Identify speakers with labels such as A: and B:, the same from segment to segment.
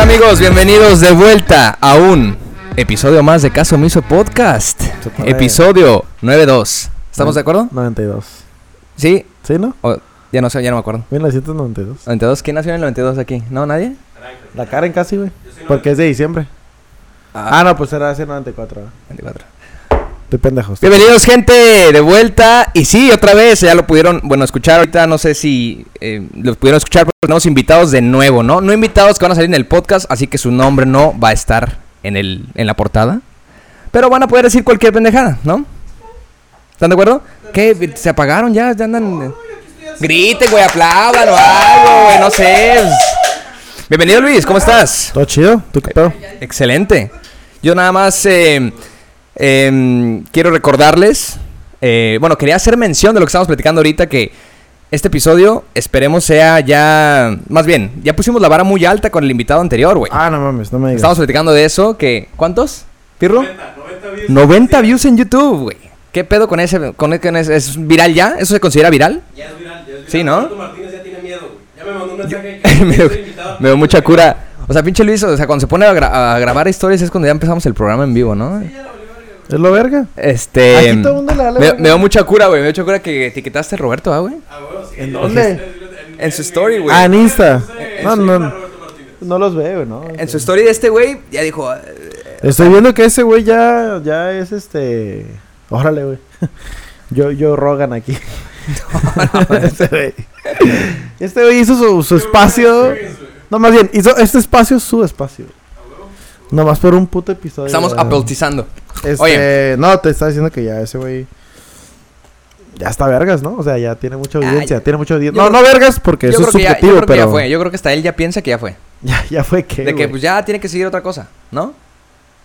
A: amigos? Bienvenidos de vuelta a un episodio más de Caso Miso Podcast.
B: Chupa,
A: Episodio 92.
B: Ah.
A: ¿Estamos de acuerdo?
B: 92.
A: Sí.
B: ¿Sí, no?
A: O- ya no sé, ya no me acuerdo.
B: 1992.
A: 92. ¿Quién nació en el 92 aquí? ¿No? ¿Nadie?
B: La Karen casi, güey. Porque es de diciembre. Ah, no, pues era hace 94. ¿verdad?
A: 24.
B: Estoy pendejo. estoy-
A: Bienvenidos gente de vuelta y sí, otra vez, ya lo pudieron, bueno, escuchar ahorita, no sé si eh, los pudieron escuchar, pero tenemos invitados de nuevo, ¿no? No invitados que van a salir en el podcast, así que su nombre no va a estar en, el, en la portada, pero van a poder decir cualquier pendejada, ¿no? ¿Están de acuerdo? ¿Qué? ¿Se apagaron ya? ¿Ya andan? Griten, güey, aplaudan o algo, güey, no sé. Bienvenido Luis, ¿cómo estás?
B: ¿Todo chido? ¿Tú qué pedo?
A: Excelente. Yo nada más eh, em, quiero recordarles, eh, bueno, quería hacer mención de lo que estamos platicando ahorita, que este episodio esperemos sea ya, más bien, ya pusimos la vara muy alta con el invitado anterior, güey.
B: Ah, no mames, no me digas.
A: Estamos platicando de eso, que, ¿cuántos? ¿Pirro? 90, views. 90 views en YouTube, güey. ¿Qué pedo con ese, con, con ese, es viral ya? ¿Eso se considera viral?
C: Ya es viral, ya es viral.
A: Sí, ¿no?
C: Roberto Martínez ya tiene miedo, güey. Ya me mandó un mensaje que
A: me, dio,
C: estoy invitado.
A: me dio mucha cura. O sea, pinche Luis, o sea, cuando se pone a, gra- a grabar historias es cuando ya empezamos el programa en vivo, ¿no?
B: ¿Es lo verga?
A: Este.
B: Aquí todo mundo le vale
A: me,
B: verga.
A: me dio mucha cura, güey. Me dio mucha cura que etiquetaste a Roberto, ah, güey.
C: Ah, bueno, sí.
B: ¿En dónde?
A: En su story, güey.
B: Ah, en Insta.
C: Entonces,
B: No, no,
C: está
B: no.
C: Roberto Martínez.
B: No los veo, ¿no?
A: En su story de este güey, ya dijo. eh,
B: Estoy viendo que ese güey ya, ya es este. Órale, güey. Yo, yo Rogan aquí. este güey. Este güey hizo su, su espacio. No, más bien, hizo este espacio su espacio. Nomás por un puto episodio.
A: Estamos
B: güey.
A: apeltizando.
B: Este,
A: Oye.
B: No, te estaba diciendo que ya ese güey. Ya está vergas, ¿no? O sea, ya tiene mucha
A: Ah,
B: audiencia.
A: yo-
B: tiene mucha audiencia.
A: yo
B: No,
A: creo-
B: no vergas porque
A: yo
B: eso es
A: creo que, ya, yo
B: subjetivo,
A: creo que
B: pero.
A: ya fue. Yo creo que hasta él ya piensa que ya fue.
B: Ya, ya fue que.
A: de que pues ya tiene que seguir otra cosa, ¿no?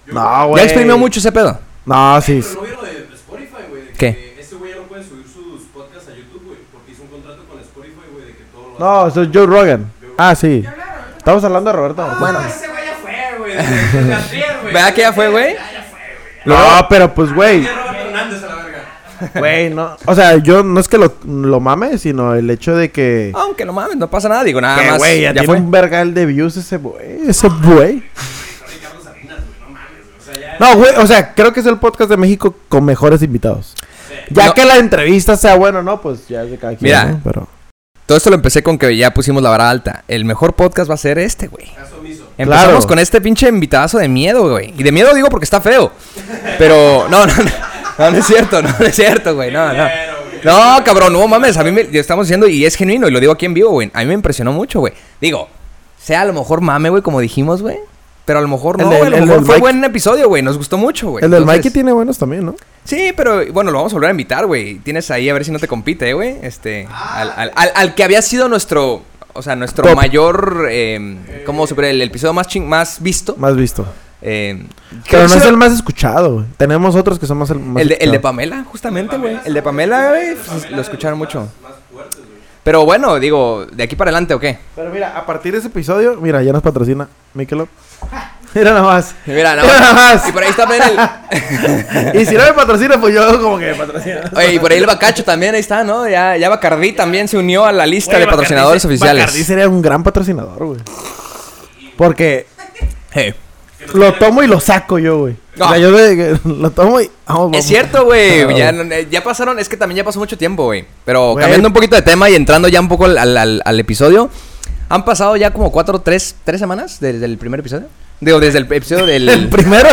B: No, Ah, güey.
A: Ya exprimió mucho ese pedo.
B: No, sí.
C: Pero no vieron de Spotify, güey. de que
A: ¿Qué?
C: Ese güey ya no puede subir sus podcasts a YouTube, güey. Porque hizo un contrato con Spotify, güey, de que todo lo
B: No, eso es Joe Rogan. Ah, sí. Estamos hablando de Roberto Martínez.
C: Bueno. Ese güey ya fue, güey. desde- desde ayer, güey.
A: ¿Verdad que ya fue, güey?
C: Ya, ya fue, güey. ya.
B: No, pero pues, güey.
C: Ya Roberto Hernández a la verga.
B: Güey, no. O sea, yo no es que lo, lo mame, sino el hecho de que.
A: Ah, Aunque no mames, no pasa nada. Digo, nada
B: que,
A: más.
B: güey, ya,
A: ya
B: tiene
A: fue.
B: un vergal de views ese güey. Ese güey.
C: Ay, Carlos Salinas, güey. No mames, güey. O sea, ya.
B: No, güey, o sea, creo que es el podcast de México con mejores invitados. Ya
A: No.
B: que la entrevista sea bueno, no, pues ya es de cada quien.
A: Mira.
B: ¿no? Pero.
A: Todo esto lo empecé con que ya pusimos la vara alta. El mejor podcast va a ser este, güey.
C: Caso omiso.
A: Empezamos
B: Claro.
A: con este pinche invitazo de miedo, güey. Y de miedo digo porque está feo. Pero no, no, no, no, no es cierto, no, no es cierto, güey. No, no. No, cabrón, no mames. A mí me lo estamos diciendo y es genuino y lo digo aquí en vivo, güey. A mí me impresionó mucho, güey. Digo, sea a lo mejor mame, güey, como dijimos, güey. Pero a lo mejor
B: El
A: no,
B: del-
A: güey. A lo
B: el
A: mejor
B: del
A: fue
B: Mike.
A: buen episodio, güey. Nos gustó mucho, güey.
B: el del
A: Entonces-
B: Mikey tiene buenos también, ¿no?
A: Sí, pero bueno, lo vamos a volver a invitar, güey. Tienes ahí a ver si no te compite, eh, güey. Este, al, al- al- al que había sido nuestro, o sea, nuestro
B: Top.
A: mayor, eh, ¿cómo se puede? El episodio más ching, más visto.
B: Más visto.
A: Eh, creo
B: Pero
A: que
B: no es
A: era
B: el más escuchado, güey. Tenemos otros que son más el más.
A: el de, el de
B: escuchado.
A: Pamela, justamente, güey. El de Pamela, güey, pues, lo escucharon mucho. Pero bueno, digo, de aquí para adelante, ¿o qué?
B: Pero mira, a partir de ese episodio, mira, ya nos patrocina Michelob. Mira nada más.
A: Mira, no,
B: Mira nada más.
A: Y por ahí está también el...
B: Y si no me patrocina, pues yo como que me patrocina.
A: Oye, y por ahí el Bacacho también, ahí está, ¿no? Ya, ya Bacardí también se unió a la lista de patrocinadores
B: Bacardi
A: oficiales.
B: sería un gran patrocinador, güey. Porque
A: Hey.
B: lo tomo y lo saco yo, güey. O
A: Ah.
B: sea, yo de- lo tomo y. vamos, vamos.
A: Es cierto, güey.
B: Claro.
A: Ya, no- eh, ya pasaron, es que también ya pasó mucho tiempo, güey. Pero
B: Güey.
A: cambiando un poquito de tema y entrando ya un poco al, al- al- al episodio, han pasado ya como cuatro, tres, tres semanas desde el primer episodio. Digo, desde el episodio
B: Del
A: del.
B: primero,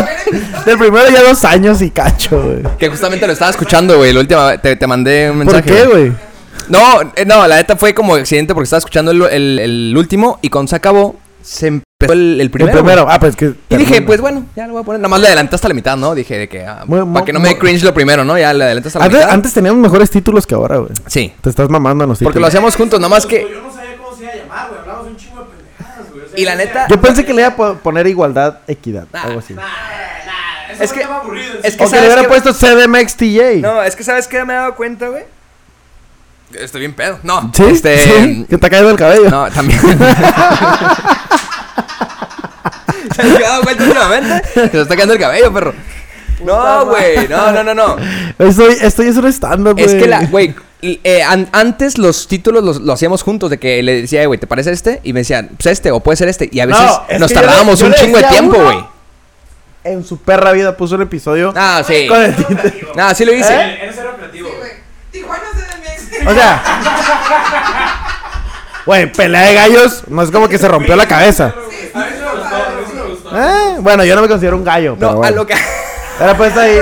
B: del primero ya dos años y cacho, güey.
A: que justamente lo estaba escuchando, güey. La última vez te, te mandé un
B: ¿Por
A: mensaje.
B: qué, güey?
A: No, eh, no, la neta fue como accidente porque estaba escuchando el, el- el último y cuando se acabó, se empezó el, el
B: El
A: primero.
B: primero.
A: güey.
B: Ah, pues que.
A: Y dije,
B: termina.
A: pues bueno, ya lo voy a poner. Nada más le adelantaste a la mitad, ¿no? Dije de que. ah,
B: Muy- muy-
A: para que no me dé
B: muy-
A: cringe lo primero, ¿no? Ya le adelantaste a la
B: Antes,
A: mitad.
B: antes teníamos mejores títulos que ahora, güey.
A: Sí.
B: Te estás mamando en los
A: Porque lo
B: títulos.
A: hacíamos juntos, nada más que.
C: Yo no sabía cómo se iba a llamar, güey. Hablamos un chingo de pendejadas, güey. O sea,
A: Y la
C: yo decía,
A: neta.
B: Yo pensé que le iba a po- poner igualdad, equidad,
A: Nah,
B: algo así.
C: Eso
A: Es
C: no
A: que-
C: estaba aburrido,
A: es
C: es
A: Ah, que-
C: que
B: O que le
A: ¿sabes
B: hubiera
A: qué?
B: puesto CDMX TJ.
A: No, es que ¿sabes qué me he dado cuenta, güey? Estoy bien pedo. No.
B: ¿Sí?
A: Este.
B: ¿Sí? Que te ha caído el cabello.
A: No, también. ¿Se has dado cuenta últimamente? Se te está cayendo el cabello, perro. No, güey. No, no, no, no.
B: Estoy, estoy es un stand-up,
A: Es que la, güey, eh, an- antes los títulos los, lo hacíamos juntos, de que le decía, "Eh, güey, ¿te parece este? Y me decían, pues este, o puede ser este. Y a veces
B: No, es
A: nos
B: que yo le-
A: tardábamos
B: yo
A: un
B: le
A: chingo de
B: decía
A: tiempo,
B: uno.
A: güey.
B: En su perra vida puso un episodio.
A: Ah, sí.
B: Con el título.
C: Relativo.
A: Ah, sí lo hice.
B: ¿Eh?
C: Eh, Eres cero
D: Sí,
C: creativo.
D: güey. Tijuana es de mi ex.
B: O sea. Güey, pelea de gallos no es como que se rompió la cabeza.
D: Sí,
C: A mí sí me gustó, a mí sí me gustó.
B: Eh, Bueno, yo no me considero un gallo.
A: No,
B: pero
A: a
B: bueno.
A: lo que
B: Era pues ahí.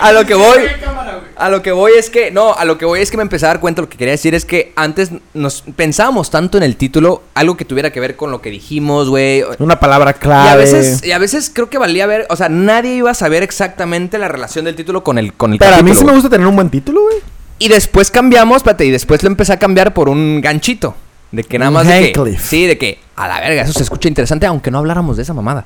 A: a lo que voy.
C: Cámara, güey.
A: A lo que voy es que, no, a lo que voy es que me empecé a dar cuenta, lo que quería decir es que antes nos pensábamos tanto en el título, algo que tuviera que ver con lo que dijimos, güey.
B: Una palabra clave.
A: Y a veces, eh, y a veces creo que valía ver, o sea, nadie iba a saber exactamente la relación del título con el con el
B: Pero a mí
A: capítulo,
B: sí me
A: güey.
B: gusta tener un buen título, güey.
A: Y después cambiamos, espérate, y después lo empecé a cambiar por un ganchito. De que nada
B: Un
A: más de que,
B: Heathcliff.
A: Sí, de que, a la verga, eso se escucha interesante, aunque no habláramos de esa mamada.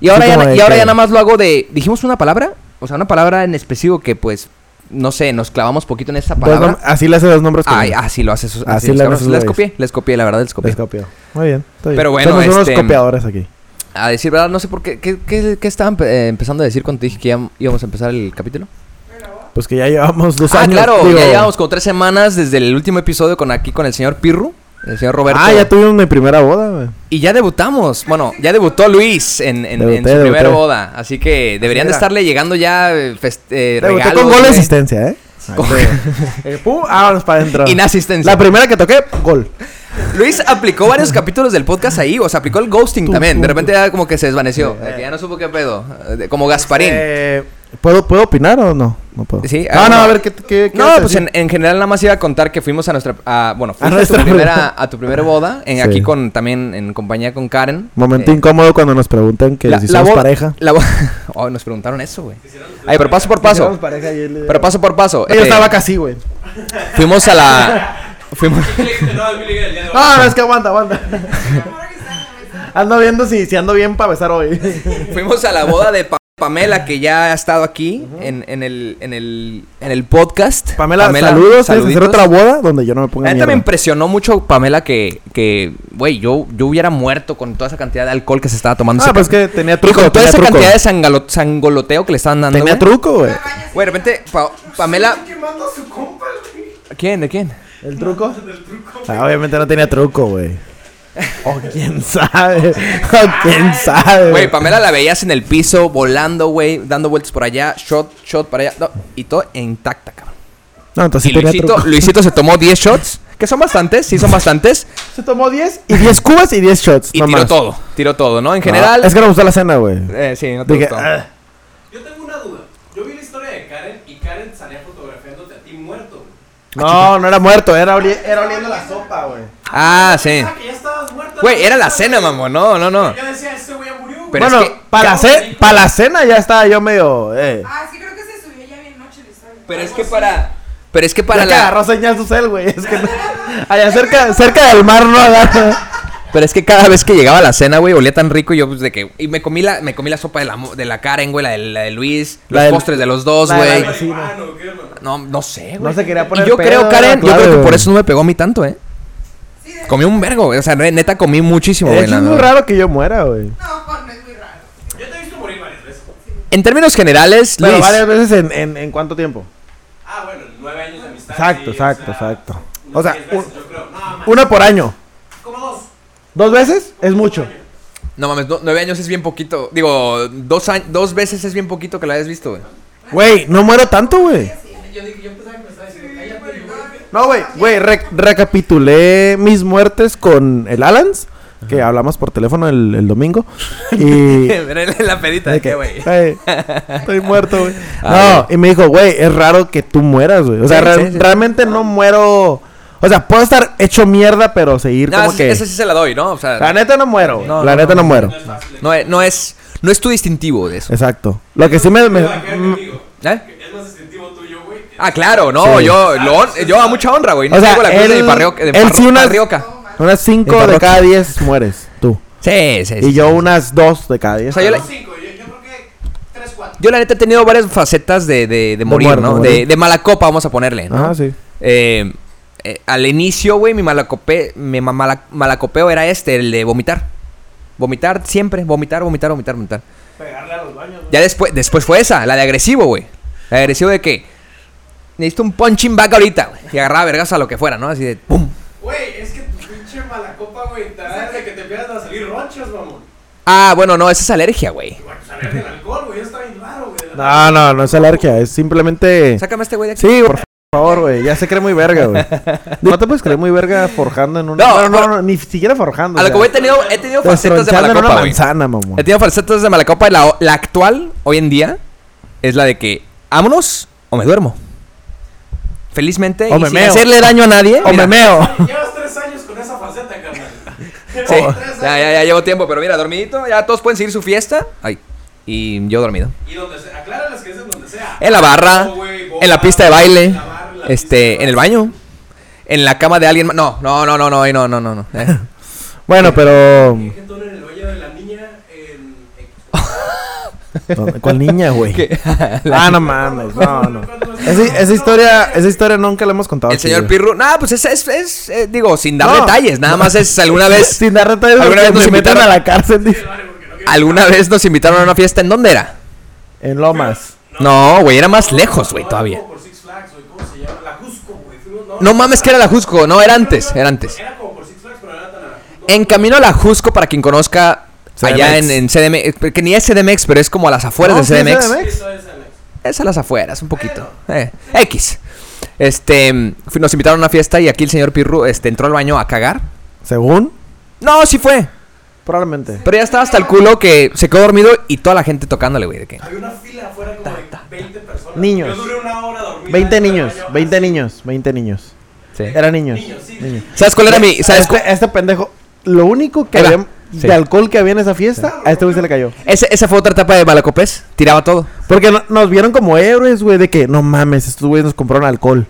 A: Y ahora,
B: como
A: ya,
B: de
A: y ahora
B: que-
A: ya nada más lo hago de. Dijimos una palabra, o sea, una palabra en específico que, pues, no sé, nos clavamos poquito en esa
B: Dos
A: palabra.
B: nom- así le hace dos nombres. Pues, con-
A: Ay, ah, así lo haces.
B: Así
A: Así,
B: le
A: los
B: haces
A: cabrones.
B: los
A: les
B: güeyes.
A: copié, les copié, la verdad, les copié.
B: Les copio. Muy bien, está bien.
A: Pero bueno,
B: Somos unos
A: este-
B: copiadores aquí.
A: A decir verdad, no sé por qué. ¿Qué, qué- qué estaban eh, empezando a decir cuando te dije que ya íbamos a empezar el capítulo?
B: Pues que ya llevamos dos
A: ah,
B: años.
A: claro,
B: digo-
A: ya llevamos como tres semanas desde el último episodio con aquí con el señor Pirru, el señor Roberto.
B: Ah, ya tuvimos mi primera boda, güey.
A: Y ya debutamos. Bueno, ya debutó Luis en, en- en
B: Debuté,
A: su
B: debuté.
A: primera boda. Así que deberían de
B: Mira.
A: estarle llegando ya eh, fest- eh,
B: Debuté
A: regalos.
B: con gol de
A: güey.
B: asistencia, ¿eh?
A: Con-
B: Eh, pum, vámonos para adentro.
A: Inasistencia.
B: La primera que toqué, gol.
A: Luis aplicó varios capítulos del podcast ahí. O sea, aplicó el ghosting
B: Tú,
A: también.
B: tú,
A: De
B: tú.
A: repente ya como que se desvaneció. de que ya no supo qué pedo. eh, de- Como Gasparín.
B: Eh, ¿puedo, ¿Puedo opinar o no? No puedo.
A: Sí,
B: no,
A: ah,
B: no,
A: no.
B: a ver qué. qué, qué
A: No,
B: vas a
A: pues
B: decir?
A: en, en general nada más iba a contar que fuimos a nuestra... a- bueno, fuiste a,
B: nuestra
A: tu primera,
B: primera.
A: a tu primera boda. En,
B: Sí.
A: Aquí con también en compañía con Karen.
B: Momento
A: Eh,
B: incómodo cuando nos preguntan que si somos
A: boda-
B: pareja.
A: La boda... Oh, nos preguntaron eso, güey. Ay, pero paso por paso.
B: pareja
A: Pero paso por paso.
B: Ella
A: Eh,
B: estaba casi, güey.
A: Fuimos a la... Fuimos...
C: Click, no, es mi liga del día de hoy.
B: No, no, es que aguanta, aguanta.
D: Ahora que está en la mesa.
B: Ando viendo si, si ando bien para besar hoy.
A: Fuimos a la boda de Pa- Pamela, que ya ha estado aquí en, en el, en, el, en el podcast.
B: Pamela, saludos. ¿eh? ¿Sabes hacer
A: saluditos.
B: otra boda donde yo no me
A: La
B: ponga
A: neta me
B: mierda?
A: impresionó mucho, Pamela, que, que güey, yo, yo hubiera muerto con toda esa cantidad de alcohol que se estaba tomando.
B: Ah,
A: ese
B: pues
A: cabrón.
B: que tenía
A: y
B: truco,
A: con toda
B: tenía
A: esa
B: truco.
A: cantidad de sangalo- sangoloteo que le estaban dando.
B: Tenía
A: güey.
B: truco, güey.
D: La baña se
A: Güey, de repente, Pa- Pamela. ¿Quién? ¿De quién?
B: ¿El truco? Ah, obviamente no tenía truco, güey. O quién sabe. O quién sabe.
A: Güey, Pamela la veías en el piso, volando, güey, dando vueltas por allá, shot, shot para allá, no, y todo intacta, cabrón.
B: No, entonces
A: Y
B: sí tenía
A: Luisito,
B: truco.
A: Luisito se tomó 10 shots, que son bastantes, sí son bastantes,
B: Se tomó 10 y 10 cubas y 10 shots.
A: y
B: no
A: tiró
B: más.
A: todo, tiró todo, ¿no? En
B: No,
A: general...
B: es que no me gustó la cena, güey.
A: eh, sí, no te
B: Dije,
A: gustó.
B: "Ah".
C: Yo tengo una duda. Yo vi la historia de Karen y Karen salía fotografiándote a ti muerto. güey.
B: no, no era muerto, era, oli- era oliendo la sopa, güey.
A: Ah, sí.
C: Pensaba que ya estabas muerto.
A: Güey, era la cena, mamón, no, no, no.
C: Yo decía, este güey ya murió. güey.
A: Pero es
B: bueno,
A: que-
B: para, la
C: Cabrón,
B: ce- para la cena ya estaba yo medio. Eh.
D: Ah, sí, creo que se subió ya bien noche la historia.
A: Pero es que para... Pero es que para
B: Para que
A: la...
B: agarró señal su cel, güey. Es que no- allá cerca, cerca del mar no agarra.
A: Pero es que cada vez que llegaba a la cena, güey, olía tan rico y yo pues de que y me comí la me comí la sopa de la mo- de la Karen, güey, la de, la de Luis,
B: La
A: los
B: del-
A: postres de los dos,
B: la de la
A: güey.
C: Era
B: Sí, no.
C: marihuano, ¿qué, hermano?
A: No, no sé, güey.
B: No se quería
A: Y
B: poner
A: yo
B: pedo,
A: creo, Karen, yo
B: claro,
A: creo que por
B: güey.
A: eso no me pegó a mí tanto, ¿eh?
D: Sí, de-
A: Comí un vergo, güey. O sea, re- neta comí muchísimo,
B: De
A: güey.
B: hecho,
A: la
B: es muy
A: verdad.
B: raro que yo muera, güey.
D: No, Juan, no es muy raro.
C: Yo te he visto morir varias veces.
A: En términos generales,
B: Pero
A: Luis,
B: varias veces en, en, en cuánto tiempo.
C: Ah, bueno, nueve años de amistad.
B: Exacto,
C: sí,
B: exacto,
C: o sea,
B: exacto.
C: unas
B: O sea,
C: diez veces,
B: un-
C: yo creo. No, más,
B: Una por año.
C: como dos.
B: ¿Dos veces? Es mucho.
A: no mames, no- nueve años es bien poquito. Digo, dos, a- dos veces es bien poquito que la hayas visto, güey.
B: Güey, no muero tanto, güey.
C: Yo dije, yo pensaba que me estaba diciendo, cállate, güey.
B: No, güey. Güey, re- recapitulé mis muertes con el Alans, que hablamos por teléfono el, el domingo. Y.
A: la pedita de
B: de que,
A: qué, güey.
B: "Ay, Estoy muerto, güey.
A: Ah,
B: No, y me dijo, güey, es raro que tú mueras, güey. O sea,
A: Sí,
B: re-
A: sí, sí.
B: realmente no muero. O sea, puedo estar hecho mierda, pero seguir
A: No,
B: como
A: esa,
B: que.
A: esa sí se la doy, ¿no? O sea,
B: La neta no muero, güey.
A: No,
B: la
A: no,
B: neta no, muero.
A: no, es- no es no es tu distintivo de eso.
B: Exacto. Lo que sí me. me- mm,
C: Va a quedar conmigo.
A: ¿Eh?
C: Es más incentivo tuyo, güey.
A: Ah, claro, no,
B: Sí.
A: yo, lo hon- yo a mucha honra, güey. No
B: O sea,
A: tengo la cruz de
B: él-
A: mi parrio- de
B: él
A: par-
B: sí unas-
A: parrioca.
B: unas
A: Mi
B: 5 de
A: parroquia.
B: cada 10 mueres, tú.
A: Sí, sí, sí.
B: Y yo unas 2 de cada 10.
A: O sea, yo
C: Yo
A: la-
C: cinco, yo, yo creo que tres, cuatro.
A: Yo la neta he tenido varias facetas de, de, de morir,
B: muerte,
A: ¿no?
B: morir.
A: De, de mala copa, vamos a ponerle, ¿no?
B: Ah, sí.
A: Eh, eh, al inicio, güey, mi, malacope, mi ma- mala- malacopeo era este, el de vomitar. Vomitar siempre, vomitar, vomitar, vomitar, vomitar.
C: Pegarle a los baños, güey.
A: Ya después, después fue esa, la de agresivo, güey. La de agresivo de que necesito un punching back ahorita, güey. Y agarraba vergas a lo que fuera, ¿no? Así de pum.
C: Güey, es que tu pinche mala copa, güey, te da de que te empiezan a salir ronchas, mamón.
A: Ah, bueno, no, esa es alergia, güey.
C: Bueno, salir del alcohol, güey, eso está bien raro, güey. de la-
B: No, no, no es alergia, es simplemente.
A: Sácame a este güey de aquí.
B: Sí, por favor, güey. Ya se cree muy verga, güey. No te puedes creer muy verga forjando en una.
A: No,
B: No, no, no,
A: por-
B: ni siquiera forjando.
A: A
B: o
A: lo
B: sea,
A: que voy, he tenido, he tenido facetas de
B: destronchando en una
A: malacopa, güey.
B: manzana, mamón.
A: He tenido facetas de malacopa y la, la actual, hoy en día, es la de que, vámonos o me duermo. Felizmente,
B: O
A: y
B: me
A: sin
B: meo.
A: hacerle daño a nadie.
B: O
A: mira.
B: me meo.
C: Llevas tres años con esa faceta, carnal.
A: Sí,
C: Llevas tres
A: ya,
C: años.
A: ya, ya llevo tiempo, pero mira, dormidito, ya todos pueden seguir su fiesta. Ay, y yo dormido.
C: Y donde sea, aclárales que es en donde sea.
A: En la barra,
C: Oh, güey, boba,
A: en la pista de baile,
C: la barra, la pista de
A: este, en el
C: baile.
A: baño, en la cama de alguien más. No, no, no, no, no, ahí no, no, no, no. eh.
B: Bueno, pero.
C: Dejé todo en el baño de la niña en.
B: ¿Cuál niña, güey?
A: ¿Qué?
B: Ah, no mames, no, no. Esa, esa historia, esa historia nunca la hemos contado.
A: El
B: aquí,
A: señor
B: güey.
A: Pirru, nada, pues es, es, es, eh, digo, sin dar
B: No.
A: detalles, nada más es alguna vez,
B: Sin dar detalles,
A: Alguna
B: porque
A: vez nos
B: me metan a
A: invitaron-
B: la cárcel dice.
A: alguna vez nos invitaron a una fiesta, ¿en dónde era?
B: en Lomas.
A: No, güey, era más lejos, Pues, güey, todavía.
C: Por Six Flags, güey, ¿cómo se llama? La Jusco, güey. fuimos-
A: No mames que era la Jusco, no, era antes, era antes.
C: Era como por Six Flags, pero no era tan. no,
A: En camino a la Jusco, para quien conozca, allá en,
B: CDMX.
A: en CDMX, eh, que ni es CDMX, pero es como a las afueras
B: No,
A: de
B: sí es
A: CDMX.
B: CDMX.
C: Eso es Alex.
A: Es a las afueras, un poquito. Eh, X. Este, fui- nos invitaron a una fiesta y aquí el señor Pirru este, entró al baño a cagar.
B: Según,
A: No, sí fue.
B: probablemente.
A: Pero ya estaba hasta el culo que se quedó dormido y toda la gente tocándole, güey. ¿De qué?
C: Había una fila afuera como de 20 personas.
B: Niños.
C: Yo duré una hora dormida.
B: 20
C: en el
B: niños,
C: baño.
B: 20 niños, 20 niños.
A: Sí.
B: Eran niños.
C: Niños, sí.
B: niños.
A: ¿Sabes cuál era mi...? ¿Sabes cu-
B: Este, este pendejo, lo único que
A: Ahí va.
B: había
A: Sí.
B: de alcohol que había en esa fiesta, a este güey se le cayó.
A: Ese- esa fue otra etapa de Malacopés. Tiraba todo.
B: Porque no- nos vieron como héroes, güey, de que no mames, estos güeyes nos compraron alcohol.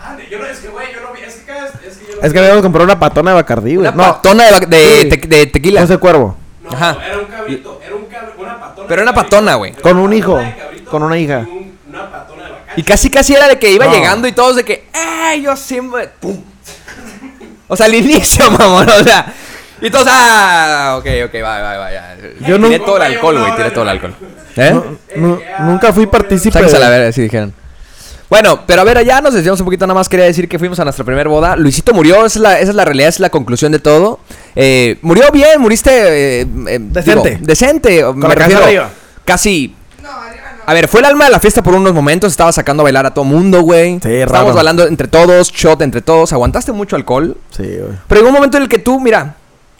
C: Ah, yo no, es que, güey, yo no vi. Es que cada vez- Es que yo no
B: Es que habíamos comprado una patona de Bacardí, güey.
A: Una
B: No,
A: patona de, va- de
B: Sí.
A: te- de tequila.
B: José Cuervo.
C: No,
A: Ajá.
C: era un cabrito, era un cabr- una patona.
A: Pero
C: de
A: era una
C: cabrito,
A: patona, güey.
C: era
B: Con un
C: patona
B: hijo,
C: de cabrito
B: con una hija.
C: y un- una patona de bacacho.
A: Y casi casi era de que iba
B: No.
A: llegando y todos de que, ¡ay, yo siempre! ¡Pum! O sea, al inicio, mamón, o sea. Y todos, ah, ok, ok, va, va, va, ya.
B: Yo
A: tiré
C: no-
A: todo el alcohol, güey, tiré todo el alcohol. ¿Eh?
B: No- no- nunca fui partícipe.
A: Sáquense a la verga, así dijeron. Bueno, pero a ver, allá nos desviamos un poquito, nada más quería decir que fuimos a nuestra primera boda. Luisito murió, esa es la, esa es la realidad, esa es la conclusión de todo. Eh, murió bien, muriste... eh, eh,
B: Decente.
A: digo, decente, me
B: la cabeza
A: refiero.
B: arriba.
A: Casi
D: No, arriba no.
A: a ver, fue el alma de la fiesta por unos momentos. Estaba sacando a bailar a todo mundo, güey.
B: Sí,
A: Estábamos
B: raro.
A: bailando entre todos, shot entre todos. Aguantaste mucho alcohol.
B: Sí, güey.
A: Pero llegó un momento en el que tú, mira,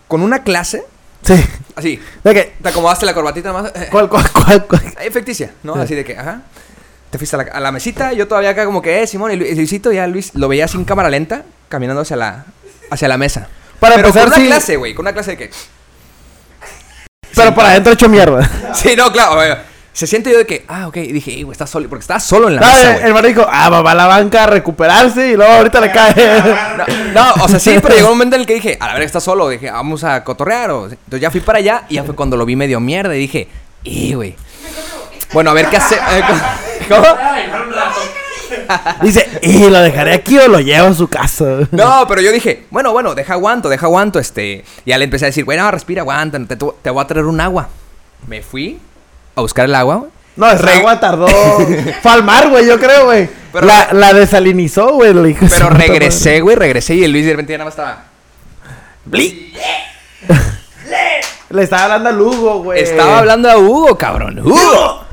A: con una clase,
B: Sí.
A: así,
B: De que,
A: te acomodaste la corbatita más. eh,
B: ¿cuál, cuál, cuál, cuál?
A: eh, ficticia, ¿no? Así de que, ajá. Te fuiste a la, a la mesita, yo todavía acá como que, eh, Simón y Lu- y Luisito, ya Luis lo veía sin cámara lenta, caminando hacia la, hacia la mesa.
B: Para
A: Pero
B: empezar,
A: con una
B: sí.
A: clase, güey, con una clase de que.
B: Pero para adentro hecho mierda.
A: Sí, no, claro. güey. Se siente yo de que, ah, ok, y dije, "Ey, güey, estás solo, porque estaba solo en la
B: Ah,
A: mesa,
B: el-
A: güey.
B: el hermano dijo, ah, va va a la banca a recuperarse y luego ahorita le cae.
A: No, no, o sea, sí, pero llegó un momento en el que dije, a la ver, está solo. Dije, vamos a cotorrear. o- Entonces ya fui para allá y ya fue cuando lo vi medio mierda y dije, y güey. Bueno, a ver qué hace. eh, ¿Cómo?
C: Ay, para un rato.
B: Dice, y lo dejaré aquí o lo llevo a su casa.
A: No, pero yo dije, bueno, bueno, deja aguanto, deja aguanto. Este, ya le empecé a decir, bueno, respira, aguanta, te, te voy a traer un agua. Me fui a buscar el agua. güey.
B: No, esa
A: Reg-
B: agua tardó. Fue al mar, güey, yo creo, güey.
A: Pero-
B: La, la desalinizó, güey. le dijo,
A: Pero
B: "Su puta madre".
A: regresé, güey, regresé y el Luis de repente ya nada más estaba.
B: Bli. Le estaba hablando a Lugo, güey.
A: Estaba hablando a Hugo, cabrón. ¡Hugo!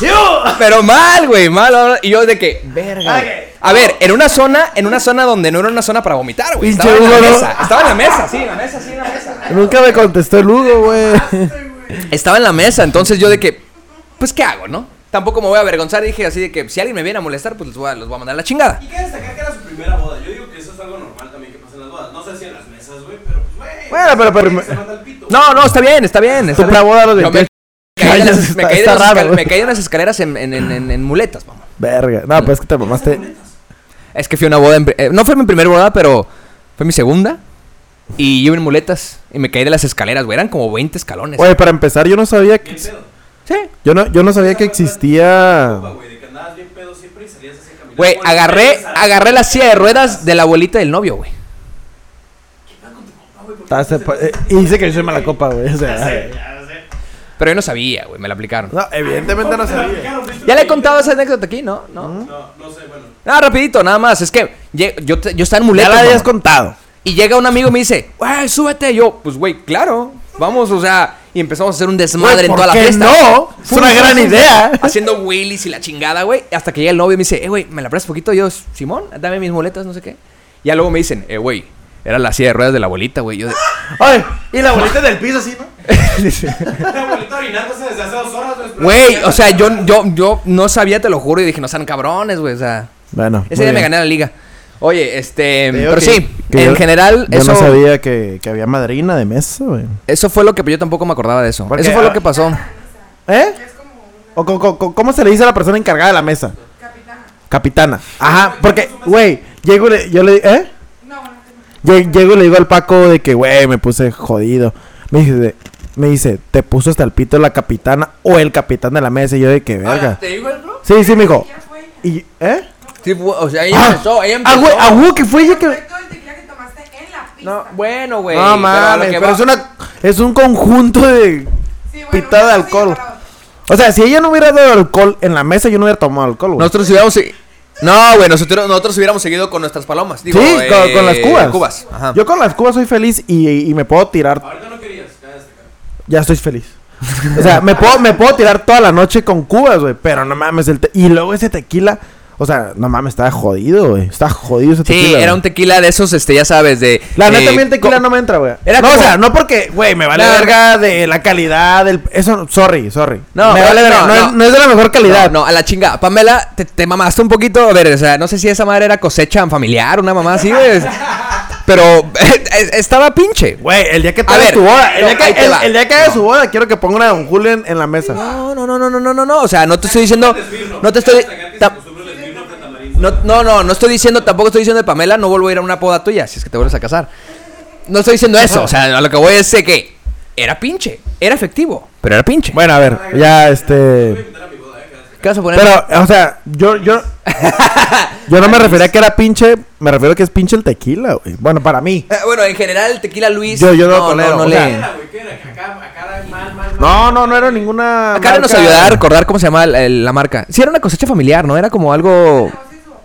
B: ¡Yo!
A: Pero mal, güey, mal. mal. Y yo de que, verga. güey. A ver, en una zona, en una zona donde no era una zona para vomitar, güey. Estaba
B: Pinche
A: en la
B: Hugo, ¿no?
A: mesa. Estaba en la mesa, sí, en la mesa, sí, en la mesa.
B: Nunca me contestó el Lugo, güey.
A: Estaba en la mesa, entonces yo de que, pues, ¿qué hago, no? Tampoco me voy a avergonzar. Dije así de que si alguien me viene a molestar, pues los voy a, los voy a mandar a la chingada.
C: Y cabe destacar que era su primera boda. Yo digo que eso es algo normal también que pasa en las bodas. No sé si en las mesas, güey, pero pues, güey.
B: Bueno, pero- pero-
C: güey, Se manda el pito.
A: No, no, está bien, está bien. Está
B: Tu
A: bien.
B: boda a los
A: Yo me
B: 28
A: caí de las-
B: años,
A: me
B: está-
A: caí de
B: está
A: las
B: raro,
A: escal-
B: güey.
A: me caí de unas escaleras en, en- en- en- en muletas, mamá.
B: Verga. No, pero es que te mamaste.
A: Es que fui a una boda. en pri- eh, no fue mi primera boda, pero fue mi segunda. Y yo en muletas. Y me caí de las escaleras, güey. Eran como 20 escalones.
B: Güey, para empezar, yo no sabía que.
C: Bien pedo.
A: Sí.
B: Yo no, yo no sabía que existía.
C: Opa, güey, de que andabas bien pedo siempre y salías así a caminar.
A: Güey,
C: Bueno,
A: agarré,
C: regresar.
A: agarré la silla de ruedas de la abuelita del novio, güey.
C: ¿Qué pedo con tu compa, güey? ¿Por qué
B: Estaba
C: no se
B: sepa-
C: le hace
B: eh,
C: así?
B: Y dice que yo soy mala copa, güey. O
C: Ya sé,
B: sea,
C: ya sé.
A: Pero yo no sabía, güey, me la aplicaron.
B: No, evidentemente no sabía.
A: Ya le he contado esa anécdota aquí, ¿no? No.
C: No, no sé, bueno.
A: Ah, rapidito, nada más. Es que lle- yo, te- yo estaba en
B: Ya
A: muletas.
B: la habías
A: mamá.
B: contado.
A: Y llega un amigo y me dice, güey, súbete. Y yo, pues, güey, claro. Vamos, o sea, y empezamos a hacer un desmadre
B: Güey,
A: en
B: ¿por
A: toda la
B: qué
A: fiesta.
B: no? Es
A: Fum,
B: una
A: fum,
B: gran
A: fum,
B: idea.
A: Haciendo wheelies y la chingada, güey. Hasta que llega el novio y me dice, eh, güey, ¿me la prestas poquito? Y yo, Simón, dame mis muletas, no sé qué. Y ya luego me dicen, eh, güey, era la silla de ruedas de la abuelita, güey. Yo, de-
B: Ay, y la bolita del piso así, ¿no?
C: La abuelita orinándose desde hace dos horas. güey,
A: güey,
C: esperando.
A: o sea, yo, yo, yo no sabía, te lo juro. Y dije, no sean cabrones, güey, o sea.
B: Bueno.
A: Ese día me gané la liga. Oye, este.
B: Te digo
A: Pero
B: que-
A: sí,
B: que
A: en
B: yo-
A: general,
B: Yo
A: eso,
B: no sabía que, que había madrina de mesa, güey.
A: eso fue lo que. Yo tampoco me acordaba de eso.
B: Porque-
A: Eso fue lo que pasó.
B: ¿Eh?
D: Es como una
B: ¿O co- co- co- cómo se le dice a la persona encargada de la mesa?
D: capitana.
B: Capitana. Ajá, porque, güey, llego y le, yo le, ¿eh?
D: No, no te
B: Lle-
D: imaginas.
B: Llego y le digo al Paco de que, güey, me puse jodido. Me dice, me dice, te puso hasta el pito la capitana o el capitán de la mesa. Y yo de que, verga.
A: Ah, ¿Te digo bro?
B: Sí, sí, me dijo.
D: Ya fue ella.
B: Oh. ¿Y, eh?
A: Sí, fue- o sea, ella
B: Ah,
A: empezó. Ella
B: ah,
A: empezó.
B: güey, ah, güey, que fue ella que...
D: Fue todo el tequila que tomaste en la pista.
A: No, bueno, güey.
B: no
A: pero a lo
B: mames,
A: que
B: pero,
A: va-
B: es una... Es un conjunto de...
D: Sí, bueno,
B: Pitada de
D: una cosa
B: alcohol.
D: lleva a la otra.
B: O sea, si ella no hubiera dado alcohol en la mesa, yo no hubiera tomado alcohol, güey.
A: Nosotros hubiéramos. segui- No, güey, nosotros, nosotros hubiéramos seguido con nuestras palomas. Digo,
B: sí, con,
A: eh,
B: con las cubas.
A: cubas, ajá.
B: Yo con las cubas soy feliz y, y me puedo tirar.
C: Ahorita no querías, cállate, cabrón.
B: Ya estoy feliz. O sea, me puedo, me puedo tirar toda la noche con cubas, güey. Pero no mames, el te- y luego ese tequila. O sea, no mames, estaba jodido, güey. Estaba jodido ese
A: sí,
B: tequila.
A: era
B: güey.
A: un tequila de esos, este, ya sabes, de.
B: La
A: eh,
B: neta, a mí el tequila
A: co-
B: no me entra, güey.
A: Era
B: no,
A: como-
B: o sea, no porque, güey, me vale
A: La-
B: verga de la calidad del. Eso, sorry, sorry.
A: No,
B: me vale
A: no,
B: verga. No,
A: no.
B: es, no es de la mejor calidad.
A: No, no, a la chinga. Pamela, te, te mamaste un poquito. A ver, o sea, no sé si esa madre era cosecha familiar, una mamá así, güey. Pero eh, estaba pinche.
B: Güey, el día que
A: A
B: te
A: ver,
B: tu boda, el día
A: ahí
B: que,
A: te
B: el,
A: va.
B: el día que haga su boda, quiero que ponga una de Don Julio en, en la mesa.
A: No, no, no, no, no, no, no, no. O sea, no te estoy diciendo. No te estoy. tam- No, no, no, no estoy diciendo, tampoco estoy diciendo de Pamela, no vuelvo a ir a una poda tuya, si es que te vuelves a casar. No estoy diciendo eso, o sea, a lo que voy es de que era pinche, era efectivo, pero era pinche.
B: Bueno, a ver, ya este.
A: ¿Qué vas a poner?
B: Pero, o sea, yo, yo. Yo no me refería a que era pinche, me refiero a que es pinche el tequila, güey. Bueno, para mí.
A: Eh, bueno, en general, el tequila Luis.
B: Yo- yo no lo tolero, o
A: le-
B: sea,
C: ¿Qué era, Ah, güey? ¿Qué era? Que acá, acá era mal, mal, mal.
B: No, no, no era ninguna.
A: Acá nos
B: marca-
A: ayudaba a recordar cómo se llama el- el- la marca. Sí, era una cosecha familiar, ¿no? Era como algo.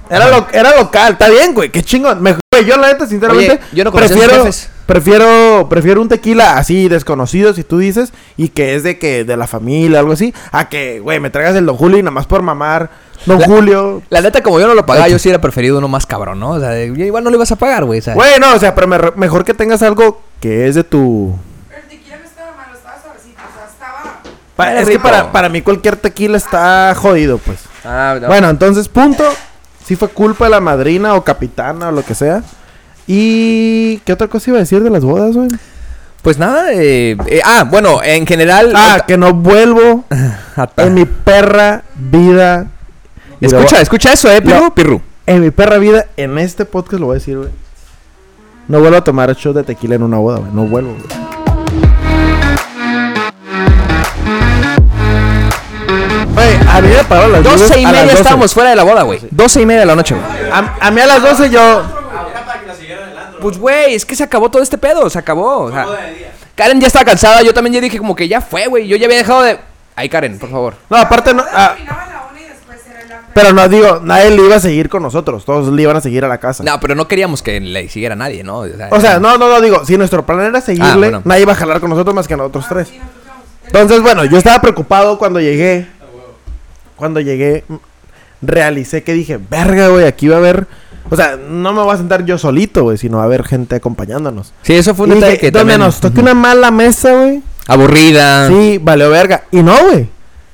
B: Era, lo- era local, está bien, güey, qué chingón. Me- güey, yo la neta, sinceramente,
A: Oye, yo no conocía a sus
B: prefiero,
A: jefes.
B: prefiero, prefiero un tequila así, desconocido, si tú dices, y que es de que, de la familia, algo así, a que, güey, me traigas el Don Julio y nada más por mamar, Don
A: La-
B: Julio.
A: La neta, como yo no lo pagaba, yo sí era preferido uno más cabrón, ¿no? O sea, de- igual no lo ibas a pagar, güey. o sea.
B: Güey, no, o sea, pero me- mejor que tengas algo que es de tu...
D: Pero el tequila no estaba malo, estaba suavecito. O sea, estaba.
B: Pa-
A: Era
B: es que
A: rico.
B: para, para mí cualquier tequila está jodido, pues.
A: Ah, no.
B: Bueno, entonces, punto. Si fue culpa de la madrina o capitana o lo que sea. ¿Y qué otra cosa iba a decir de las bodas, güey?
A: Pues nada, eh, eh, ah, bueno, en general.
B: Ah, que no vuelvo
A: Ata-
B: en mi perra vida. Y lo
A: Escucha,
B: voy-
A: escucha eso, eh, Pirru,
B: No.
A: Pirru.
B: En mi perra vida, en este podcast lo voy a decir, güey. No vuelvo a tomar shot de tequila en una boda, güey. No vuelvo, güey. Güey, a mí me pararon las
A: Doce y
B: a las
A: media
B: 12.
A: estábamos fuera de la boda, güey. Doce y media de la noche, güey.
B: A, a mí a las 12 yo.
C: Era para que la siguiera del antro.
A: Pues, güey, es que se acabó todo este pedo, se acabó. o sea,
C: Boda de día.
A: Karen ya estaba cansada, yo también ya dije como que ya fue, güey. Yo ya había dejado de... Ay, Karen, por favor.
B: No, aparte no.
D: Todos
B: ah,
D: terminaban a la una y después era el after.
B: pero no digo, nadie le iba a seguir con nosotros. Todos le iban a seguir a la casa.
A: No, pero no queríamos que le siguiera nadie, ¿no?
B: O sea, no, no, no digo. Si nuestro plan era seguirle,
A: Ah, bueno.
B: nadie iba a jalar con nosotros más que nosotros tres.
D: Sí, nos tocamos.
B: Entonces, bueno, yo estaba preocupado cuando llegué. Cuando llegué, mm, realicé que dije, verga, güey, aquí va a haber. O sea, no me voy a sentar yo solito, güey, sino va a haber gente acompañándonos.
A: Sí, eso fue un
B: Y
A: detalle
B: dije,
A: que
B: donde
A: también...
B: nos toque una mala mesa, güey.
A: Aburrida.
B: Sí, valió verga. Y no, güey.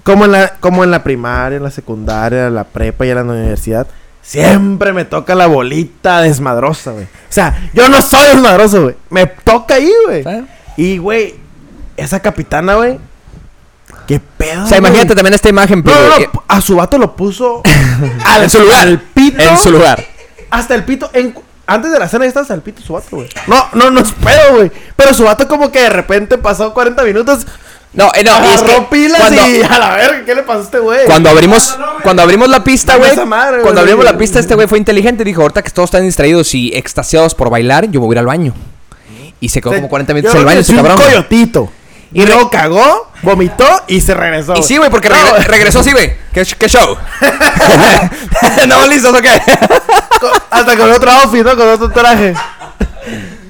B: Como en la, como en la primaria, en la secundaria, en la prepa y en la universidad. Siempre me toca la bolita desmadrosa, güey. O sea, yo no soy desmadroso, güey. Me toca ahí, güey.
A: ¿sabes?
B: Y, güey, esa capitana, güey. ¿Qué pedo?
A: O sea, imagínate también esta imagen,
B: No,
A: pero...
B: no, no, a su vato lo puso al,
A: En su lugar.
B: al pito.
A: En su lugar.
B: Hasta el pito. en- antes de la cena ya estaba hasta el pito su vato, güey. No, no, no es pedo, güey. Pero su vato como que de repente pasó 40 minutos.
A: No, eh, no, y es
B: agarró
A: que
B: pilas
A: cuando-
B: y a la verga, ¿qué le pasó a este güey?
A: Cuando abrimos,
C: No, no, no, güey.
A: cuando abrimos la pista,
B: Dame
A: güey.
B: esa madre,
A: Cuando
B: güey.
A: abrimos la pista, este güey fue inteligente. Dijo, ahorita que todos están distraídos y extasiados por bailar, yo me voy a ir al baño. Y se quedó como 40 minutos
B: Yo
A: en el
B: creo
A: baño,
B: que
A: ese
B: sí, un
A: cabrón. güey.
B: coyotito. Y
A: re-
B: luego cagó vomitó y se regresó.
A: Y
B: güey.
A: sí, güey, porque regre- regresó así, güey. ¿Qué, sh- qué show? no, listos, ok.
B: Co- Hasta con otro outfit, ¿no? Con otro traje.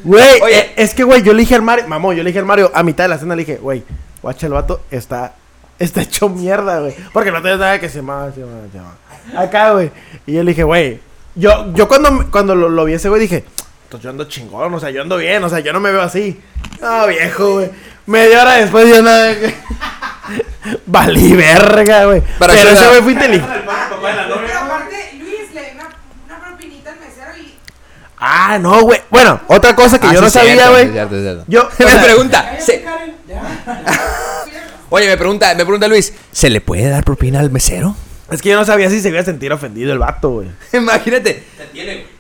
B: Güey,
A: Oye.
B: eh, es que, güey, yo le dije al Mario, mamón, yo le dije al Mario, a mitad de la cena le dije, güey, guacha, el vato está, está hecho mierda, güey. Porque no tenía nada que se llamaba, se llamaba, se llamaba. Acá, güey. Y yo le dije, güey, yo, yo cuando, me- cuando lo, lo vi ese, güey, dije, "Entonces yo ando chingón, o sea, yo ando bien, o sea, yo no me veo así. No, viejo, güey. Media hora después yo nada. Valí verga, güey.
A: Para
B: Pero,
A: que
B: ese
A: la-
B: güey fue inteligente.
C: El papá de la
D: Pero
C: novia.
D: aparte, Luis le dio una, una propinita al mesero y.
B: Ah, no, güey. Bueno, otra cosa
A: Ah,
B: que yo no sabía, güey. Yo. o
A: Me
B: sea,
A: pregunta, se- oye, me pregunta, me pregunta Luis, ¿se le puede dar propina al mesero?
B: Es que yo no sabía si se iba a sentir ofendido el vato, güey.
A: Imagínate,
C: Te tiene, güey.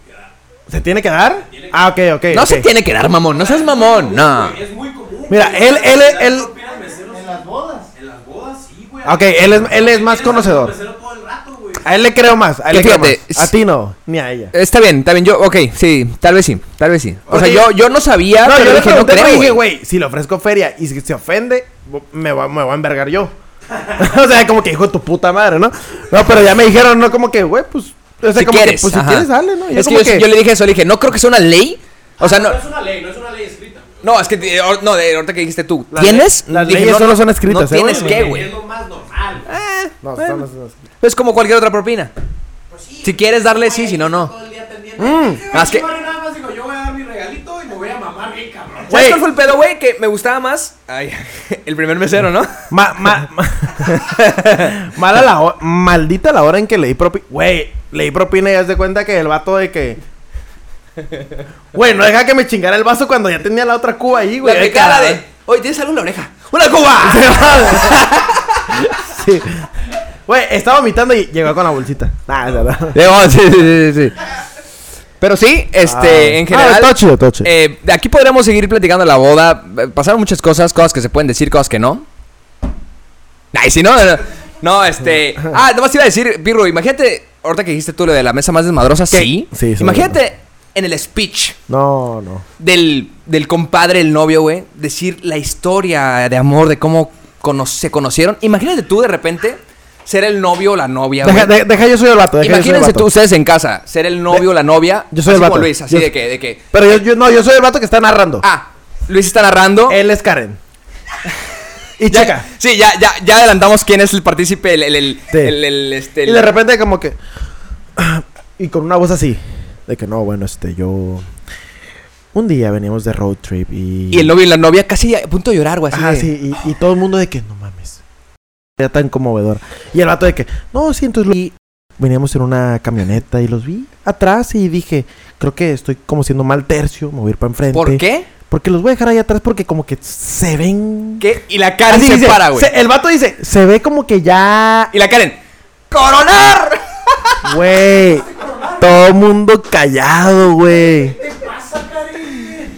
B: ¿Se tiene que dar? Ah, ok, ok.
A: no
B: ok.
A: se tiene que dar mamón, no seas mamón, no.
C: Es muy común.
B: Mira,
C: güey.
B: él- él-
C: Dar
B: él-
C: propina al mesero, sí.
E: En las bodas.
C: En las bodas, sí, güey.
B: Ok, él es, él es más
C: Tienes al
B: conocedor.
C: mesero todo el rato, güey.
B: A él le creo más. A él le
A: Que
B: creo
A: fíjate, Eh,
B: más. A
A: s-
B: ti no, ni a ella.
A: Está bien, está bien, yo, ok, sí, tal vez sí, tal vez sí. O sea,
B: Ok.
A: yo, yo no sabía,
B: No,
A: pero
B: yo le
A: dije, no
B: pregunté,
A: creo,
B: pero dije,
A: güey.
B: güey, si le ofrezco feria y si se ofende, bo- me va, me voy a envergar yo. o sea, como que hijo de tu puta madre, ¿no? No, pero ya me dijeron, no, como que, güey, pues. O sea,
A: si
B: como
A: quieres.
B: que, pues si
A: ajá.
B: quieres, dale, ¿no? Yo
A: es que
B: como
A: yo, yo le dije eso, le dije, no creo que sea una ley. O sea, no.
C: No es una ley, no es una ley escrita. güey.
A: No, es que, eh, ahor- no, de ahorita que dijiste tú.
B: Las
A: ¿Tienes?
B: le- las
A: Dije,
B: leyes
A: no,
B: solo
A: no,
B: son escritas,
A: No
B: ¿eh,
A: tienes
B: güey?
A: que,
C: Es
A: güey.
C: lo más normal. güey.
B: No,
A: Bueno.
B: no, no, no, no.
A: Es como cualquier otra propina.
C: Pues sí,
A: Si
C: güey,
A: quieres darle,
C: güey,
A: sí, si no, no.
C: todo el día atendiendo. Ese güey
A: más que-
C: no vale nada más, digo, yo voy a dar mi regalito y me voy a mamar bien, cabrón.
A: ¿Sabes
B: Güey.
A: cuál fue el pedo, güey? Que me gustaba más. Ay, el primer mesero, ¿no?
B: Ma, ma- ma- mala la ho- maldita la hora en que le di propina. Güey, le di propina y haz de cuenta que el vato de que. Güey, no deja que me chingara el vaso cuando ya tenía la otra cuba ahí, güey.
A: La
B: Ay,
A: picada
B: cabrón.
A: de. Oye, tienes algo en la oreja. ¡Una cuba!
B: Sí. Güey, estaba vomitando y llegó con la bolsita. Nah, es verdad.
A: Digo, oh, sí, sí, sí, sí. Pero sí, este,
B: Ah.
A: en general.
B: Ah, todo chido, todo chido.
A: eh, de aquí podremos seguir platicando de la boda. Eh, Pasaron muchas cosas, cosas que se pueden decir, cosas que no. Ay, si no, no, no. No, este. Ah, nomás te iba a decir, Pirro, imagínate, ahorita que dijiste tú lo de la mesa más desmadrosa, sí.
B: Sí, sí,
A: Imagínate en el speech
B: No, no.
A: del, del compadre, el novio, güey, decir la historia de amor, de cómo cono- se conocieron. Imagínate tú de repente ser el novio o la novia,
B: Deja,
A: güey.
B: de- deja, yo soy el vato. Deja, yo soy
A: Imagínense
B: el vato.
A: tú, ustedes en casa, ser el novio o la novia.
B: Yo soy
A: así
B: el
A: como
B: vato.
A: Luis, así
B: Yo-
A: de que, de que.
B: Pero yo, yo- no, yo soy el vato que está narrando.
A: Ah, Luis está narrando.
B: Él es Karen. Y
A: Oh. Ya-
B: checa.
A: Sí, ya, ya, ya adelantamos quién es el partícipe, el, el, el,
B: Sí.
A: el- el, este,
B: Y de repente como que... Y con una voz así. De que no, bueno, este, yo... Un día veníamos de road trip y...
A: y el novio y la novia casi a punto de llorar, güey. Así
B: Ajá,
A: de- "Oh".
B: sí, y, y todo el mundo de que no mames. Era tan conmovedor. Y el vato de que, no, sí, entonces... lo- y veníamos en una camioneta y los vi atrás y dije, creo que estoy como siendo mal tercio, me voy a ir para enfrente.
A: ¿Por qué?
B: Porque los voy a dejar ahí atrás porque como que se ven...
A: ¿Qué? Y la
B: Así
A: Karen se
B: dice,
A: para, güey.
B: se- el vato dice, se ve como que ya
A: Y la Karen, ¡coronar!
B: Güey, todo mundo callado, güey.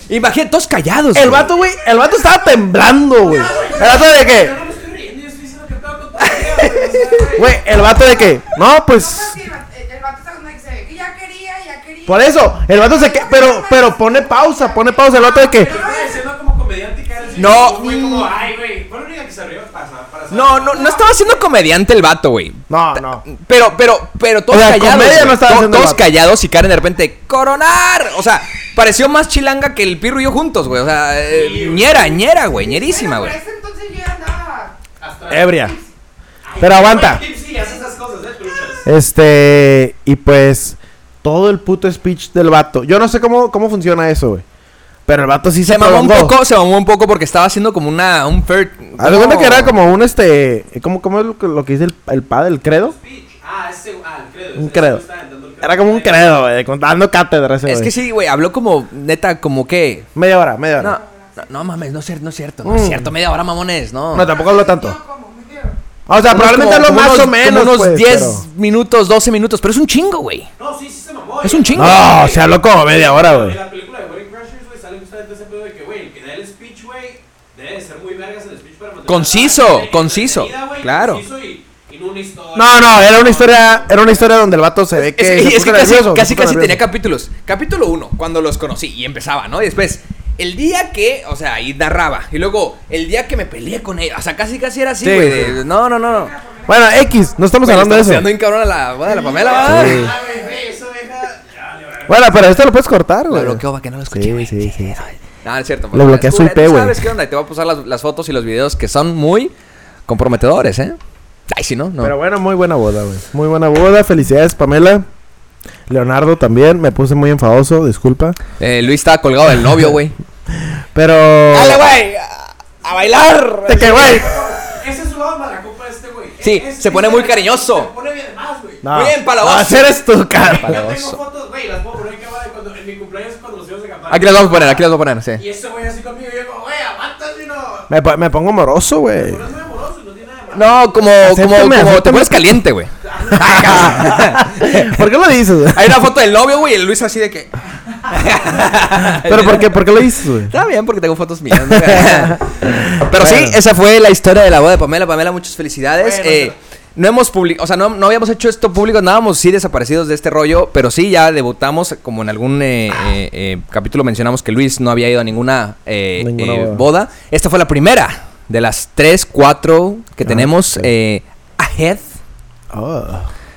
A: Imagínate, todos callados.
B: El
A: güey.
B: vato, güey, el vato estaba temblando, güey. El vato de
C: Yo no
B: que,
C: me estoy riendo, yo estoy diciendo que estaba con todo el día, güey, o sea, güey.
B: güey, el vato de que, no,
D: Capaz
B: pues,
D: que el vato- El vato está como que se ve que ya quería, ya quería.
B: por eso, el vato se que, pero, pero pone pausa, pone pausa, el vato de que,
C: Pero estaba diciendo como comediante, Karen, sí,
A: No.
C: como, güey, como, ay, güey, fue la única que se rió para- para saber.
A: No, no, no estaba siendo comediante el vato, güey.
B: no, no.
A: Pero, pero, pero todos
B: O sea,
A: callados.
B: comedia
A: güey.
B: no estaba
A: To-
B: haciendo el
A: todos
B: vato.
A: callados y Karen de repente, ¡coronar! O sea, pareció más chilanga que el pirro y yo juntos, güey. O sea, eh, ñera, ñera, güey. Ñerísima,
D: Bueno,
A: güey.
D: pero ese entonces yo ya andaba.
C: Hasta-
B: Ebria. Pero aguanta.
C: Ay, sí, hace esas cosas, eh, truchas.
B: Este, y pues, todo el puto speech del vato. Yo no sé cómo, cómo funciona eso, güey. Pero el vato sí se,
A: Se mamó un
B: prolongó.
A: poco, se mamó un poco porque estaba haciendo como una, un third.
B: Haz de cuenta que era como un, este, ¿cómo, cómo es lo que, lo que dice el, el padre, el credo?
C: Speech. Ah, ese, ah, el credo.
B: Un
C: ese-
B: credo.
C: estaba aventando el credo.
B: Era como un
C: Ay,
B: credo, güey, con- dando cátedra ese,
A: Es
B: güey.
A: que sí, güey, habló como, neta, como que.
B: Media hora, media hora.
A: No, no, no mames, no es cierto, no es cierto. No es
B: Mm.
A: cierto, media hora, mamones, no.
B: No, tampoco hablo tanto.
D: Yo como, me quiero.
B: O
A: Unos
B: sea, probablemente
A: como-
B: hablo
A: como
B: más
A: unos-
B: o
A: como
B: menos.
A: Unos
B: pues,
A: 10
B: pero-
A: minutos, 12 minutos, pero es un chingo, güey.
C: No, sí, sí se mamó.
A: Es
C: ya.
A: un chingo.
B: No, se habló como media hora,
C: En
B: güey.
C: la película de Wedding Crashers, güey, sale justamente ese pedo de que, güey, el que da el speech, güey, debe de ser muy vergas el speech para mantener
A: Conciso,
C: la raza, güey,
A: conciso,
C: entretenida, güey,
A: claro.
C: conciso y, y no una historia.
B: No, no, era una historia, era una historia donde el vato se ve que.
A: Es,
B: se
A: es que casi,
B: puso nervioso, se
A: casi,
B: puso
A: casi tenía
B: nervioso.
A: capítulos. Capítulo 1, cuando los conocí y empezaba, ¿no? Y después, el día que, o sea, ahí narraba. Y luego, el día que me peleé con ella. O sea, casi casi era así,
B: Sí,
A: güey.
B: sí.
A: de- No, no, no, no.
B: Bueno, X, no estamos
A: Güey,
B: hablando de
A: estamos
B: eso.
A: quedando bien cabrón a la boda de la Pamela, ¿va?
B: Sí.
C: Ah, güey, güey, eso deja. Ya, le vale.
B: Bueno, pero esto lo puedes cortar,
A: Lo
B: güey.
A: bloqueó para que no lo escuché,
B: Sí,
A: güey.
B: sí, sí.
A: No, no es cierto.
B: Lo bloqueas
A: Tú-
B: su IP,
A: tú
B: güey.
A: ¿Sabes qué onda? Y te voy a pasar las, las fotos y los videos que son muy comprometedores, ¿eh? Ay, si no, no.
B: Pero bueno, muy buena boda, güey. Muy buena boda. Felicidades, Pamela. Leonardo también. Me puse muy enfadoso, disculpa.
A: Eh, Luis estaba colgado del novio, güey.
B: Pero.
A: ¡Dale, güey! ¡A, a bailar!
B: ¡Te que, güey!
C: Ese es su lado mala copa de este güey.
A: Sí,
C: Ese-
A: se pone
C: ese-
A: muy cariñoso.
C: Se pone bien más, güey.
A: Muy bien, para vos.
B: Hacer esto, cara.
C: Yo
A: Palagoso.
C: tengo fotos, güey, las puedo poner en cámara de cuando, en mi cumpleaños cuando nos íbamos de
B: Ah,
C: campaña.
A: Aquí las vamos a poner, aquí las vamos a poner, sí.
C: Y ese güey así conmigo, y yo como, güey, aguántate, no.
B: Me, po- me pongo moroso, güey.
C: Pero es muy amoroso, no tiene nada de malo.
A: No, como, como,
B: Acéptame,
A: como te
B: acéptame.
A: pones caliente, güey.
B: ¿Por qué lo dices, güey?
A: Hay una foto del novio, güey, y el Luis así de que.
B: ¿Pero por qué, por qué lo dices, güey?
A: Está bien, porque tengo fotos mías. ¿no? Pero sí, esa fue la historia de la boda de Pamela. Pamela, muchas felicidades.
C: Bueno,
A: Eh, no hemos publicado, o sea, no, no habíamos hecho esto público, andábamos sí desaparecidos de este rollo, pero sí ya debutamos, como en algún eh, eh, eh, capítulo mencionamos que Luis no había ido a ninguna, eh,
B: Ninguna
A: eh,
B: boda.
A: boda. Esta fue la primera de las tres, cuatro que
B: Ah,
A: tenemos
B: ok.
A: eh, ahead.
B: Oh.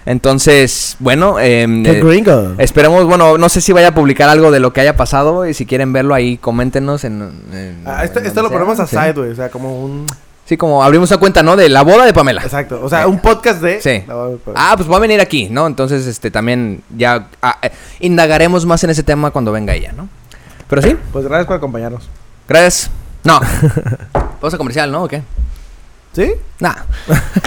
A: Entonces, bueno, em,
B: Qué
A: eh,
B: gringo.
A: Esperemos, bueno, no sé si vaya a publicar algo de lo que haya pasado y si quieren verlo ahí, coméntenos en... en-
B: Ah, esto
A: en
B: esto lo
A: donde
B: ponemos
A: sea,
B: a
A: sí.
B: side, güey. O sea, como un.
A: Sí, como abrimos una cuenta, ¿no? De la boda de Pamela.
B: Exacto. O sea, un podcast de.
A: Sí.
B: La voy a poner.
A: Ah, pues va a venir aquí, ¿no? Entonces, este, también ya ah, eh, indagaremos más en ese tema cuando venga ella, ¿no? Pero sí,
B: Pues gracias por acompañarnos.
A: gracias. No. Pausa comercial, ¿no? ¿O qué?
B: ¿Sí?
A: Nah.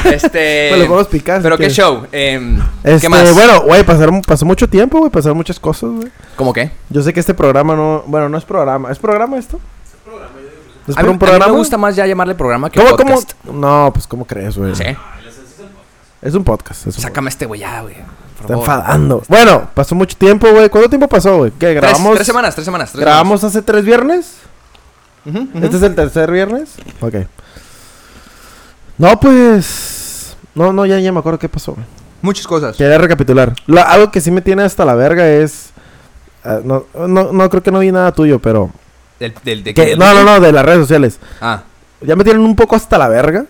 A: Este...
B: Pues lo podemos picar, si
A: Pero qué
B: quieres.
A: show. em,
B: Este,
A: ¿Qué más?
B: Bueno, güey, pasaron- pasó mucho tiempo, güey. Pasaron muchas cosas, güey.
A: ¿Cómo qué?
B: Yo sé que este programa no. Bueno, no es programa. ¿Es programa esto? ¿Es
A: A mí, a
B: pues por un
A: mí
B: programa?
A: me gusta más ya llamarle programa que
B: ¿Cómo, cómo?
A: podcast.
B: No, pues, ¿cómo crees, güey?
A: Sí.
B: Es un podcast. Es un
A: Sácame este güey ya, güey.
B: podcast. Está enfadando. Bueno, pasó mucho tiempo, güey. ¿Cuánto tiempo pasó, güey? ¿Qué
A: Tres,
B: grabamos?
A: tres semanas, tres semanas. tres
B: ¿Grabamos hace tres viernes?
A: semanas. Ujú, ujú.
B: ¿Este es el tercer viernes? Ok. No, pues. No, no, ya, ya me acuerdo qué pasó, güey.
A: Muchas cosas.
B: Quería recapitular. Lo- algo que sí me tiene hasta la verga es. ah, no, no, no, creo que no vi nada tuyo, pero.
A: Del, del- de-
B: que-
A: del-
B: no, no, no, de las redes sociales.
A: Ah,
B: Ya me tienen un poco hasta la verga.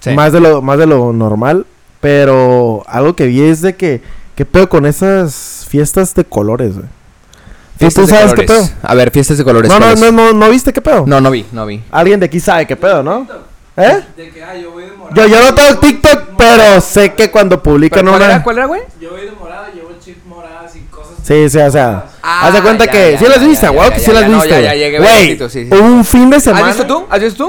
A: sí.
B: Más, de lo, más de lo normal. Pero algo que vi es de que. ¿Qué pedo con esas fiestas de colores, güey? ¿Tú, tú
A: Fiestas de
B: sabes qué este pedo?
A: colores. A ver, fiestas de colores.
B: No, no,
A: ¿cuáles?
B: no, no, no viste qué pedo.
A: No, no vi, no vi.
B: Alguien de aquí sabe qué pedo, ¿no? ¿Eh?
C: De que, ah, yo voy de morada.
B: Yo, yo no tengo TikTok, pero sé que cuando publican
A: ¿Cuál
B: una.
A: era, cuál era, güey?
C: Yo voy de morada, llevo chips moradas y cosas.
B: Sí, sí, o sea. haz de cuenta
A: Ah, ya,
B: que.
A: ya,
B: sí las
A: ya,
B: viste,
A: ya,
B: güey,
A: ya,
B: que
A: ya,
B: sí las
A: ya, no,
B: viste.
A: ya, ya, llegué
B: güey.
A: bajito, sí, sí.
B: Hubo un fin de semana.
A: ¿Has visto tú? ¿Has visto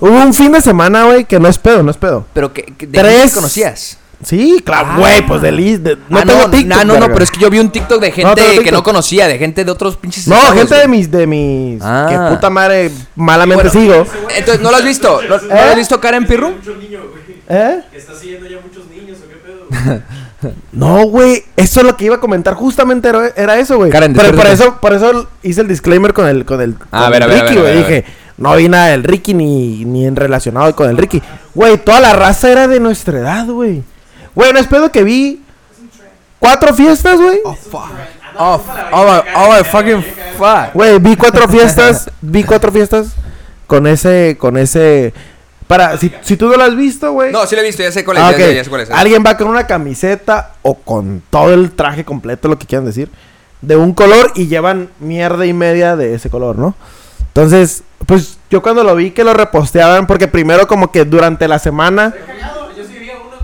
A: tú?
B: Hubo un fin de semana, güey, que no es pedo, no es pedo.
A: Pero que, que de
B: Tres.
A: quién conocías.
B: Sí,
A: Ah.
B: claro, güey, pues de Liz. de- No
A: Ah,
B: tengo
A: no,
B: TikTok.
A: nah, no, no,
B: verga.
A: pero es que yo vi un TikTok de
B: No
A: gente
B: tengo
A: que
B: TikTok.
A: no conocía, de gente de otros pinches.
B: No,
A: estados,
B: gente
A: güey.
B: de mis. De mis
A: Ah.
B: Que puta madre malamente
A: Bueno.
B: sigo.
A: Entonces, ¿no lo has visto? ¿No, no lo has visto Karen Pirru?
C: Mucho niño, güey.
B: ¿Eh?
C: Que está siguiendo ya muchos niños, ¿o qué pedo? güey?
B: No, güey, eso es lo que iba a comentar, justamente era, era eso, güey.
A: Karen,
B: Pero por
A: despiértate.
B: eso, por eso hice el disclaimer con el, con el,
A: A
B: con
A: ver,
B: el
A: a ver, a
B: Ricky,
A: ver, a
B: güey.
A: ver, a ver.
B: Dije, no vi nada del Ricky ni, ni en relacionado con el Ricky. Güey, toda la raza era de nuestra edad, güey. Güey, no es pedo que vi cuatro fiestas, güey.
A: Oh, f- oh, my- oh, my fucking fuck.
B: Güey, vi cuatro fiestas, vi cuatro fiestas con ese, con ese... Para, si, si tú no lo has visto, güey.
A: No, sí lo he visto, ya sé cuál es.
B: Ah,
A: ya,
B: ok.
A: sé- ya sé cuál es.
B: Alguien va con una camiseta o con todo el traje completo, lo que quieran decir, de un color y llevan mierda y media de ese color, ¿no? Entonces, pues yo cuando lo vi que lo reposteaban, porque primero como que durante la semana,
C: Yo sí diría uno.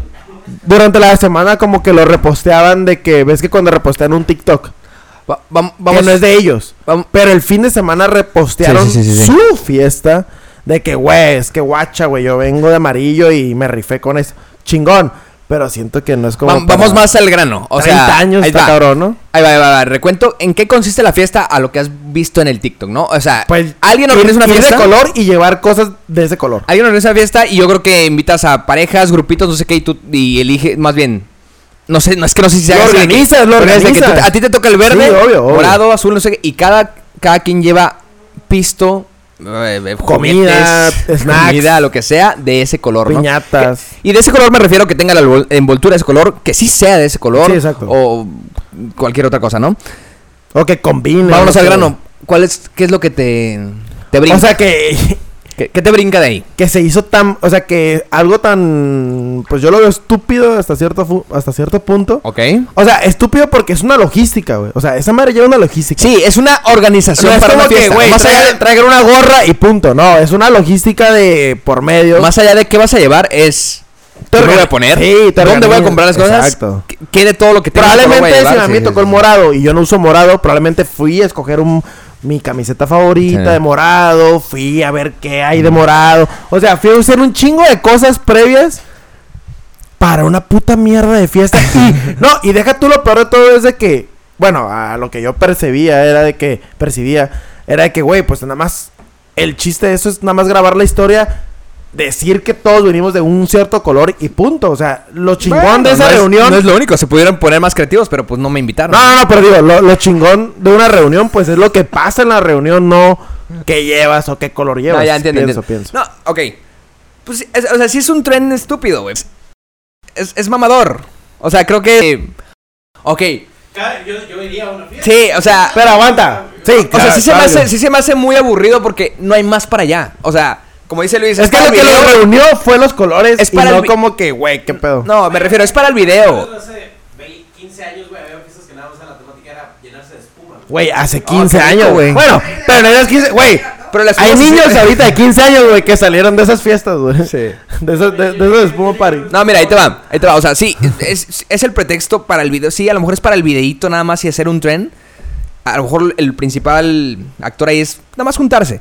B: durante la semana como que lo reposteaban de que, ves que cuando repostean un TikTok,
A: Va- vam-
B: que
A: vamos.
B: no es de ellos,
A: vam-
B: pero el fin de semana repostearon
A: Sí, sí, sí, sí, sí.
B: su fiesta de que, güey, es que guacha, güey, yo vengo de amarillo y me rifé con eso. Chingón. Pero siento que no es como.
A: vam- vamos
B: para
A: más al grano. O
B: 30
A: sea,
B: años,
A: ahí
B: está
A: va.
B: cabrón, ¿no?
A: Ahí va, ahí va, ahí va. Recuento en qué consiste la fiesta a lo que has visto en el TikTok, ¿no? O sea,
B: Pues,
A: alguien
B: ir-
A: organiza una
B: ir
A: fiesta.
B: de color y llevar cosas de ese color.
A: Alguien organiza una fiesta y yo creo que invitas a parejas, grupitos, no sé qué, y tú y elige, más bien. No sé, no es que no sé si se
B: Lo
A: haga así de que-
B: organizas, lo
A: pero es de que tú-
B: organizas.
A: a ti te toca el verde,
B: Sí, obvio, obvio.
A: morado, azul, no sé qué, y cada, cada quien lleva pisto, eh, eh,
B: Comida,
A: juguetes,
B: snacks.
A: comida, lo que sea, de ese color, ¿no?
B: Piñatas.
A: Que- y de ese color me refiero que tenga la envol- envoltura de ese color, que sí sea de ese color.
B: Sí, exacto.
A: O cualquier otra cosa, ¿no?
B: O que combine.
A: Vámonos
B: no
A: al
B: sé.
A: grano. ¿Cuál es, qué es lo que te, te brinca?
B: O sea que,
A: ¿Qué, qué te brinca de ahí?
B: que se hizo tan, o sea que algo tan, pues yo lo veo estúpido hasta cierto, fu- hasta cierto punto.
A: ¿Ok?
B: O sea, estúpido porque es una logística, güey. O sea, esa madre lleva una logística.
A: Sí, es una organización
B: No, es
A: para
B: como
A: una
B: que,
A: fiesta.
B: güey,
A: más, allá
B: trae-
A: de,
B: traigan una gorra y punto. No, es una logística de por medio.
A: más allá de qué vas a llevar, es... ¿Qué
B: Te
A: me voy
B: organi-
A: a poner?
B: Sí, te
A: ¿Dónde voy a
B: organizas.
A: comprar las cosas?
B: Exacto.
A: ¿Qué- ¿Qué de todo lo que tengo
B: Probablemente
A: que
B: si
A: llevar?
B: a mí
A: Sí,
B: me
A: sí,
B: tocó el
A: sí.
B: morado y yo no uso morado, probablemente fui a escoger un, mi camiseta favorita
A: Sí.
B: de morado, fui a ver qué hay de morado. O sea, fui a hacer un chingo de cosas previas para una puta mierda de fiesta. y, no, y deja tú lo peor de todo es de que, bueno, a lo que yo percibía era de que, percibía, era de que, güey, pues nada más, el chiste de eso es nada más grabar la historia. Decir que todos venimos de un cierto color y punto. O sea, lo chingón
A: Bueno,
B: de esa
A: no es-
B: reunión.
A: no es lo único, se pudieron poner más creativos, pero pues no me invitaron.
B: No, no, no, pero digo, lo, lo chingón de una reunión, pues es lo que pasa en la reunión, no qué llevas o qué color llevas.
A: No, ya entiendo,
B: Pienso,
A: entiendo.
B: pienso.
A: No, ok. Pues, es- o sea, sí es un tren estúpido, güey. Es, es mamador. O sea, creo que... Ok,
C: Karen, yo, yo iría a una fiesta.
A: sí, o sea...
B: Pero aguanta. Sí,
A: o sea,
B: claro,
A: sí se, me
B: claro.
A: hace, sí se me hace muy aburrido porque no hay más para allá. O sea, como dice Luis...
B: Es que
A: para
B: lo
A: el
B: que
A: video.
B: lo reunió fue los colores
A: Es para
B: y
A: el
B: no
A: vi-
B: como que, güey, qué pedo.
A: No, me refiero, es para el video.
C: Yo Hace 20, 15 años, güey, había fiestas que nada más la temática era llenarse de espuma.
B: Güey, hace
A: qué
B: 15
A: rico,
B: años,
A: güey.
B: güey. Bueno, pero no eras 15, güey.
A: Pero las
B: Hay
A: cosas-
B: niños ahorita de 15 años, güey, que salieron de esas fiestas, güey. Sí. De esos, de, de esos espuma party.
A: No, mira, ahí te va, ahí te va. O sea, sí, es, es el pretexto para el video. Sí, a lo mejor es para el videíto nada más y hacer un tren. A lo mejor el principal actor ahí es nada más juntarse.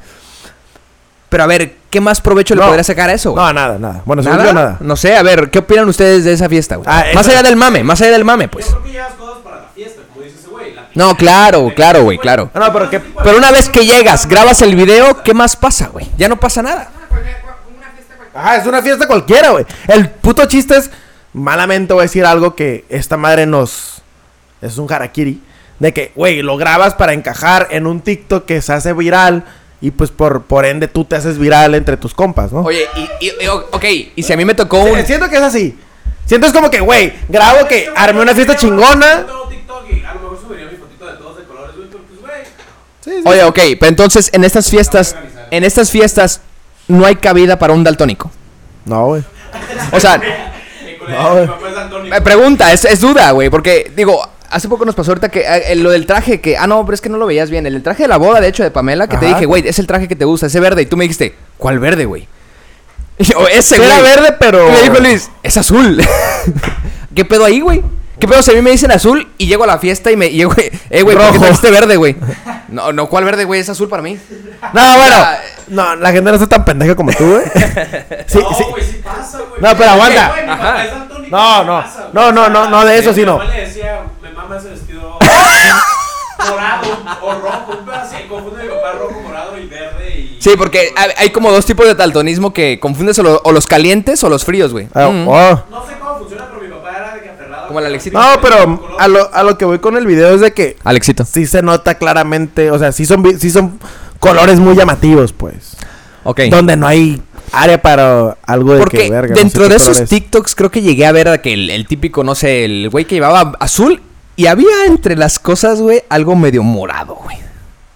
A: Pero a ver, ¿qué más provecho le
B: No.
A: podría sacar a eso? güey?
B: No, nada, nada. Bueno, según yo nada.
A: No sé, a ver, ¿qué opinan ustedes de esa fiesta, güey?
B: Ah,
A: más
B: esa-
A: allá del mame, más allá del mame,
C: Yo
A: pues.
C: creo que llevas cosas para la fiesta, como dice ese güey. la
A: No, claro, Pues claro, güey, claro.
B: No, Ah, no, pero qué...
C: pues.
A: Pero una vez que llegas, grabas el video, ¿qué más pasa, güey? Ya no pasa nada.
D: Una cualquier- una fiesta cualquiera.
B: Ajá, es una fiesta cualquiera, güey. El puto chiste es, malamente voy a decir algo que esta madre nos... Es un harakiri. De que, güey, lo grabas para encajar en un TikTok que se hace viral y pues por, por ende tú te haces viral entre tus compas, ¿no?
A: Oye, y, y- y- ok, y si a mí me tocó
B: Sí,
A: un...
B: siento que es así. Siento es como que, güey, grabo
C: Este
B: que armé una fiesta chingona.
C: Yo tengo TikTok y a lo mejor subiría mi fotito de todos de colores, güey, pero pues, güey.
A: Oye, ok, pero entonces en estas fiestas, en estas fiestas no hay cabida para un daltónico.
B: No, güey.
A: O sea,
C: Mi
B: No,
C: colega,
B: güey. Eh,
C: mi papá es Antonio.
A: me pregunta, es, es duda, güey, porque digo, hace poco nos pasó ahorita que eh, lo del traje que, ah, no, pero es que no lo veías bien, el, del traje de la boda, de hecho, de Pamela, que te
B: Ajá.
A: dije, güey, es el traje que te gusta, ese verde, y tú me dijiste, ¿cuál verde, güey? Y yo, ese,
B: Era
A: güey.
B: verde, pero...
A: Y me dijo Luis, es azul. ¿Qué pedo ahí, güey? ¿Qué pedo si a mí me dicen azul y llego a la fiesta y me... Y, güey, eh, güey, ¿por qué
B: Rojo.
A: trajiste verde, güey? No, no, ¿cuál verde, güey? Es azul para mí.
B: No, bueno.
A: Ya.
B: No, la gente no está tan pendeja como tú, güey. Sí,
C: no,
B: sí.
C: güey, sí pasa, güey.
B: No, pero
C: Güey,
B: aguanta.
C: güey, mi papá
A: Ajá.
C: es daltónico,
B: No,
C: ¿qué
B: no.
C: pasa, güey?
B: No, no, no, no, de eso sí
C: mi
B: no.
C: mamá le decía, me mama ese vestido morado o rojo, un pedazo así, confunde mi papá rojo, morado y verde y...
A: Sí, porque hay- hay como dos tipos de daltonismo que confundes o, lo- o los calientes o los fríos, güey.
B: Ah,
A: Mm.
B: oh.
C: No sé cómo funciona, pero mi papá era de que aferrado.
A: Como el Alexito.
B: No, pero a lo, a lo que voy con el video es de que
A: Alexito.
B: sí se nota claramente, o sea, sí son, vi- sí son colores muy llamativos, pues.
A: Ok.
B: Donde no hay área para algo de
A: Porque
B: que verga. no sé
A: dentro
B: qué
A: de esos
B: colores.
A: TikToks creo que llegué a ver a que el, el típico, no sé, el güey que llevaba azul y había entre las cosas, güey, algo medio morado, güey.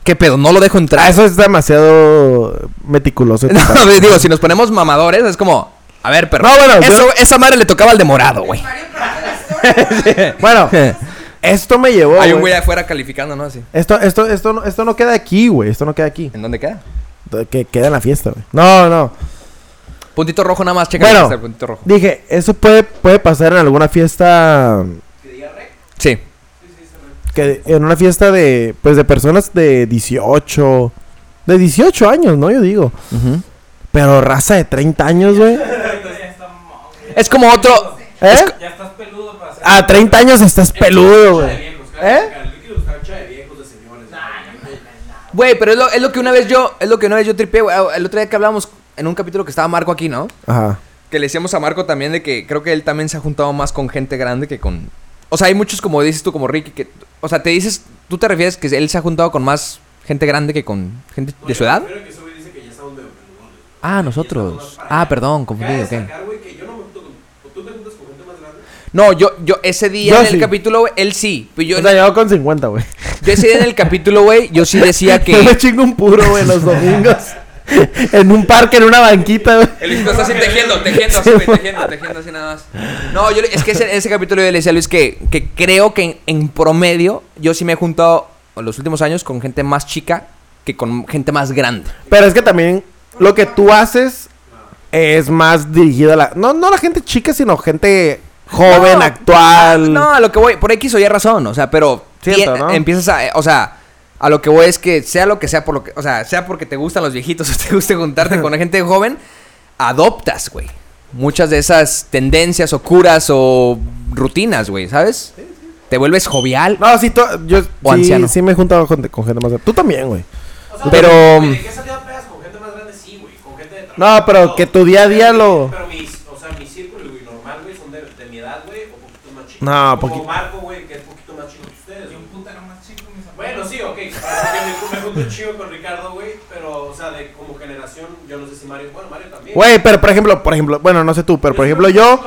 A: ¿Qué pedo? No lo dejo entrar.
B: Ah, eso es demasiado meticuloso. este de tu
A: No,
B: parte.
A: digo, si nos ponemos mamadores, es como... A ver, pero...
B: No, bueno,
A: eso,
B: yo-
A: Esa madre le tocaba al de morado, güey.
D: Mario, pero hace la historia, ¿no?
B: Bueno, esto me llevó.
A: Hay un
B: Oh, güey.
A: güey afuera calificando, ¿no? Así.
B: Esto, esto, esto, no, esto no queda aquí, güey. Esto no queda aquí.
A: ¿En dónde queda?
B: Que queda en la fiesta, güey. No, no.
A: Puntito rojo nada más, checa.
B: Bueno,
A: el puntito rojo.
B: dije, eso puede, puede pasar en alguna fiesta.
A: Sí.
B: que en una fiesta de pues de personas de 18 de 18 años, ¿no? Yo digo. Pero raza de 30 años, güey.
A: ¿Eh? Es como otro...
B: ¿Eh?
C: Ya estás peludo para hacer...
B: A 30 años estás peludo, güey. ¿Eh?
C: ¿Eh? El líquido es cancha de viejos, de señores.
A: Güey, pero es lo, es lo que una vez yo, es lo que una vez yo tripeé, güey. El otro día que hablábamos en un capítulo que estaba Marco aquí, ¿no?
B: Ajá.
A: Que le decíamos a Marco también de que creo que él también se ha juntado más con gente grande que con. O sea, hay muchos, como dices tú, como Ricky, que. O sea, te dices, tú te refieres que él se ha juntado con más gente grande que con gente de su edad.
C: Creo que ese güey dice que ya está donde peludones.
A: Ah, nosotros. Ah, perdón, confundido,
C: Cabe
A: ok.
C: destacar, güey, que yo no me junto con... ¿Tú te juntas con gente más grande?
A: No, yo, yo ese día
B: Yo
A: en el
B: sí.
A: capítulo, güey, él sí. Pero yo,
B: O sea, llegó con 50, güey.
A: yo ese día en el capítulo, güey, yo sí decía
B: Yo me
A: que.
B: chingo un puro, güey, los domingos. en un parque, en una banquita, güey.
A: El Luis está así tejiendo, tejiendo, así, güey, tejiendo, tejiendo así nada más. No, yo, le- es que ese, ese capítulo yo le decía a Luis que, que creo que en, en promedio yo sí me he juntado en los últimos años con gente más chica que con gente más grande.
B: Pero es que también lo que tú haces es más dirigido a la. No, no a la gente chica, sino gente joven,
A: No,
B: actual.
A: No, a lo que voy, por X o Y razón, o sea, pero
B: Mm. Cierto,
A: tie-
B: ¿no?
A: empiezas a, eh, o sea, a lo que voy es que sea lo que sea por lo que, o sea, sea porque te gustan los viejitos o te guste juntarte con gente joven, adoptas, güey. Muchas de esas tendencias o curas o rutinas, güey, ¿sabes? Te vuelves jovial.
B: No, sí, to- yo
A: O
B: sí,
A: anciano.
B: sí me he juntado con, con gente más. Tú también, güey.
C: O sea,
A: Pero-
C: güey, ¿De qué salida pegas con gente más grande? Sí, güey. Con gente de trabajo.
B: um, No, pero que tu día a día lo-
C: Pero mis, o sea, mis círculos, güey, normal, güey, son de, de mi edad, güey, o poquito más chicos.
B: No,
C: Como
B: poqui-
C: Marco, güey, que es poquito más chico que ustedes. güey.
D: Puta, no más chico, mis amigos.
C: Bueno, sí, ok. Porque me, me junto chido con Ricardo, güey, pero, o sea, de como generación, yo no sé si Mario, bueno, Mario también.
B: Güey, pero por ejemplo, por ejemplo, bueno, no sé tú, pero por ejemplo yo,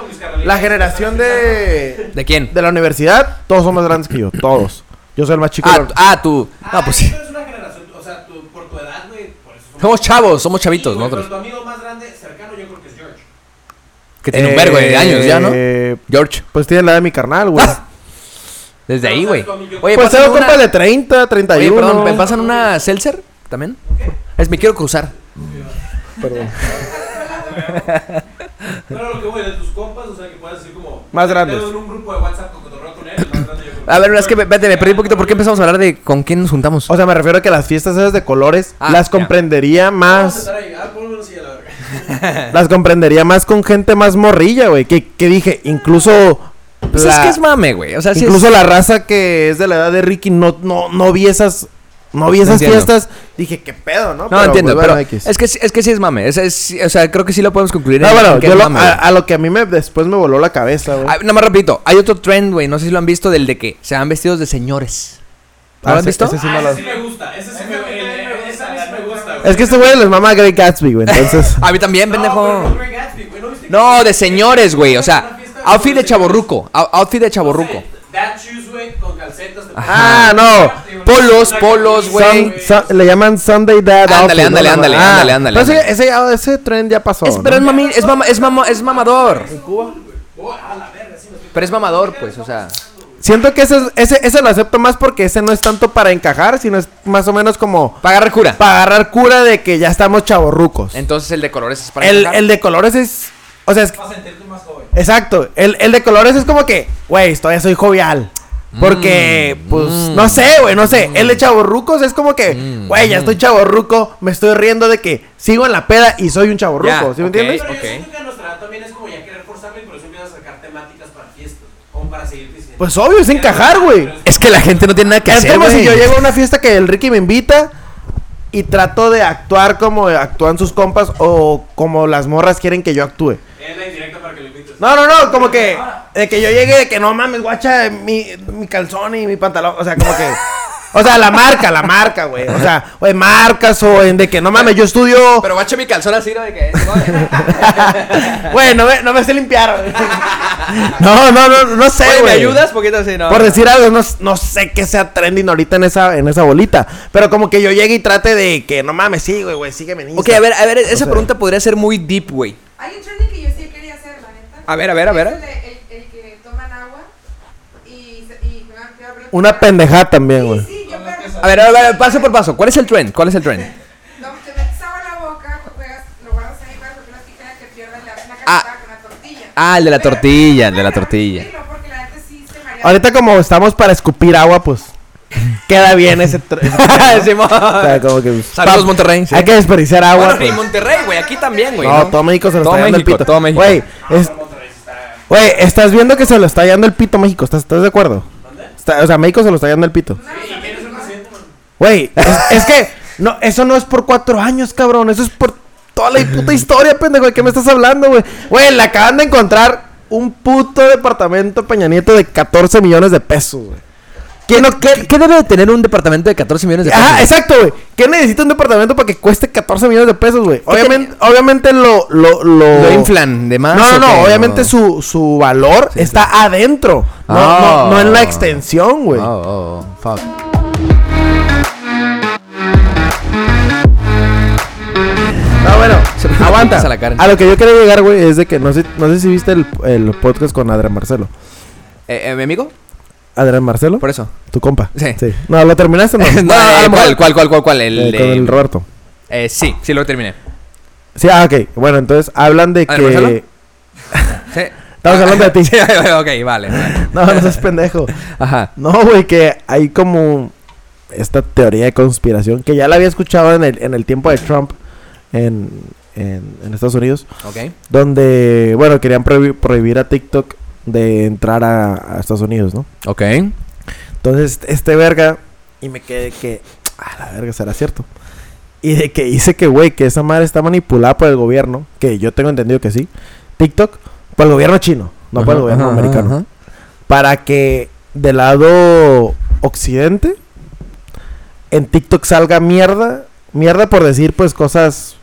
B: la generación de,
A: ¿De quién?
B: de la universidad, todos son más grandes que yo, todos. Yo soy el más chico.
A: ah,
B: de
A: tú-
B: la-
A: ah, tú.
C: Ah,
A: No, pues
C: sí.
A: sí.
C: Tú eres una generación, o sea, tú, por tu edad, güey, por eso
A: Somos chavos, somos chavitos
C: Sí, güey,
A: nosotros.
C: Pero tu amigo más grande, cercano, yo creo que es George.
A: Que tiene un vergo de
B: Eh,
A: años ya, ¿no? George,
B: Pues tiene la edad de mi carnal, güey.
A: desde ahí, güey. Oye,
B: pues
A: eh, pásame
B: tengo
A: una-
B: compas de 30,
A: Oye,
B: 31.
A: perdón, ¿me pasan una seltzer también? Es, me quiero cruzar.
B: Perdón.
C: Pero lo que voy, de tus compas, o sea, que puedas decir como.
B: Más grandes.
C: En un grupo de WhatsApp con cotorreo con él, el más grande yo creo.
A: A ver, es que vete, me perdí un poquito. ¿Por qué empezamos a hablar de con quién nos juntamos?
B: O sea, me refiero a que las fiestas esas de colores
A: Ah,
B: las
A: ya.
B: comprendería
C: Vamos a
B: más.
C: estar ahí. Ah, ponme una silla, la verga.
B: Las comprendería más con gente más morrilla, güey. Que, que dije, incluso.
A: Pues es
B: la-
A: que es mame, güey. O sea, sí
B: incluso
A: es-
B: la raza que es de la edad de Ricky no, no, no vi esas. No vi esas
A: Entiendo.
B: fiestas. Dije, qué pedo, ¿no?
A: No, entiendo,
B: pues, bueno,
A: pero
B: X.
A: es que, sí- es que sí es mame. Es- es- o sea, creo que sí lo podemos concluir.
B: No,
A: en-
B: bueno,
A: en que
B: yo
A: es
B: lo-
A: mame,
B: a,
A: güey.
B: a lo que a mí me, después me voló la cabeza, güey.
A: Ah, nada más repito, hay otro trend, güey. No sé si lo han visto del de que se van vestidos de señores. ¿Lo
B: Ah,
A: han
B: ese-
A: visto?
B: ese sí
C: Ah,
B: no
C: ese
B: lo-
C: sí me gusta. Ese sí me, eh, eh, ese a mí sí me gusta. güey.
B: Es que este güey les mama a Greg Gatsby, güey. Entonces.
A: Ah, a mí también,
C: No, pero
A: pendejo.
C: no Greg Gatsby, güey, ¿no viste
A: No,
C: que-
A: de señores, güey. O
C: Una
A: sea,
C: fiesta
A: outfit de
C: señores.
A: chaborruco. out- Outfit de chaborruco.
C: No sé, Dad shoes, güey, con calcetas. de-
B: ah, no.
A: Polos, polos, Pues, güey.
B: Sun- sun- le llaman Sunday Dad.
A: Ándale,
B: Outfit,
A: ándale,
B: La
A: ándale,
B: mamá.
A: ándale, ándale,
B: Pero ese,
A: ándale.
B: ese, ya- ese tren ya pasó.
A: Es,
B: ¿no?
A: pero es, mami, es, mama- es, mama- es mamador.
C: Oh, a la verga, sí me estoy-
A: Pero es mamador, pues, o sea.
B: Siento que ese, es- ese, ese lo acepto más porque ese no es tanto para encajar, sino es más o menos como
A: Para agarrar cura.
B: para agarrar cura de que ya estamos chavorrucos.
A: Entonces el de colores es para
B: El,
A: encajar.
B: el de colores es. O sea, es,
C: Vas a sentirte más joven.
B: exacto. El, el de colores es como que, güey, todavía soy jovial. Porque,
A: Mm,
B: pues, no sé, güey, no sé. El de chavorrucos es como que,
A: Mm,
B: güey, ya estoy chavorruco, me estoy riendo de que sigo en la peda y soy un chavorruco,
A: Ya,
B: ¿sí
A: ok.
B: me entiendes?
C: Pero
A: Ok.
C: yo siento que a nuestra edad también es como ya querer forzarlo y por eso empiezas a sacar temáticas para fiestas. Como para seguir diciendo.
B: Pues obvio, es encajar, güey.
A: Es que la gente no tiene nada que
B: Es
A: hacer.
B: como si
A: güey.
B: yo llego a una fiesta que el Ricky me invita y trato de actuar como actúan sus compas o como las morras quieren que yo actúe.
C: Es la indirecta para que lo invites.
B: No, no, no, como que de que yo llegue de que no mames, guacha, mi, mi calzón y mi pantalón, o sea, como que o sea, la marca, la marca, güey. O sea, o en marcas o en de que no mames, yo estudio
A: Pero guacho mi calzón así, ¿no? De que.
B: Güey, no me, no me sé limpiar. güey. No, no, no, no sé,
A: Oye,
B: güey.
A: ¿me ayudas? Poquito así, ¿no?
B: Por decir algo, no, no sé qué sea trending ahorita en esa, en esa bolita. Pero como que yo llegue y trate de que no mames, sí, güey, güey, sígueme en
A: Ok,
B: Insta.
A: a ver, a ver, esa
B: sea-
A: pregunta podría ser muy deep, güey.
D: Hay un trending que yo sí quería hacer, la neta.
A: A ver, a ver, a
D: Es
A: ver.
D: El, de- el- el que toman agua y, se- y juegan pelota.
B: Una pendejada también, güey.
D: Sí, sí, yo pero-
A: A ver, a ver, a ver, paso por paso. ¿Cuál es el trend? ¿Cuál es el trend?
D: No, te metes agua en la boca, juegas, lo guardas ahí para que no te quede que pierdas la, una
A: Ah.
D: cachetada con la tortilla.
A: Ah, el de la
D: Pero-
A: tortilla, el de la
D: Bueno,
A: tortilla.
D: dilo, porque la neta sí se marea.
B: Ahorita como estamos para escupir agua, pues queda bien ese... tr- ese tren, ¿no?
A: Simón.
B: O sea, como que...
A: Saludos,
B: pa-
A: Monterrey. sí.
B: Hay que desperdiciar agua.
A: Bueno,
B: pues.
A: en Monterrey, güey, aquí también, güey.
B: no, todo México se lo
A: Todo
B: está yendo el
A: México,
B: pito.
A: todo México.
B: Güey, es-
C: Monterrey sí está.
B: güey, estás viendo que se lo está yendo el pito México, ¿estás, estás de acuerdo? Está- o sea, México se lo está yando el pito.
D: Una vez
C: ¿Y
D: al
C: quién es el
D: mes,
C: presidente, man?
B: Güey, es, es que no, eso no es por cuatro años, cabrón. Eso es por toda la puta historia, pendejo. ¿De qué me estás hablando, güey? Güey, le acaban de encontrar un puto departamento Peña Nieto de 14 millones de pesos, güey.
A: ¿Qué, no- qué- qué debe de tener un departamento de 14 millones de pesos?
B: Ajá, exacto, güey. ¿Qué necesita un departamento para que cueste 14 millones de pesos, güey? Obviamente, obviamente lo, lo, lo...
A: ¿Lo inflan de más? o qué?
B: No, no, no. Obviamente su, su valor está adentro. No, no, no en la
A: Ah.
B: extensión, güey.
A: Oh, oh, oh, fuck.
B: No, bueno,
A: Se me
B: aguanta.
A: pasa la cara.
B: A lo que yo quería llegar, güey, es de que no sé, no sé si viste el, el podcast con Adrián Marcelo.
A: Eh, eh, ¿Mi amigo?
B: ¿Adrián Marcelo?
A: Por eso.
B: Tu compa.
A: Sí.
B: No, ¿lo terminaste o no?
A: No, eh,
B: Eh, a
A: ¿cuál,
B: lo mejor-
A: cuál, cuál, cuál, cuál?
B: eh,
A: El,
B: con
A: de-
B: el Roberto.
A: eh, sí, sí lo terminé.
B: Sí, ah, ok. Bueno, entonces hablan de
A: ¿Adrián Marcelo?
B: que.
A: Sí.
B: Estamos hablando de ti.
A: Sí, ok, vale. vale.
B: No, no seas pendejo.
A: Ajá.
B: No, güey, que hay como esta teoría de conspiración que ya la había escuchado en el, en el tiempo de Trump en, en, en Estados Unidos,
A: Ok.
B: donde, bueno, querían prohibi- prohibir a TikTok de entrar a, a Estados Unidos, ¿no?
A: Ok.
B: Entonces, este verga, y me quedé que, ah, la verga, será cierto. Y de que dice que, güey, que esa madre está manipulada por el gobierno, que yo tengo entendido que sí, TikTok, por el gobierno chino, no por el gobierno
A: Ajá, ajá,
B: americano
A: ajá.
B: para que del lado occidente en TikTok salga mierda, mierda por decir pues cosas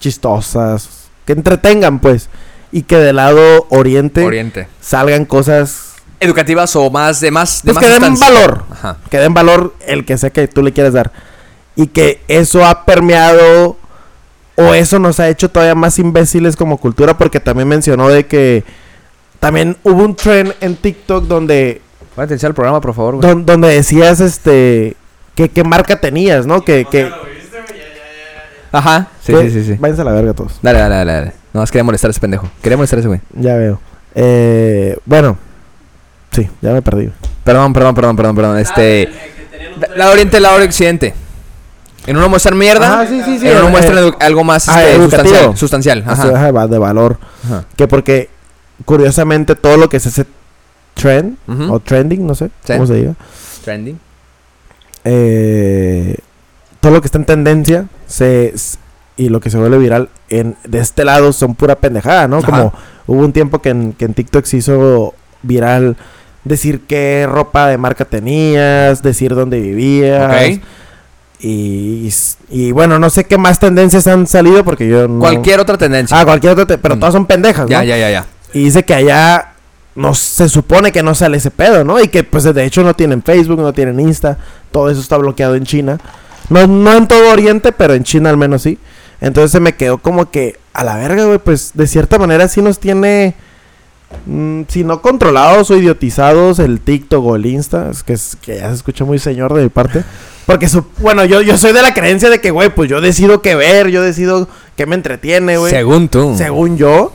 B: chistosas, que entretengan pues, y que del lado oriente
A: Oriente.
B: salgan cosas
A: Educativas o más de más. De
B: pues,
A: más
B: que den
A: sustancia.
B: valor,
A: Ajá.
B: que den valor el que sea que tú le quieras dar, y que eso ha permeado o eso nos ha hecho todavía más imbéciles como cultura porque también mencionó de que también hubo un tren en TikTok donde
A: Pon atención al programa, por favor, güey.
B: Don- donde decías, este, que qué marca tenías, ¿no? Que, que...
C: ¿Lo viste, güey? Ya, ya, ya,
A: Ajá. Sí, sí, sí, sí.
B: Váyanse a la verga todos.
A: Dale, dale, dale, dale. No, más quería molestar a ese pendejo. Quería molestar a ese güey.
B: Ya veo. Eh, bueno. Sí, ya me perdí.
A: Perdón, perdón, perdón, perdón, perdón.
C: ya.
A: Este.
C: Ah, el que tenían un
A: la-
C: tren.
A: La oriente, la hora occidente. En uno muestran mierda.
B: Ah, sí, sí, sí.
A: en uno
B: Eh,
A: muestran edu- algo más
B: ah,
A: este,
B: educativo.
A: sustancial. Sustancial.
B: Ajá.
A: Ajá.
B: va de valor.
A: Ajá.
B: Que porque, curiosamente, todo lo que es ese trend,
A: Ujú.
B: o trending, no sé
A: Sí.
B: cómo se diga,
A: Trending.
B: eh, todo lo que está en tendencia se s- y lo que se vuelve viral en de este lado son pura pendejada, ¿no?
A: Ajá.
B: Como hubo un tiempo que en, que en TikTok se hizo viral decir qué ropa de marca tenías, decir dónde vivías.
A: Ok.
B: Y, y s- y bueno, no sé qué más tendencias han salido porque yo no...
A: Cualquier otra tendencia.
B: Ah, cualquier otra, te- pero
A: Mm.
B: todas son pendejas,
A: ya,
B: ¿no?
A: ya, ya, ya.
B: Y dice que allá no se supone que no sale ese pedo, ¿no? Y que pues de hecho no tienen Facebook, no tienen Insta, todo eso está bloqueado en China. No, no en todo Oriente, pero en China al menos sí. Entonces se me quedó como que a la verga, güey, pues de cierta manera sí nos tiene mm, si no controlados o idiotizados el TikTok o el Insta, es que, es- que ya se escucha muy señor de mi parte. Porque, su- bueno, yo, yo soy de la creencia de que, güey, pues yo decido qué ver, yo decido qué me entretiene, Eh, güey.
A: Según tú.
B: Según yo.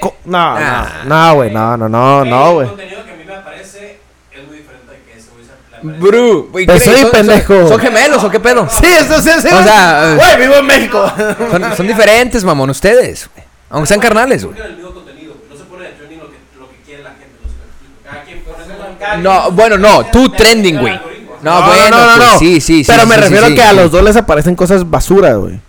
B: co- No,
A: Ah.
B: no, no, güey, no, no, no, no,
C: El
B: güey.
C: contenido que a mí me aparece es muy diferente al que ese güey se le aparece.
A: Bru. güey,
B: Pues
A: ¿qué-
B: soy
A: son- son-
B: pendejo.
A: ¿Son gemelos o qué pedo?
B: Sí, eso sí, sí.
A: O
B: güey.
A: sea, eh.
B: güey, vivo en México.
A: Son, son diferentes, mamón, ustedes. güey. Aunque sean carnales, güey.
C: Buscan el mismo contenido, güey. No se pone de trending lo que, lo que quiere la gente. No se lo explico. Cada quien pone cada
A: No,
C: quien-
A: bueno, no, tú
C: Depende
A: trending,
C: del
A: güey.
C: algoritmo, o sea,
A: No, bueno, pues sí, sí, sí,
B: Pero
A: sí,
B: me
A: sí,
B: refiero
A: sí,
B: a que a
A: sí.
B: los dos les aparecen cosas basura, güey.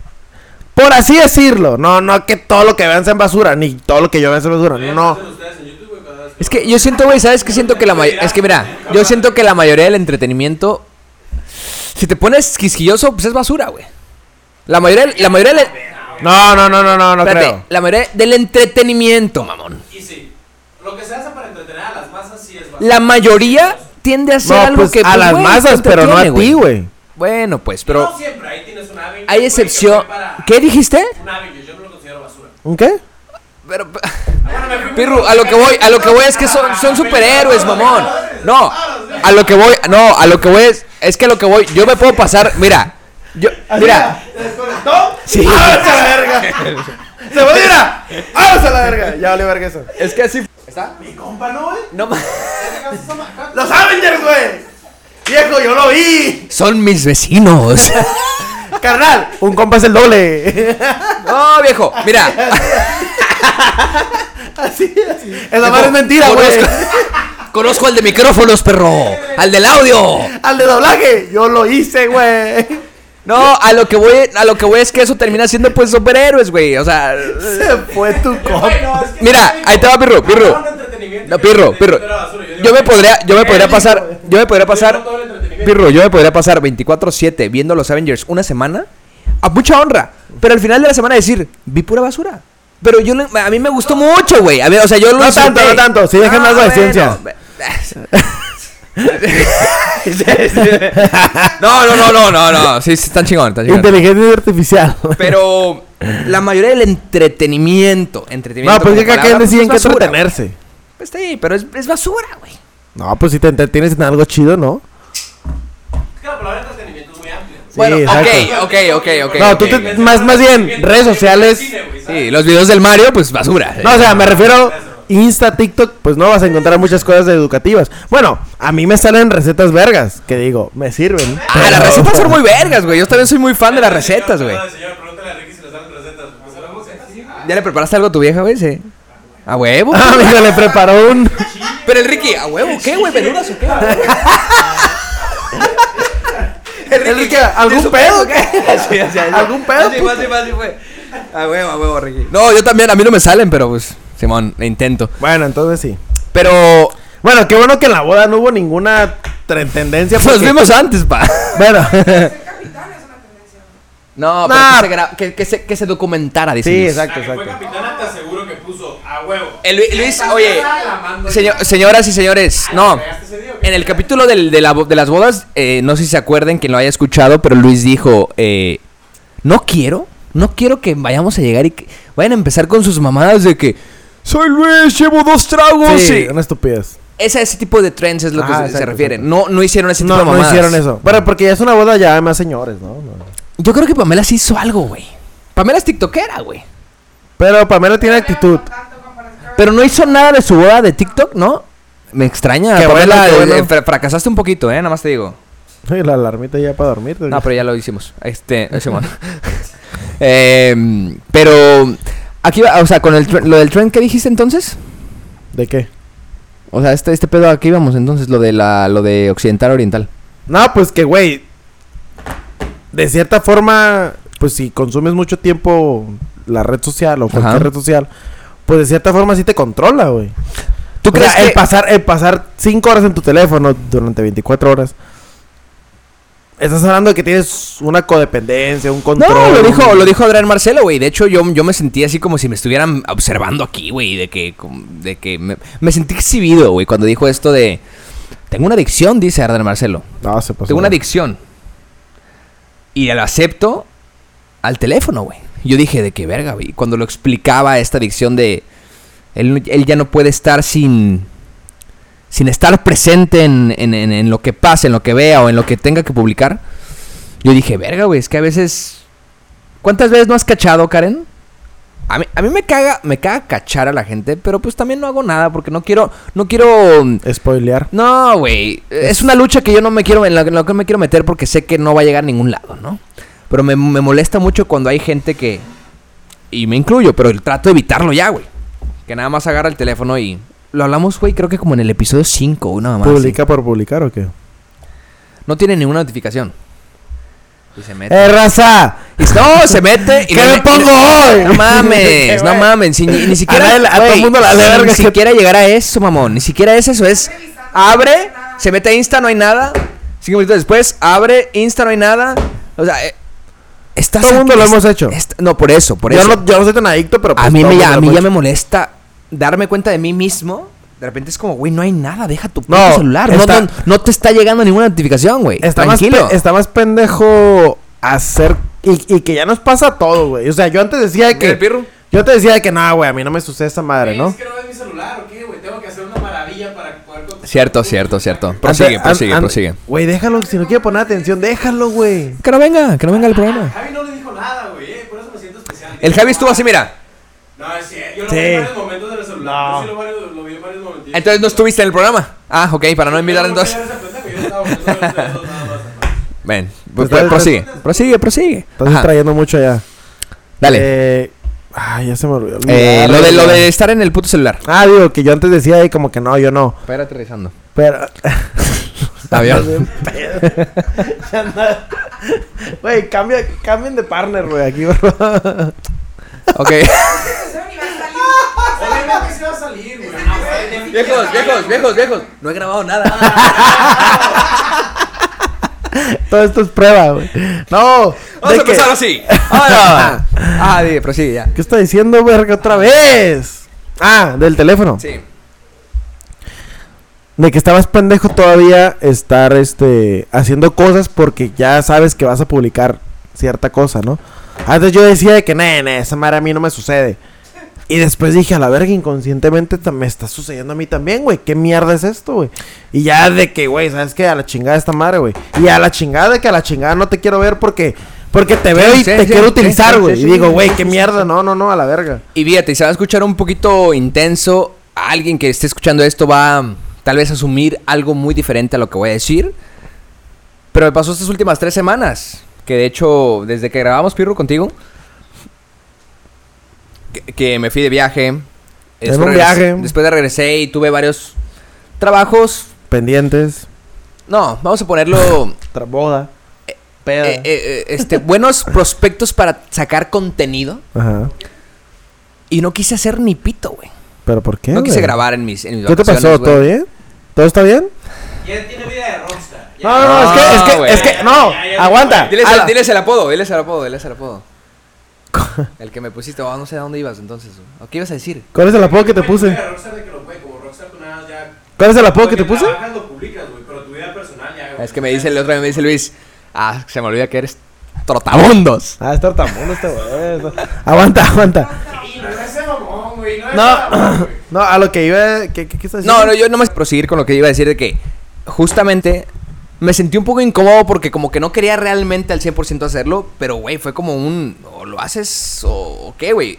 B: Por así decirlo. No, no que todo lo que vean sea basura, ni todo lo que yo vea sea basura.
C: ¿qué
B: No.
C: hacen ustedes en YouTube, güey, cada vez que-
A: Es que yo siento, güey, ¿sabes qué siento que la mayoría? Es que mira, yo siento que la mayoría del entretenimiento, si te pones quisquilloso, pues es basura, güey. La mayoría, la mayoría, del,
B: No, no, no, no, no, no
A: espérate,
B: creo.
A: la mayoría del entretenimiento, mamón.
C: Y sí, lo que se hace para entretener a las masas sí es
A: La mayoría tiende a hacer
B: No,
A: algo
B: pues,
A: que
B: a
A: pues,
B: las
A: güey,
B: masas,
A: te
B: pero no a
A: entretiene,
B: ti, güey.
A: Bueno, pues,
C: Pero
A: pero
C: no siempre, ahí tienes un hábito.
A: hay
C: güey, que
A: excepción.
C: fue para-
A: ¿Qué dijiste?
C: Un hábito, yo no lo considero basura.
B: ¿Un qué?
A: Pero,
C: Bueno, me fui muy
A: Pirru, a lo que voy, a lo que voy es que son, son superhéroes, mamón. No, a lo que voy, no, a lo que voy es, es que a lo que voy, yo me puedo pasar, mira, yo, mira, sí,
B: ¡Ábrase la verga! ¡Se va a ir a! ¡Ábrase la verga! Ya vale verga eso.
A: es que así,
B: Mi compa no, güey.
A: no ma-
B: ¡Los Avengers, güey! ¡Viejo, yo lo vi!
A: son mis vecinos.
B: ¡Carnal! Un compa es el doble.
A: No, viejo, mira,
B: así, así. Esa madre es mentira,
A: Conozco-
B: güey.
A: conozco al de micrófonos, perro, al del audio.
B: Al de doblaje, yo lo hice, güey.
A: No, a lo que voy, a lo que voy es que eso termina siendo pues superhéroes, güey, o sea,
B: Se fue tu
C: Güey,
B: compa.
C: no, es que
A: Mira,
C: yo
A: ahí te va,
C: digo,
A: Pirru, Pirru.
C: hablaron de entretenimiento
A: no,
C: que
A: pirro, pirro,
C: entretenimiento era basura,
A: yo me
C: digo,
A: podría, yo me podría pasar, yo me podría
C: yo digo
A: pasar
C: todo el
A: Pirro, yo me podría pasar 24-7 viendo los Avengers una semana a mucha honra. Pero al final de la semana decir, vi pura basura. Pero yo, le- a mí me gustó mucho, güey. A ver, o sea, yo lo
B: No tanto,
A: disfruté.
B: no tanto, sí, dejan algo de
A: bueno,
B: ciencia.
A: ve- no, no, no, no, no, no. Sí, sí, están chingón, están chingón.
B: Inteligencia artificial.
A: Pero la mayoría del entretenimiento, entretenimiento.
B: no, pues
A: como
B: es que cada
A: palabra,
B: quien decide en qué
A: pues, es basura,
B: entretenerse.
A: güey. Pues sí, pero es, es basura, güey.
B: No, pues si te entretienes en algo chido, ¿no?
C: Es que la palabra entretenimiento es muy amplia.
B: Sí,
A: bueno,
B: exacto.
A: ok, ok, ok, ok.
B: No,
A: ok.
B: tú te- más- más bien, redes sociales.
A: Sí, los videos del Mario, pues basura.
B: No, o sea, me refiero Insta, TikTok, pues no vas a encontrar muchas cosas educativas. Bueno, a mí me salen recetas vergas, que digo, me sirven.
A: Ah, las
B: pero-
A: recetas son muy vergas, güey. Yo también soy muy fan de las recetas, güey.
C: Señor, pregúntale a Ricky si le salen recetas. Pues hablamos de así.
A: ¿Ya le preparaste algo a tu vieja, güey? Sí. A huevo.
B: Ah, amigo, le preparó un...
A: Pero el Ricky, ¿a huevo qué, güey? ¿Verduras o qué?
B: El Ricky, ¿algún
A: ¿Eso
B: pedo?
A: Sí, o sea,
B: ¿Algún pedo,
A: Así fue, así fue, así fue. A huevo, a huevo, Ricky. No, yo también, a mí no me salen, pero pues, Simón, le intento.
B: Bueno, entonces sí.
A: Pero
B: Bueno, qué bueno que en la boda no hubo ninguna tre- tendencia.
A: nos
B: porque-
A: vimos antes, pa.
B: Bueno,
D: Ser capitán es una tendencia.
A: No, pero
B: Nah.
A: que, se gra- que- que se, que se documentara, dice.
B: sí,
A: Luis.
C: La
B: exacto,
C: que fue
B: exacto.
C: capitana te aseguro que puso a huevo.
A: El Eh, Lu- Luis, oye,
C: La mando
A: señor-
C: ya.
A: señoras y señores, no.
C: ¿Pegaste ese día o qué?
A: En el capítulo del- de, la bo- de las bodas, eh, no sé si se acuerden quien lo haya escuchado, pero Luis dijo, eh, no quiero, no quiero que vayamos a llegar y que vayan a empezar con sus mamadas de que, soy Luis, llevo dos tragos.
B: Sí,
A: y-".
B: una estupidez.
A: Ese, ese tipo de trends es lo que
B: Ah,
A: se, se
B: exacto,
A: refiere.
B: exacto.
A: No, no hicieron ese tipo
B: No,
A: de
B: no
A: mamadas.
B: hicieron eso. Bueno, porque ya es una boda ya más señores, ¿no? No.
A: Yo creo que Pamela sí hizo algo, güey. Pamela es tiktokera, güey.
B: Pero Pamela tiene actitud.
A: Pero no hizo nada de su boda de TikTok, ¿no? Me extraña.
B: Qué bueno,
A: Pamela,
B: qué bueno.
A: eh, fra- fracasaste un poquito, ¿eh? Nada más te digo.
B: Y la alarmita ya para dormir.
A: No, pero ya lo hicimos. Este, ese mono. Em, pero aquí va, o sea, con el tren- lo del tren que dijiste entonces,
B: ¿De qué?
A: o sea, este este pedo aquí vamos entonces lo de la lo de occidental oriental.
B: No, pues que, güey. De cierta forma, pues si consumes mucho tiempo la red social o cualquier
A: Ajá.
B: red social, pues de cierta forma sí te controla, güey.
A: ¿Tú
B: O sea,
A: crees que
B: el pasar el pasar 5 horas en tu teléfono durante 24 horas. Estás hablando de que tienes una codependencia, un control.
A: No, lo dijo, lo dijo Adrián Marcelo, güey. De hecho, yo, yo me sentí así como si me estuvieran observando aquí, güey. De que, com- de que me, me sentí exhibido, güey, cuando dijo esto de... Tengo una adicción, dice Adrián Marcelo.
B: No, se pasó.
A: Tengo una adicción. Y la acepto al teléfono, güey. Yo dije, de qué verga, güey. Cuando lo explicaba esta adicción de... Él, no- él ya no puede estar sin... Sin estar presente en, en- en- en lo que pase, en lo que vea o en lo que tenga que publicar. Yo dije, verga, güey, es que a veces... ¿Cuántas veces no has cachado, Karen? A mí, a mí me caga, me caga cachar a la gente, pero pues también no hago nada porque no quiero, no quiero mm,
B: Spoilear.
A: no, güey. Es una lucha que yo no me quiero, en la, en la que me quiero meter porque sé que no va a llegar a ningún lado, ¿no? Pero me, me molesta mucho cuando hay gente que. Y me incluyo, pero trato de evitarlo ya, güey. Que nada más agarra el teléfono y. Lo hablamos, güey, creo que como en el episodio 5, una mamá. así. Eh,
B: ¿Publica por publicar o qué?
A: No tiene ninguna notificación. Y se mete.
B: ¡Eh, raza!
A: Y no, se mete. Y
B: ¿Qué
A: no-
B: me
A: y-
B: pongo hoy?
A: No
B: Qué
A: mames, no
B: bueno.
A: mames. si ni, ni siquiera.
B: A ver, a todo
A: güey,
B: el mundo la
A: si-
B: verga
A: Ni
B: que-
A: siquiera llegar a eso, mamón. Ni siquiera es eso. Es. Abre, se mete a Insta, no hay nada. Cinco minutos después, abre, Insta, no hay nada. O sea, eh, estás.
B: Todo el mundo
A: aquí-
B: lo
A: es-
B: hemos hecho.
A: est- no, por eso, por
B: yo,
A: eso.
B: no, yo no soy tan adicto, pero...
A: a
B: pues
A: mí,
B: todo
A: me,
B: el
A: ya,
B: mundo
A: a
B: lo
A: mí
B: hemos
A: ya me
B: hecho.
A: molesta darme cuenta de mí mismo. De repente es como, güey, no hay nada, deja tu
B: No,
A: puto celular. No,
B: está-
A: no, no te está llegando ninguna notificación, güey.
B: Está más,
A: Tranquilo.
B: pe- está más pendejo hacer... Y, y que ya nos pasa todo, güey. O sea, yo antes decía de
A: Mira el
B: que...
A: pirro.
B: Yo te decía de que, nada, güey, a mí no me sucede esa madre,
C: Ey,
B: ¿no?
C: Es que no ves mi celular o qué, güey. Tengo que hacer una maravilla para poder contestar.
A: Cierto, cierto, cierto. Prosigue,
B: Ante- an-
A: prosigue,
B: an-
A: prosigue.
B: Güey, déjalo, si no quiere poner atención, déjalo, güey.
A: Que no venga, que no venga el programa.
C: Javi no le dijo nada, güey. eh, Por eso me siento especial.
A: El Javi estuvo así, mira.
C: No, es cierto. Yo lo
B: Sí.
C: vi en varios momentos del celular.
B: No.
C: Yo sí lo, varios- lo vi en varios momentos.
A: Entonces no estuviste en el programa. Ah, ok, para no invitar entonces. Ven, pues,
B: Estás-
A: prosigue, prosigue, prosigue.
B: Estás
A: Ajá,
B: distrayendo mucho allá.
A: Dale.
B: Eh, ay, ya se me olvidó.
A: Eh,
B: olvidar,
A: lo, de, lo
B: güey.
A: de estar en el puto celular.
B: Ah, digo, que yo antes decía ahí como que no, yo no.
A: Espera aterrizando.
B: Pero...
A: Está Ah, bien.
B: Ya anda- Güey, cambia, cambien de partner, güey, aquí, bro.
A: Ok.
C: Obviamente se va a salir, güey. No, güey.
A: viejos, viejos, viejos, viejos. No he grabado nada.
B: Todo esto es prueba, güey.
A: Vamos
B: No. de
A: a
B: que-
A: empezar así. Ahora. ah, sí, prosigue ya.
B: ¿Qué está diciendo, verga, otra vez? Ah, del teléfono.
A: Sí.
B: De que estabas pendejo todavía estar este haciendo cosas porque ya sabes que vas a publicar cierta cosa, ¿no? Antes yo decía de que, "Nee, nee, esa madre a mí no me sucede. Y después dije, a la verga, inconscientemente ta- me está sucediendo a mí también, güey. ¿Qué mierda es esto, güey? Y ya de que, güey, ¿sabes qué? A la chingada esta madre, güey. Y a la chingada de que a la chingada no te quiero ver porque porque te veo y
A: sí,
B: te
A: sí,
B: quiero
A: sí,
B: utilizar,
A: sí,
B: güey.
A: sí,
B: Y
A: sí,
B: digo,
A: sí,
B: güey,
A: sí,
B: qué
A: sí,
B: mierda. No, no, no, a la verga.
A: Y fíjate, se va a escuchar un poquito intenso. Alguien que esté escuchando esto va mm, tal vez a asumir algo muy diferente a lo que voy a decir. Pero me pasó estas últimas tres semanas. Que de hecho, desde que grabamos Pirro contigo, que, que me fui de viaje.
B: Era un
A: después regres-
B: viaje.
A: Después de regresé y tuve varios trabajos.
B: Pendientes.
A: No, vamos a ponerlo.
B: Tra- Boda. Peda.
A: eh, eh, eh, este, buenos prospectos para sacar contenido.
B: Ajá.
A: Y no quise hacer ni pito, güey.
B: ¿Pero por qué?
A: No quise
B: güey?
A: grabar en mis. En mis
B: ¿Qué te
A: vacaciones,
B: pasó?
A: güey.
B: ¿Todo bien? ¿Todo está bien?
C: Ya tiene vida de rockstar. Ya.
B: No, no, no, es que, es que,
A: güey.
B: es que, no,
C: Ya, ya, ya,
B: aguanta.
A: Diles,
B: A
A: el,
B: la-
A: diles el apodo, diles el apodo, diles el apodo. El que me pusiste, oh, no sé a dónde ibas entonces. ¿O qué ibas a decir?
B: ¿Cuál es el apodo que te
C: Güey, tu vida
B: puse?
C: de rockstar de que lo puede, como rockstar tú nada más ya.
B: ¿Cuál es el apodo
C: Lo
B: que te puse?
C: trabajas lo publicas, güey, pero tu vida personal ya. güey,
A: Es que me
C: ya-
A: dice el otro, día, me dice Luis, ah, se me olvida que eres trotabundos.
B: Ah, está tartamudo este güey. Aguanta, aguanta.
C: Y no es ese mamón, güey. No, es ese
B: No,
C: mamón, güey.
B: no, a lo que iba, ¿qué, qué, qué estás
A: No, no,
B: diciendo?
A: yo nomás proseguir con lo que iba a decir de que justamente me sentí un poco incómodo porque como que no quería realmente al 100% hacerlo, pero güey, fue como un, o lo haces o o qué, güey.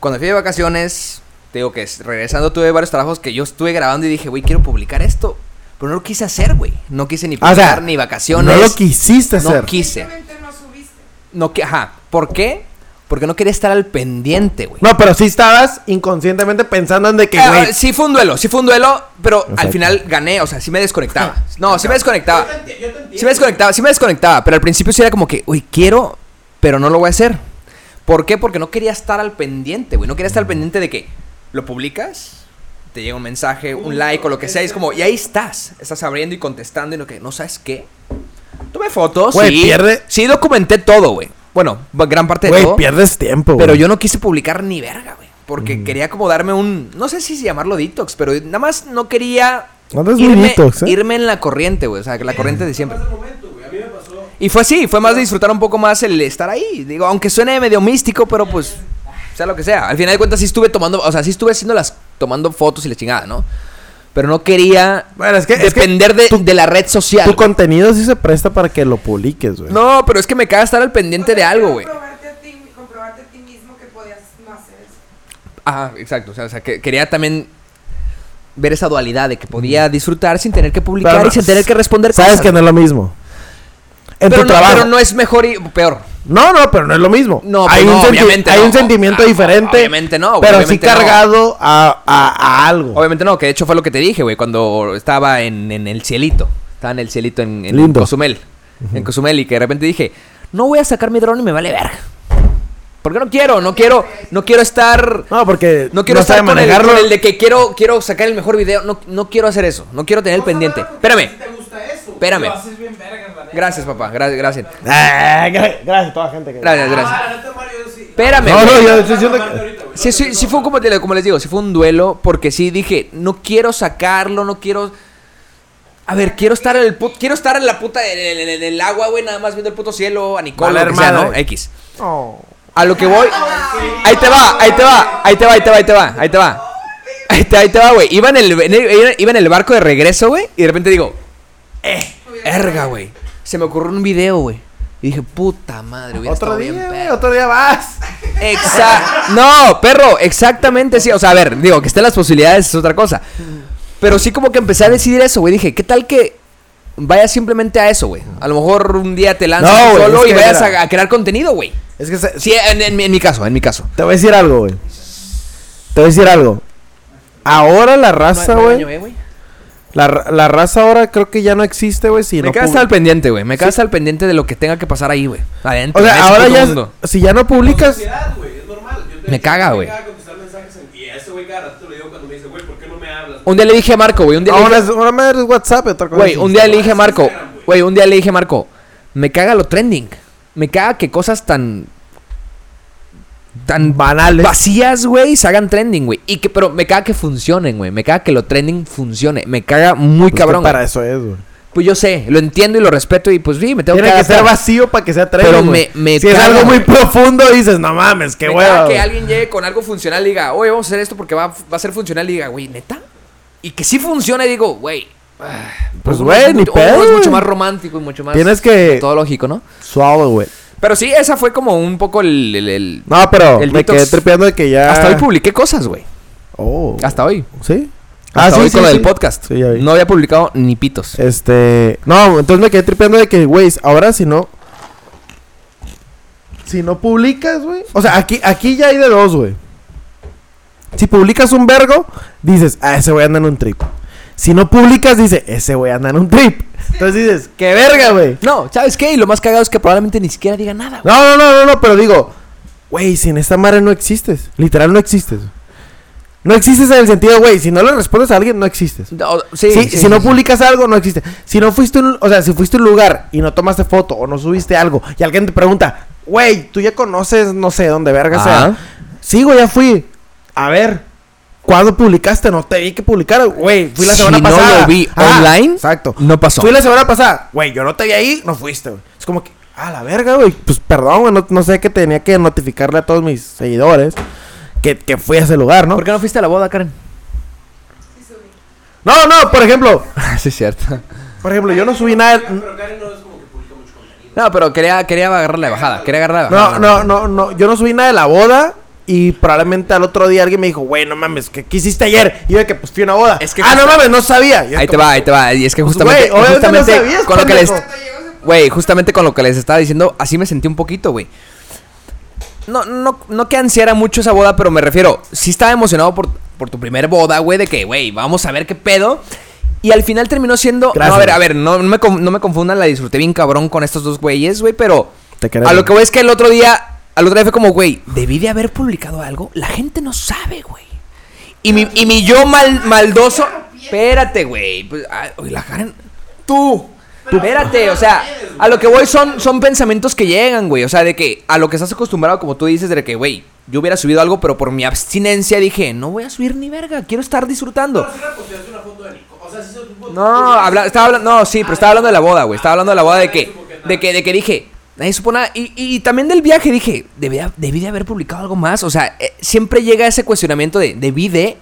A: Cuando fui de vacaciones, te digo que es- regresando tuve varios trabajos que yo estuve grabando y dije, güey, quiero publicar esto. Pero no lo quise hacer, güey. No quise ni
B: Ah, o
A: publicar
B: sea,
A: ni vacaciones.
B: No lo quisiste
A: No
B: hacer.
A: quise.
D: Simplemente no subiste.
A: No que, ajá. ¿Por qué? Porque no quería estar al pendiente, güey.
B: No, pero sí estabas inconscientemente pensando en de que,
A: Ah,
B: güey.
A: sí fue un duelo, sí fue un duelo, pero
B: Exacto.
A: al final gané, o sea, sí me desconectaba. No, sí me
C: Yo
A: desconectaba.
C: te enti- yo te entiendo.
A: Ah. Sí me desconectaba, sí me desconectaba, pero al principio sí era como que, uy, quiero, pero no lo voy a hacer. ¿Por qué? Porque no quería estar al pendiente, güey. No quería estar al pendiente de que lo publicas, te llega un mensaje, un like o lo que sea, y es como, y ahí estás. Estás abriendo y contestando y lo que, no sabes qué. Tomé fotos,
B: Güey,
A: sí.
B: pierde-
A: Sí documenté todo, güey. Bueno, gran parte de
B: Güey,
A: todo.
B: pierdes tiempo, güey.
A: Pero yo no quise publicar ni verga, güey. Porque quería como darme un. No sé si llamarlo detox, pero nada más no quería.
B: Andas muy
A: irme,
B: detox, ¿eh?
A: irme en la corriente, güey. O sea, que la corriente de siempre.
C: Pasa el momento, güey. A mí me pasó.
A: Y fue así, fue más de disfrutar un poco más el estar ahí. Digo, aunque suene medio místico, pero pues. Sea lo que sea. Al final de cuentas sí estuve tomando. O sea, sí estuve haciendo las. tomando fotos y la chingada, ¿no? Pero no quería
B: Bueno, es que- es que
A: depender de,
B: tu-
A: de la red social.
B: Tu
A: güey.
B: contenido sí se presta para que lo publiques, güey.
A: No, pero es que me caga estar al pendiente
D: O sea,
A: de algo, güey.
D: Comprobarte a ti, comprobarte a ti mismo que podías no hacer eso.
A: Ajá, exacto. O sea, o sea, que quería también ver esa dualidad de que podía disfrutar sin tener que publicar
B: Pero no-
A: y sin tener que responder
B: Sabes
A: cosas.
B: que no es lo mismo. En
A: pero,
B: tu
A: no,
B: trabajo.
A: pero no es mejor y peor.
B: No, no, pero no es lo mismo.
A: No,
B: hay
A: pues
B: un
A: no,
B: senti-
A: obviamente
B: Hay
A: no.
B: un sentimiento
A: Ah,
B: diferente.
A: obviamente no,
B: Pero sí
A: obviamente no.
B: cargado a, a- a algo.
A: Obviamente no, que de hecho fue lo que te dije, güey, cuando estaba en, en el cielito. Estaba en el cielito en, en
B: Lindo.
A: Cozumel. En Cozumel y que de repente dije, no voy a sacar mi dron y me vale verga. Porque no quiero, no quiero, no quiero estar...
B: No, porque
A: No quiero
B: sabe
A: estar con el,
B: manejarlo.
A: con el de que quiero, quiero sacar el mejor video. No, no quiero hacer eso. No quiero tener el
C: Vamos a hablar
A: pendiente.
C: porque
A: Espérame.
C: si te gusta eso.
A: Espérame.
C: Lo haces bien verga, la neta.
A: Gracias, papá. Gra- gracias.
B: Ah, gra- gracias a toda la gente que.
A: Gracias,
C: Ah,
A: gracias.
C: la neta, Mario, yo sí.
A: Espérame.
B: No,
A: güey.
B: no, yo
C: Vamos a
B: estoy diciendo
C: tomarte
B: que.
C: ahorita, güey.
A: Sí, sí, sí fue como, te- como les digo, sí fue un duelo porque sí dije, no quiero sacarlo, no quiero... A ver, quiero estar en el pu- quiero estar en la puta, en el, en el- en el agua, güey, nada más viendo el puto cielo, a Nicola,
B: Vale,
A: lo que sea,
B: hermano.
A: ¿no? X.
B: Oh.
A: A lo que voy. Ahí te va, ahí te va, ahí te va, ahí te va, ahí te va, ahí te va. Ahí te, ahí te va, güey. Iba en el, en el- iba en el barco de regreso, güey, y de repente digo, erga, güey. Se me ocurrió un video, güey. Y dije, puta madre, hubiera
B: Otro
A: estado bien
B: día, güey,
A: perro".
B: otro día vas.
A: Exacto. No, perro, exactamente sí. O sea, a ver, digo, que estén las posibilidades es otra cosa. Pero sí como que empecé a decidir eso, güey. Dije, ¿qué tal que vayas simplemente a eso, güey? A lo mejor un día te lanzas
B: No,
A: tú
B: güey,
A: solo
B: es
A: y
B: que
A: vayas
B: mira.
A: a, a crear contenido, güey.
B: Es que se-
A: Sí, en, en mi- en mi caso, en mi caso.
B: te voy a decir algo, güey. Te voy a decir algo. Ahora la raza, güey.
A: eh.
B: la, ra- la raza ahora creo que ya no existe, güey. Si
A: Me
B: no
A: quedas
B: pub-
A: al pendiente, güey. Me
B: Sí.
A: quedas al pendiente de lo que tenga que pasar ahí, güey. Adentro.
B: O
A: en
B: sea,
A: ese
B: ahora
A: puto
B: ya.
A: mundo.
B: Si ya no
C: Es
B: publicas.
C: sociedad, güey, es normal. Yo te-
A: Me caga, güey.
C: Me caga contestar mensajes en- Y a ese güey cada rato le digo cuando me dice, güey, ¿por qué no me hablas?
A: Oh. Un día le dije a Marco, güey. Un día le
B: Ahora
A: dije-
B: es, ahora madre es WhatsApp y otra cosa.
A: Güey,
B: es
A: un día le dije a Marco,
C: Instagram, güey.
A: Güey, un día le dije, Marco, me caga lo trending. Me caga que cosas tan. tan
B: Banales.
A: vacías, güey, se hagan trending, güey. Y que, pero me caga que funcionen, güey. Me caga que lo trending funcione. Me caga muy
B: Pues que
A: cabrón.
B: Para
A: güey.
B: eso es, güey.
A: Pues yo sé, lo entiendo y lo respeto y pues sí, me tengo
B: Tiene que ser
A: adaptar.
B: vacío para que sea trending.
A: Pero
B: güey.
A: me- me
B: si es
A: caga,
B: algo muy
A: güey.
B: profundo, dices, no mames, qué
A: Me
B: hueva.
A: caga que
B: güey".
A: alguien llegue con algo funcional y diga, oye, vamos a hacer esto porque va, va a ser funcional y diga, güey, neta. Y que sí funcione y digo, güey. ah,
B: Pues,
A: uno
B: güey,
A: es
B: ni
A: mucho- uno
B: pedo,
A: Es mucho
B: güey.
A: más romántico y mucho más.
B: Tienes que.
A: Todo lógico, ¿no?
B: Suave, güey.
A: Pero sí, esa fue como un poco el. el- el-
B: No, pero
A: El
B: me
A: detox.
B: quedé trepeando de que ya.
A: Hasta hoy publiqué cosas, güey.
B: Oh.
A: Hasta hoy.
B: ¿Sí?
A: Hasta hoy con lo del
B: Ah, sí.
A: podcast.
B: Sí, ya vi.
A: no había publicado ni pitos.
B: Este. No, entonces me quedé tripeando de que, güey, ahora si no. Si no publicas, güey. O sea, aquí, aquí ya hay de dos, güey. Si publicas un vergo, dices, ah, ese güey anda en un trip. Si no publicas, dice, ese güey anda en un trip. Entonces dices, qué verga, güey.
A: No, ¿sabes qué? Y lo más cagado es que probablemente ni siquiera diga nada, güey.
B: No, no, no, no, no, pero digo, güey, sin esta madre no existes. Literal, no existes. No existes en el sentido, güey, si no le respondes a alguien, no existes.
A: No, sí,
B: Sí,
A: sí,
B: si no
A: sí, sí.
B: publicas algo, no existe. Si no fuiste un, o sea, si fuiste a un lugar y no tomaste foto o no subiste algo y alguien te pregunta, güey, tú ya conoces, no sé, dónde verga
A: Ajá.
B: sea. Sí, güey, ya fui. A ver, ¿cuándo publicaste? No te vi que publicara, güey. Fui la
A: Si
B: semana
A: no
B: pasada. Ah,
A: lo vi online,
B: Exacto.
A: No pasó.
B: Fui la semana pasada, güey, yo no te vi ahí, no fuiste, güey. Es como que, ah, la verga, güey. Pues perdón, güey, no, no sé que tenía que notificarle a todos mis seguidores que, que fui a ese lugar, ¿no?
A: ¿Por qué no fuiste a la boda, Karen?
D: Sí, subí.
B: No, no, por ejemplo,
A: Ah, sí, es cierto.
B: por ejemplo, yo no subí nada.
C: Pero Karen no es como que publica mucho contenido.
A: No, pero quería, quería agarrar la bajada. Quería agarrar la
B: No,
A: bajada.
B: no, no, no. Yo no subí nada de la boda. Y probablemente al otro día alguien me dijo, güey, no mames, ¿qué, qué hiciste ayer? Y yo de que pues fui a una boda.
A: Es que
B: ah,
A: justo-
B: no mames, no sabía. Y yo
A: Ahí te
B: como,
A: va, ahí te va. Y es que
B: Pues,
A: justamente,
B: güey, obviamente
A: justamente
B: no sabías,
A: con lo que les,
B: pendejo.
D: Cuando llegó se fue.
A: güey, justamente con lo que les estaba diciendo, así me sentí un poquito, güey. No, no, no que ansiara mucho esa boda, pero me refiero, sí estaba emocionado por, por tu primer boda, güey, de que, güey, vamos a ver qué pedo. Y al final terminó siendo... No,
B: Gracias.
A: a ver, a ver, no, no me, con- no me confundan, la disfruté bien cabrón con estos dos güeyes, güey, pero...
B: Te queremos.
A: A lo que voy es que el otro día, al otro día fue como, güey, debí de haber publicado algo, la gente no sabe, güey. Y mi, y mi yo mal, maldoso... Espérate, güey. pues, ay, oye, la Karen... Tú. Tú, espérate, o sea, a lo que voy son, son pensamientos que llegan, güey. O sea, de que a lo que estás acostumbrado, como tú dices, de que, güey, yo hubiera subido algo, pero por mi abstinencia dije, no voy a subir ni verga, quiero estar disfrutando.
C: Pero si la posteaste una foto de Nico. O sea, si es un
A: No, habla- estaba hablando, no, sí, pero estaba hablando de la boda, güey. Estaba hablando de la boda de que, de que, de que dije, nadie supo nada. Y, y, y también del viaje dije, debí, debí de haber publicado algo más. O sea, eh, siempre llega ese cuestionamiento de, debí de.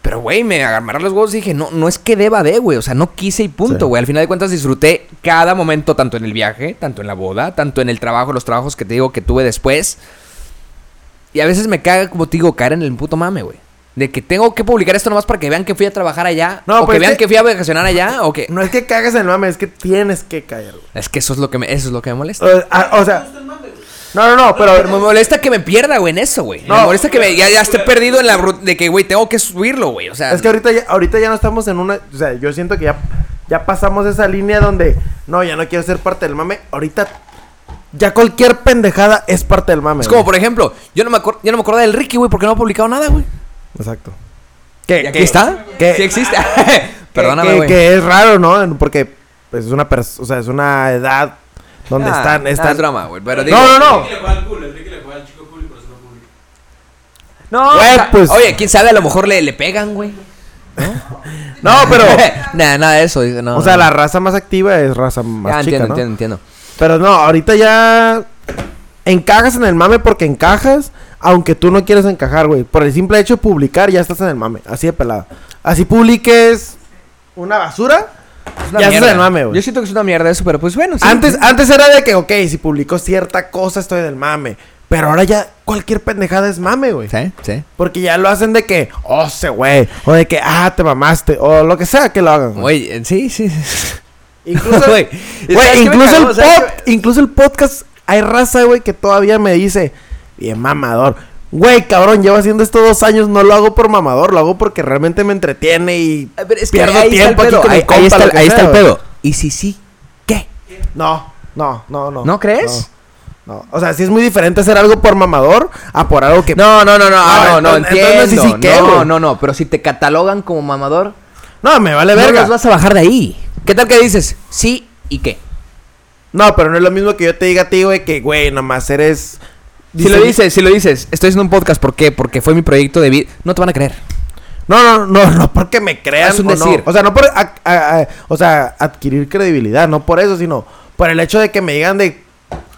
A: Pero, güey, me agarraron los huevos y dije, no, no es que deba de, güey. O sea, no quise y punto,
B: Sí.
A: güey. Al final de cuentas disfruté cada momento, tanto en el viaje, tanto en la boda, tanto en el trabajo, los trabajos que te digo que tuve después. Y a veces me caga, como te digo, caer en el puto mame, güey. De que tengo que publicar esto nomás para que vean que fui a trabajar allá.
B: No,
A: o
B: pero
A: que
B: es
A: vean
B: que-
A: que fui a vacacionar allá. O que.
B: No es que cagues en el mame, es que tienes que caer. güey.
A: Es que eso es lo que me, eso es lo que me molesta.
B: O, ah, o sea, no, no, no, pero.
A: Pero me molesta que me pierda, güey, en eso, güey. me
B: No.
A: molesta que me, ya, ya esté perdido en la ruta de que, güey, tengo que subirlo, güey. O sea,
B: Es que ahorita ya, ahorita ya no estamos en una. O sea, yo siento que ya, ya pasamos esa línea donde. No, ya no quiero ser parte del mame. Ahorita. Ya cualquier pendejada es parte del mame.
A: es como,
B: güey.
A: por ejemplo, yo no me, acor- yo no me acordaba del Ricky, güey, porque no ha publicado nada, güey.
B: Exacto.
A: ¿Y aquí está?
B: que-
A: sí existe.
B: Que-
A: Perdóname,
B: que,
A: güey. Ah,
B: que es raro, ¿no? En- Porque pues, es una pers- o sea, es una edad donde
A: Ah,
B: están,
A: ah,
B: están
A: es drama, güey. Pero
B: No,
A: digo,
B: no, no.
C: Enrique le juega al cool, Enrique le juega al chico cool y por eso no publica.
A: No,
B: Güey,
A: o sea,
B: pues-
A: Oye, quién sabe, a lo mejor le, le pegan, güey.
B: No, pero
A: nada, nada de eso. dice, No,
B: o sea,
A: no.
B: la raza más activa es raza más
A: Ya,
B: chica,
A: entiendo,
B: ¿no?
A: entiendo, entiendo.
B: Pero no, ahorita ya encajas en el mame porque encajas aunque tú no quieres encajar, güey. Por el simple hecho de publicar ya estás en el mame, así de pelada. Así publiques una basura,
A: Es
B: ya estás en el mame, güey.
A: Yo siento que es una mierda eso, pero pues bueno. sí.
B: Antes, antes era de que, ok, si publico cierta cosa estoy del mame. Pero ahora ya cualquier pendejada es mame, güey.
A: Sí, sí.
B: Porque ya lo hacen de que, oh, se güey. O de que, ah, te mamaste. O lo que sea que lo hagan. güey.
A: Güey, eh, sí, sí. sí.
B: Incluso,
A: Güey,
B: güey,
A: ¿sabes qué me
B: incluso,
A: cagó?
B: el
A: ¿Sabes
B: pod- incluso el podcast, hay raza, güey, que todavía me dice, bien mamador. Güey, cabrón, llevo haciendo esto dos años, no lo hago por mamador, lo hago porque realmente me entretiene y
A: A ver, es que
B: pierdo
A: ahí está el
B: tiempo aquí
A: pedo.
B: con mi
A: Ahí, ahí
B: compa,
A: está,
B: lo
A: el-
B: que
A: ahí está
B: sea,
A: el
B: güey.
A: pedo. ¿Y si sí? ¿Qué?
B: No, no, no, no.
A: ¿No crees?
B: No, no. O sea, sí es muy diferente hacer algo por mamador a por algo que...
A: No, no, no, no, ah, no,
B: No,
A: no,
B: entonces- entonces
A: entiendo.
B: sí, sí, ¿qué,
A: no,
B: güey?
A: no, no, pero si te catalogan como mamador,
B: No, me vale
A: no
B: verga.
A: los vas a bajar de ahí. ¿Qué tal que dices? Sí ¿Y qué?
B: No, pero no es lo mismo que yo te diga a ti, güey, que, güey, nomás eres...
A: Si lo dices, si lo dices, estoy haciendo un podcast, ¿por qué? Porque fue mi proyecto de vida. No te van a creer.
B: No, no, no, no porque me crean
A: Es un
B: o no.
A: decir.
B: O sea, no por a- a- a- o sea, adquirir credibilidad, no por eso, sino por el hecho de que me digan de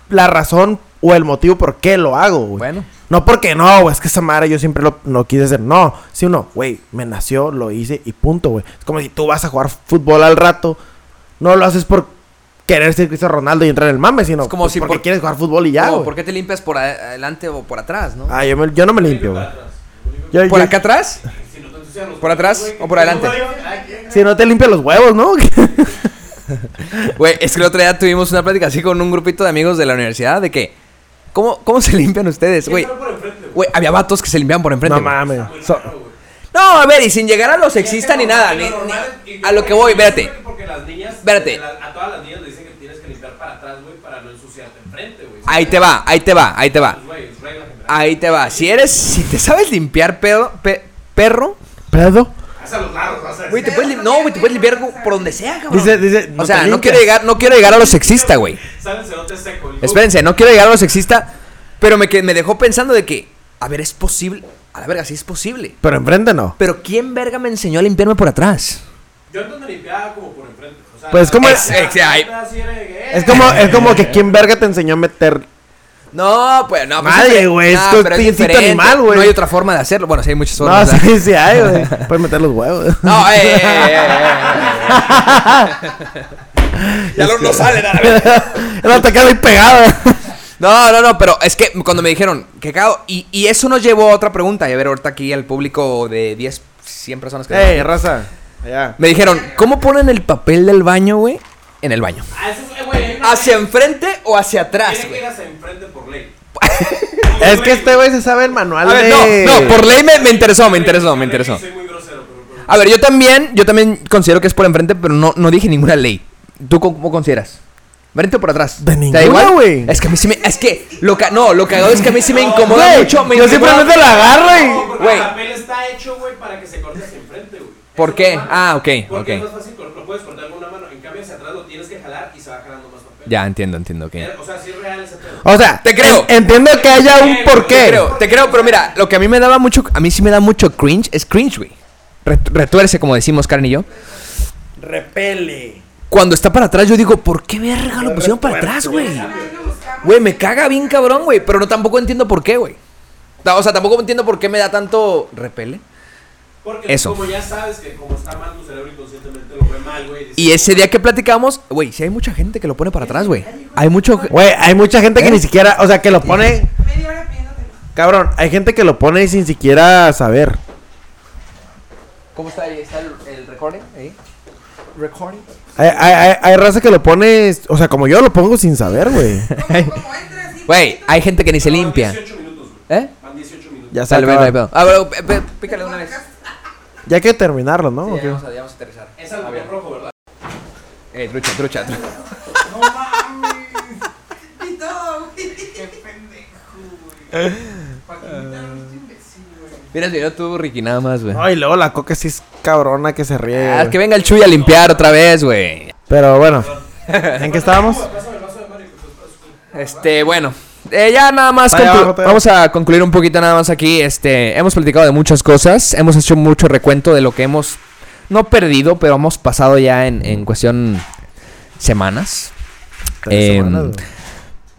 B: la razón o el motivo por qué lo hago, güey.
A: Bueno.
B: No porque no, güey, es que esa madre yo siempre lo no quise hacer. No, si uno, güey, me nació, lo hice y punto, güey. Es como si tú vas a jugar fútbol al rato, no lo haces por querer ser Cristiano Ronaldo y entrar en el mame, sino
A: Es como
B: pues,
A: si
B: porque
A: por-
B: quieres jugar fútbol y ya,
A: No,
B: güey.
A: ¿Por qué te limpias por a- adelante o por atrás, no?
B: Ah, yo, me- yo no me limpio, güey. Yo-
A: ¿Por
B: yo-
A: acá atrás?
C: Si no te ensucian los
A: ¿Por atrás
C: güey,
A: o por
C: que-
A: adelante?
C: Ay, qué-
B: Si no te limpias los huevos, ¿no?
A: Güey, es que el otro día tuvimos una plática así con un grupito de amigos de la universidad de que... ¿Cómo, cómo se limpian ustedes, güey?
C: Entra por enfrente, güey.
A: Güey, había vatos que se limpiaban por enfrente.
B: no
A: güey.
B: mames.
C: Muy
B: So-
C: raro, güey.
A: No, a ver, y sin llegar a lo sexista ni
C: Es que
A: nada.
C: lo-
A: ni-
C: lo normal
A: ni-
C: es- y
A: a lo
C: yo
A: que
C: creo
A: voy,
C: es
A: espérate.
C: porque- Porque las niñas.
A: Espérate.
C: la- a todas las niñas le dicen que tienes que limpiar para atrás, güey, para no ensuciarte enfrente, güey.
A: Ahí te va, ahí te va, ahí te va.
C: Pues, güey, es regla general.
A: Ahí te va. Si eres, si te sabes limpiar pedo, pe- perro,
B: ¿Pedo?
C: Haz Ah, a los lados, vas a
A: güey, te
C: decir.
A: puedes lim- no, güey, te puedes limpiar go- por donde sea, cabrón.
B: Dice- dice,
A: o
B: no
A: sea,
B: te
A: no quiero
B: limpias.
A: llegar, no quiero llegar a lo sexista, güey.
C: Sale el cerote seco. el-
A: Espérense, no quiero llegar a lo sexista, pero me, que- me dejó pensando de que, a ver, es posible, a la verga, sí es posible.
B: Pero enfrente no.
A: Pero ¿quién verga me enseñó a limpiarme por atrás?
C: Yo ando limpiada como por enfrente. O sea,
B: Pues, es como-
A: Es- es- ay.
B: Es como, es como que quién verga te enseñó a meter.
A: No, pues no. pues,
B: Madre,
A: es-
B: güey,
A: no,
B: es tu
A: pero es
B: instinto
A: diferente.
B: animal, güey.
A: No hay otra forma de hacerlo. Bueno, sí hay muchas
B: No,
A: formas. ¿verdad?
B: sí, sí hay, güey. Puedes meter los huevos.
A: No, eh, eh, eh, eh, eh, eh. Ya no, no sale nada.
B: No te quedas ahí pegado.
A: No, no, no, pero es que cuando me dijeron que cago. Y, y eso nos llevó a otra pregunta. Y a ver, ahorita aquí al público de 10, 100 personas que.
B: Ey, raza. Allá.
A: Me dijeron, ¿cómo ponen el papel del baño, güey? En el baño.
C: eh,
A: ¿Hacia enfrente o hacia atrás,
C: Tiene que
A: güey?
C: ir hacia enfrente por ley.
B: Es que este güey se sabe el manual
A: A ver,
B: de-
A: no, no, por ley me, me interesó, me interesó, me interesó.
C: Soy muy grosero, pero- pero-
A: A ver, yo también, yo también considero que es por enfrente, pero no, no dije ninguna ley. ¿Tú cómo, cómo consideras? ¿Enfrente o por atrás?
B: De
A: ¿Te da
B: ninguna,
A: igual?
B: güey.
A: Es que a mí sí me. Es que. Lo ca- no, lo que hago es que a mí sí me incomoda
B: Güey,
A: mucho. Me
B: yo
A: incomoda-
B: simplemente la
C: No,
B: agarro y.
C: porque
A: Ah, Güey.
C: el papel está hecho, güey, para que se corte hacia enfrente, güey.
A: ¿Por
C: Eso
A: qué?
C: es normal.
A: Ah, ok,
C: Porque
A: ok.
C: es más fácil, lo puedes cortar con una mano. En cambio, hacia atrás lo tienes que jalar y se va jalando más papel.
A: Ya, entiendo, entiendo, ok.
C: O sea, sí es real ese pedo.
B: O sea,
A: Te creo.
B: en- entiendo que haya un
C: Te
B: porqué.
A: Te creo, te creo, pero mira, lo que a mí me daba mucho. A mí sí me da mucho cringe es cringe, güey. Ret- Retuerce, como decimos Karen y yo.
B: Repele.
A: Cuando está para atrás, yo digo, ¿por qué verga lo pusieron para atrás, güey? Güey, me caga bien cabrón, güey. Pero no tampoco entiendo por qué, güey. Ta- O sea, tampoco entiendo por qué me da tanto repele.
C: Porque
A: Eso.
C: como ya sabes que como está mal tu cerebro inconscientemente lo ve mal, güey. dices,
A: Y ese día que platicamos, güey, sí hay mucha gente que lo pone para atrás, güey. Hay mucho.
B: Güey, hay mucha gente
A: ¿Eh?
B: que ni siquiera. O sea, que lo pone.
D: Media hora pidiéndotelo.
B: Cabrón, hay gente que lo pone sin siquiera saber.
A: ¿Cómo está, el, recording? ¿Recording?
B: Hay, hay, hay, hay raza que lo pone. O sea, como yo lo pongo sin saber, güey.
D: Como, como entra así.
A: Güey, hay gente que ni se
C: "No, van
A: limpia.
C: 18 minutos, güey.
A: ¿Eh?
C: Van 18 minutos.
B: Ya
A: Sale,
B: sale,
A: ve, no hay pedo. Ah, pero pe- pe- pícale una vez.
B: Ya hay que terminarlo, ¿no? ¿O
A: Ya
B: qué?
A: vamos, a, ya vamos a aterrizar. Ah,
C: Es algo rojo, ¿verdad?
A: Eh, trucha, trucha, trucha.
C: No mames.
D: Y todo, güey. Qué pendejo, güey. Para quitarlo este imbécil, güey.
A: Mira el video tú, Ricky, nada más, güey.
B: Ay, luego la coca sí es cabrona que se ríe.
A: Ah,
B: güey.
A: que venga el Chuy a limpiar otra vez, güey.
B: Pero bueno, ¿en qué estábamos?
C: Pásame el vaso de Mario. que estás para su-
A: Este, bueno. eh, ya nada más
B: Para allá
A: conclu-
B: abajo, para allá
A: vamos a concluir un poquito nada más aquí. Este, hemos platicado de muchas cosas, hemos hecho mucho recuento de lo que hemos no perdido, pero hemos pasado ya en, en cuestión semanas. Em,
B: Tres semanas, güey.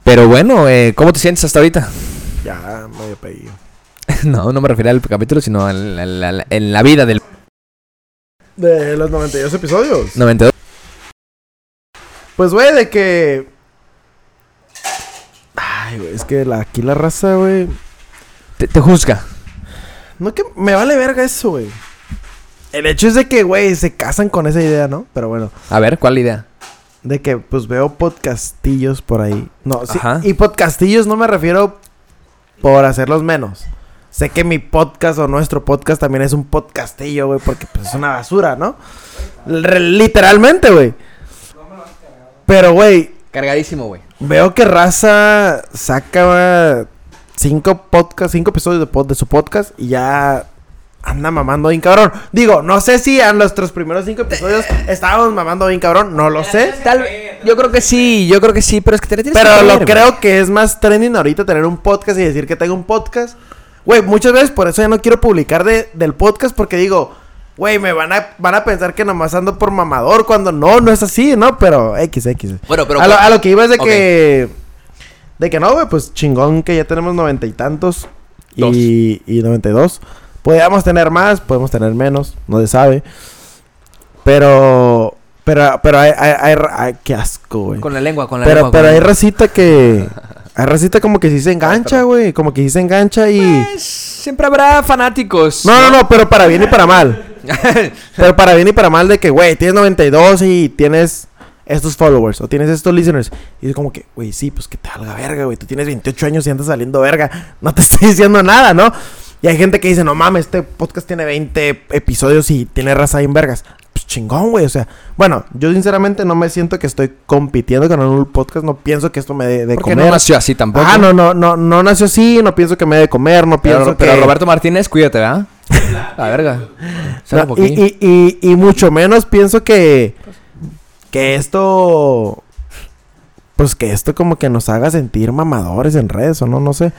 A: Pero bueno, eh, ¿cómo te sientes hasta ahorita?
B: ya, medio pedido.
A: no, no me refiero al capítulo, sino al- al- al- en la vida del
B: De los 92 episodios.
A: 92.
B: Pues, güey, de que... Ay, güey, es que la, aquí la raza, güey...
A: Te, te juzga.
B: No que me vale verga eso, güey. El hecho es de que, güey, se casan con esa idea, ¿no? Pero bueno,
A: A ver, ¿cuál idea?
B: de que, pues, veo podcastillos por ahí. No, sí.
A: Ajá.
B: Y podcastillos no me refiero por hacerlos menos. Sé que mi podcast o nuestro podcast también es un podcastillo, güey, porque pues, es una basura, ¿no? Re- literalmente, güey. Pero, güey,
A: Cargadísimo, güey.
B: veo que Raza saca cinco podcasts, cinco episodios de, pod- de su podcast y ya anda mamando bien cabrón. Digo, no sé si en nuestros primeros cinco episodios estábamos mamando bien cabrón, no lo sé.
A: Tal yo creo que sí, yo creo que sí, pero es que te le tienes
B: Pero
A: que
B: lo
A: creer, güey.
B: creo que es más trending ahorita tener un podcast y decir que tengo un podcast. Güey, muchas veces por eso ya no quiero publicar de, del podcast porque digo, güey, me van a, van a pensar que nomás ando por mamador cuando no, no es así, ¿no? Pero X, X.
A: Bueno, pero
B: a, lo, a lo que iba es de
A: Ok.
B: que... De que no, güey, pues chingón que ya tenemos noventa y tantos.
A: Dos.
B: Y, y 92. Podríamos tener más, podemos tener menos, no se sabe. Pero... Pero, pero hay, hay, hay ra- ay, qué asco, güey.
A: con la lengua, con la
B: Pero,
A: lengua.
B: pero
A: con la
B: hay
A: lengua.
B: racita que. Hay racita como que sí se engancha, güey. Como que sí se engancha y.
A: Pues, siempre habrá fanáticos.
B: No, no, no, pero para bien y para mal. Pero para bien y para mal de que, güey, tienes 92 y tienes estos followers o tienes estos listeners. Y es como que, güey, sí, pues que te valga verga, güey. Tú tienes 28 años y andas saliendo verga. No te estoy diciendo nada, ¿no? Y hay gente que dice, no mames, este podcast tiene 20 episodios y tiene raza bien vergas. Pues chingón, güey. O sea, bueno, yo sinceramente no me siento que estoy compitiendo con un podcast. No pienso que esto me dé de
A: Porque
B: comer.
A: no nació así tampoco.
B: Ah, no, no, no, no nació así, no pienso que me dé de comer, no pienso
A: Pero, pero
B: que...
A: Roberto Martínez, cuídate, ¿verdad? La verga. Sale
B: No,
A: un
B: y,
A: poquillo.
B: y- y- y mucho menos pienso que... Que esto... Pues que esto como que nos haga sentir mamadores en redes o no, no sé.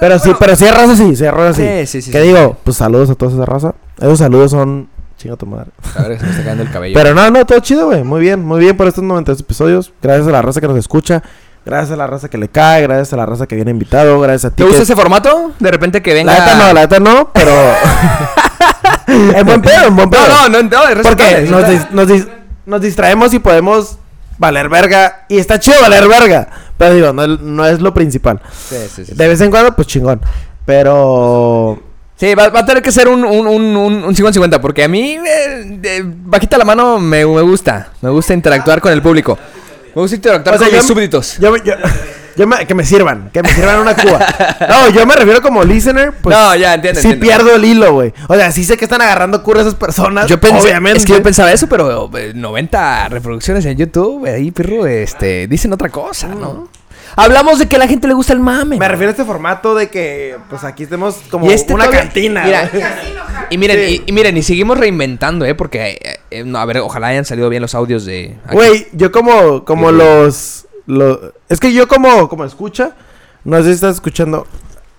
B: Pero sí, pero sí hay raza así, sí hay raza así.
A: Sí, sí, sí,
B: ¿Qué
A: sí.
B: digo? Pues saludos a toda esa raza. Esos saludos son... Chinga tu madre.
A: La verga, se me está cayendo el cabello.
B: Pero no, no, todo chido, güey. Muy bien, muy bien por estos 92 episodios. Gracias a la raza que nos escucha. Gracias a la raza que le cae. Gracias a la raza que viene invitado. Gracias a ti.
A: ¿Te
B: que-
A: gusta ese formato? De repente que venga.
B: La neta no, la neta no, pero. en buen pedo, en buen pedo.
A: No, no, no, no, es
B: Porque
A: respetable,
B: nos,
A: respetable.
B: dis- nos, dis- nos distraemos y podemos valer verga. Y está chido valer verga. Pero digo, no, es- no es lo principal.
A: Sí, sí, sí.
B: De vez en cuando, pues chingón. Pero.
A: Sí, va, va a tener que ser un, un, un, un, un 50-50, porque a mí, eh, de- bajita la mano, me, me gusta. Me gusta interactuar con el público. Me gusta interactuar
B: O sea,
A: con
B: yo- em-
A: mis súbditos.
B: Yo, me- yo, yo me- que me sirvan, que me sirvan una cuba. No, yo me refiero como listener, pues.
A: no, ya, entiendo.
B: sí
A: entiendo.
B: pierdo el hilo, güey. O sea, sí sé que están agarrando cura esas personas.
A: Yo pensé,
B: Ah, obviamente.
A: es que yo pensaba eso, pero eh, 90 reproducciones en YouTube, ahí, perro, este, dicen otra cosa, ¿no? Hablamos de que a la gente le gusta el mame.
B: Mm. Me refiero a este formato de que, pues aquí estemos como
A: Y este
B: una
A: todavía-
B: cantina.
A: mira,
B: güey.
D: Casino, ja.
A: Y miren,
B: Sí.
A: y, y miren, y seguimos reinventando, ¿eh? Porque, eh, eh, no, a ver, ojalá hayan salido bien los audios de... aquí.
B: Güey, yo como, como
A: Sí, güey.
B: los, lo- Es que yo como, como escucha, no sé si estás escuchando.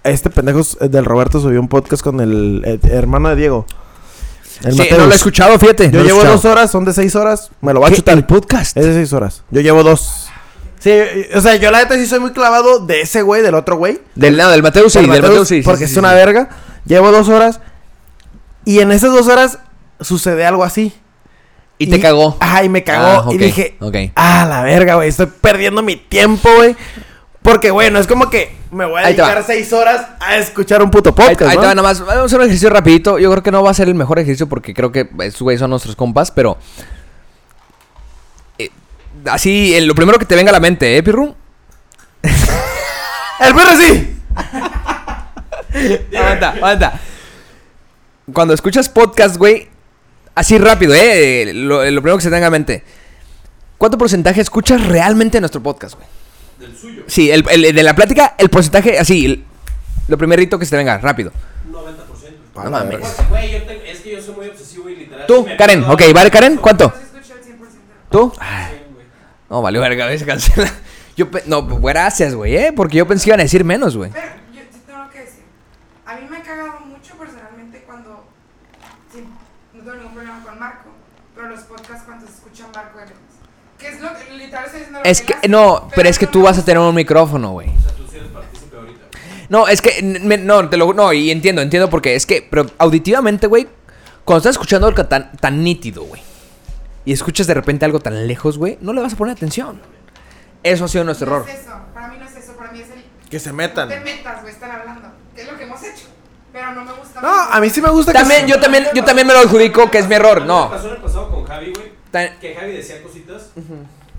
B: Este pendejo s- del Roberto subió un podcast con el, eh, hermano de Diego. El
A: Sí,
B: Mateus.
A: no lo he escuchado, fíjate.
B: Yo
A: no lo he
B: llevo
A: escuchado.
B: dos horas, son de seis horas. Me lo va a
A: ¿Qué?
B: chutar.
A: ¿El podcast?
B: Es de seis horas. Yo llevo dos. Sí, eh, o sea, yo la neta sí soy muy clavado de ese güey, del otro güey.
A: Del, no, del Mateus, sí,
B: Del
A: del Mateus,
B: Mateus,
A: sí. sí,
B: Porque
A: sí,
B: es
A: sí,
B: una
A: sí.
B: verga. Llevo dos horas. Y en esas dos horas sucede algo así.
A: Y te cagó.
B: Ajá, y me cagó.
A: Ah,
B: Y
A: ok,
B: dije,
A: ok.
B: ah, la verga, güey. Estoy perdiendo mi tiempo, güey. Porque, güey, no es como que me voy a
A: Ahí te
B: dedicar
A: va.
B: seis horas a escuchar un puto
A: Ahí,
B: podcast,
A: ahí
B: ¿no?
A: te va nomás. Vamos a hacer un ejercicio rapidito. Yo creo que no va a ser el mejor ejercicio porque creo que estos güeyes son nuestros compas, pero... eh, así, eh, lo primero que te venga a la mente, ¿eh, Pirru?
B: ¡El perro sí!
A: Aguanta, aguanta. Cuando escuchas podcast, güey, así rápido, ¿eh? Lo, lo primero que se tenga en mente. ¿Cuánto porcentaje escuchas realmente de nuestro podcast, güey?
C: Del suyo,
A: Sí, el, el de la plática, el porcentaje, así, el- lo primerito que se te venga, rápido.
C: 90%.
A: Ah, No mames.
C: Güey, yo tengo- es que yo soy muy obsesivo y literal.
A: Tú, Karen, ok, ¿vale, Karen? ¿Cuánto?
D: No se escucha el 100%.
A: ¿Tú? No, valió verga, güey, se cancela. Yo, pe- no, pues, gracias, güey, ¿eh? Porque yo pensé que iban a decir menos, güey.
D: Pero yo te tengo que decir, a mí me ha cagado mucho personalmente cuando, sí, no tengo ningún problema con Marco, pero los podcasts cuando se escucha Marco Evans. Que es lo que literal estoy diciendo lo
A: Es
D: él
A: que,
D: hace,
A: no, pero es que tú
D: no-
A: vas a tener un micrófono, güey. No, es que, n- me- no, te lo, no, y entiendo, entiendo porque es que, pero auditivamente, güey, cuando estás escuchando algo tan, tan nítido, güey, y escuchas de repente algo tan lejos, güey, no le vas a poner atención. Eso ha sido nuestro
D: No
A: error.
D: es eso, para mí no es eso, para mí es el.
B: Que se
D: No
B: metan.
D: te metas, güey, están hablando. Que es lo que hemos hecho. Pero no me gusta.
B: No, a mí sí me gusta
A: También,
B: que...
A: yo también, yo también me lo adjudico que es mi error, no.
C: pasó en el pasado con Javi, güey.
A: Tan-
C: Que Javi decía cositas.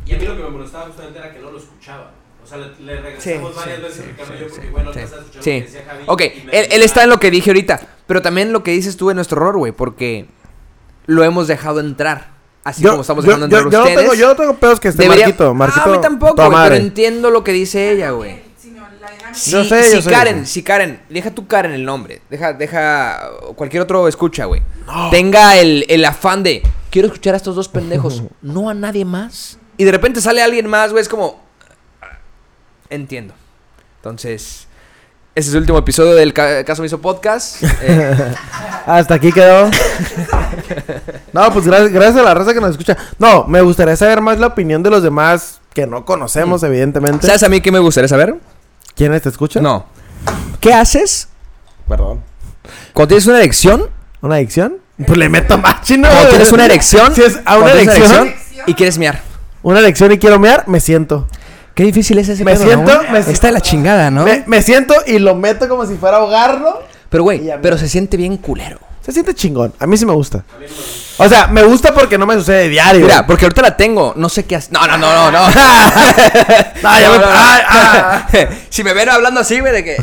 C: Y a mí lo que me molestaba justamente era que no lo escuchaba. O sea, le, le regresamos
A: Sí,
C: varias
A: sí,
C: veces
A: sí,
C: Ricardo y
A: sí,
C: yo porque,
A: sí,
C: bueno,
A: sí,
C: no estás escuchando lo
A: sí.
C: que decía Javi.
A: Ok,
C: y
A: él,
C: me
A: él está en lo que dije ahorita, pero también lo que dices tú es nuestro error, güey, porque lo hemos dejado entrar, así
B: Yo-
A: como estamos
B: yo-
A: dejando
B: yo-
A: entrar
B: yo no
A: ustedes.
B: tengo, yo no tengo pedos que esté
A: Debería-
B: Marquito. Marquito,
A: Ah, a mí tampoco,
B: toda
A: güey, pero
B: madre.
A: entiendo lo que dice ella, güey.
D: Sino la la dinámica.
A: Si,
B: Yo sé,
A: si
B: yo sé,
A: Karen,
B: yo sé.
A: si Karen, deja tu Karen el nombre, deja, deja cualquier otro escucha, güey. Tenga el, el afán de, quiero escuchar a estos dos pendejos, no a nadie más. Y de repente sale alguien más, güey, es como, "Ah, entiendo. Entonces, ese es el último episodio del Ca- Caso Miso Podcast. Eh,
B: Hasta aquí quedó. no, pues gracias, gracias a la raza que nos escucha. No, me gustaría saber más la opinión de los demás que no conocemos,
A: Mm.
B: evidentemente.
A: ¿Sabes a mí qué me gustaría saber?
B: ¿Quiénes te escuchan?
A: No. ¿Qué haces
B: Perdón.
A: cuando tienes una erección?
B: ¿Una adicción? Pues le meto más chino.
A: Cuando
B: güey.
A: tienes una erección.
B: Si es a
A: cuando
B: una
A: tienes
B: erección,
A: y quieres miar.
B: Una erección y quiero mear, me siento.
A: Qué difícil es ese
B: Me
A: pedo, ¿no,
B: siento-
A: güey?
B: me si-
A: Está de la chingada, ¿no?
B: Me, me siento y lo meto como si fuera a ahogarlo.
A: Pero, güey,
B: Y a mí.
A: pero se siente bien culero.
B: Se siente chingón. A mí sí me gusta. O sea, me gusta porque no me sucede diario.
A: Mira, porque ahorita la tengo, no sé qué hacer. No, no, no, no, no.
B: Ah, ya
A: No,
B: me-
A: no, no.
B: ah,
A: si me ven hablando así, güey, de que.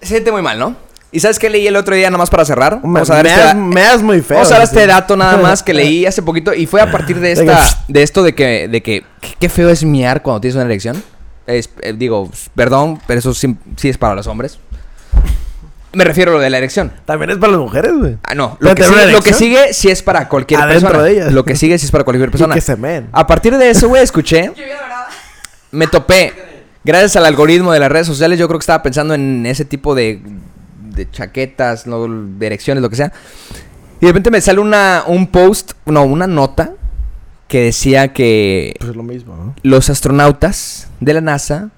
A: Se siente muy mal, ¿no? ¿Y sabes qué leí el otro día, nada más para cerrar?
B: Me,
A: Vamos a dar
B: me
A: este
B: das-
A: da-
B: me das muy feo.
A: Vamos a dar este
B: sí.
A: dato nada más que leí hace poquito y fue a partir de
B: Venga.
A: esta, de esto de que, de que, qué- qué feo es miar cuando tienes una erección. Es- eh, digo, perdón, pero eso sí, sí es para los hombres. Me refiero a lo de la erección.
B: También es para las mujeres, güey.
A: Ah, no.
B: ¿Pero
A: Lo que,
B: tener
A: sigue,
B: una
A: lo que
B: erección?
A: sigue sí es para cualquier
B: Adentro
A: persona.
B: de ella.
A: Lo que sigue sí es para cualquier persona.
B: Y que se meen.
A: A partir de eso, güey, escuché,
D: Lluvia dorada.
A: me topé. Gracias al algoritmo de las redes sociales, yo creo que estaba pensando en ese tipo de, de chaquetas, no, de erecciones, lo que sea. Y de repente me sale una, un post, no, una nota que decía que
B: Pues es lo mismo, ¿no?
A: los astronautas de la NASA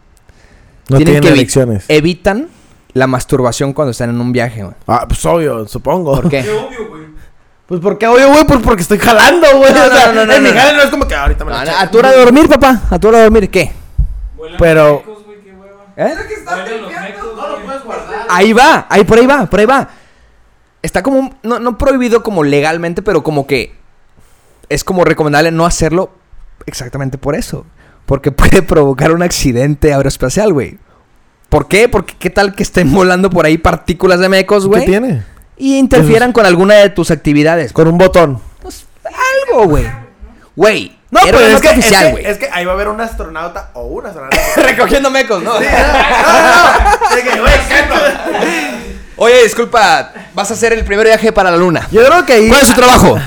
B: No tienen,
A: que eh, evi-
B: elecciones.
A: evitan la masturbación cuando están en un viaje, güey.
B: Ah, pues obvio, supongo.
A: ¿Por qué?
C: Qué obvio, güey.
B: Pues porque obvio, güey, pues porque estoy jalando, güey.
A: No,
B: o
A: no,
B: sea,
A: no, no,
B: en
A: no,
B: mi
A: no.
B: jale no es como que ahorita me
A: No,
B: la
A: no,
B: echo.
A: Ah, a tu hora de dormir, papá. A tu hora de dormir, ¿qué?
C: Vuelan
B: Pero-
C: los mecos, güey, qué hueva.
A: ¿Eh?
D: Lo que estás
C: Vuelan los
D: limpiando.
C: mecos, no lo puedes guardar.
A: Ahí va, ahí por ahí va, por ahí va. Está como un- no, no prohibido como legalmente, pero como que es como recomendable no hacerlo exactamente por eso, porque puede provocar un accidente aeroespacial, güey. ¿Por qué? Porque qué tal que estén volando por ahí partículas de mecos,
B: ¿Qué
A: güey,
B: tiene?
A: y interfieran
C: Pues
A: con alguna de tus actividades.
B: Con un botón.
A: Pues, algo, güey. Güey,
B: No,
A: era
B: pero
A: una
B: es
A: nota
B: que,
A: oficial,
B: es,
A: güey.
B: que, es que ahí va a haber un astronauta o una astronauta.
A: recogiendo mecos, ¿no?
B: De que, güey, exacto.
A: Oye, disculpa, vas a hacer el primer viaje para la luna.
B: Yo creo que ahí.
A: ¿Cuál es su trabajo?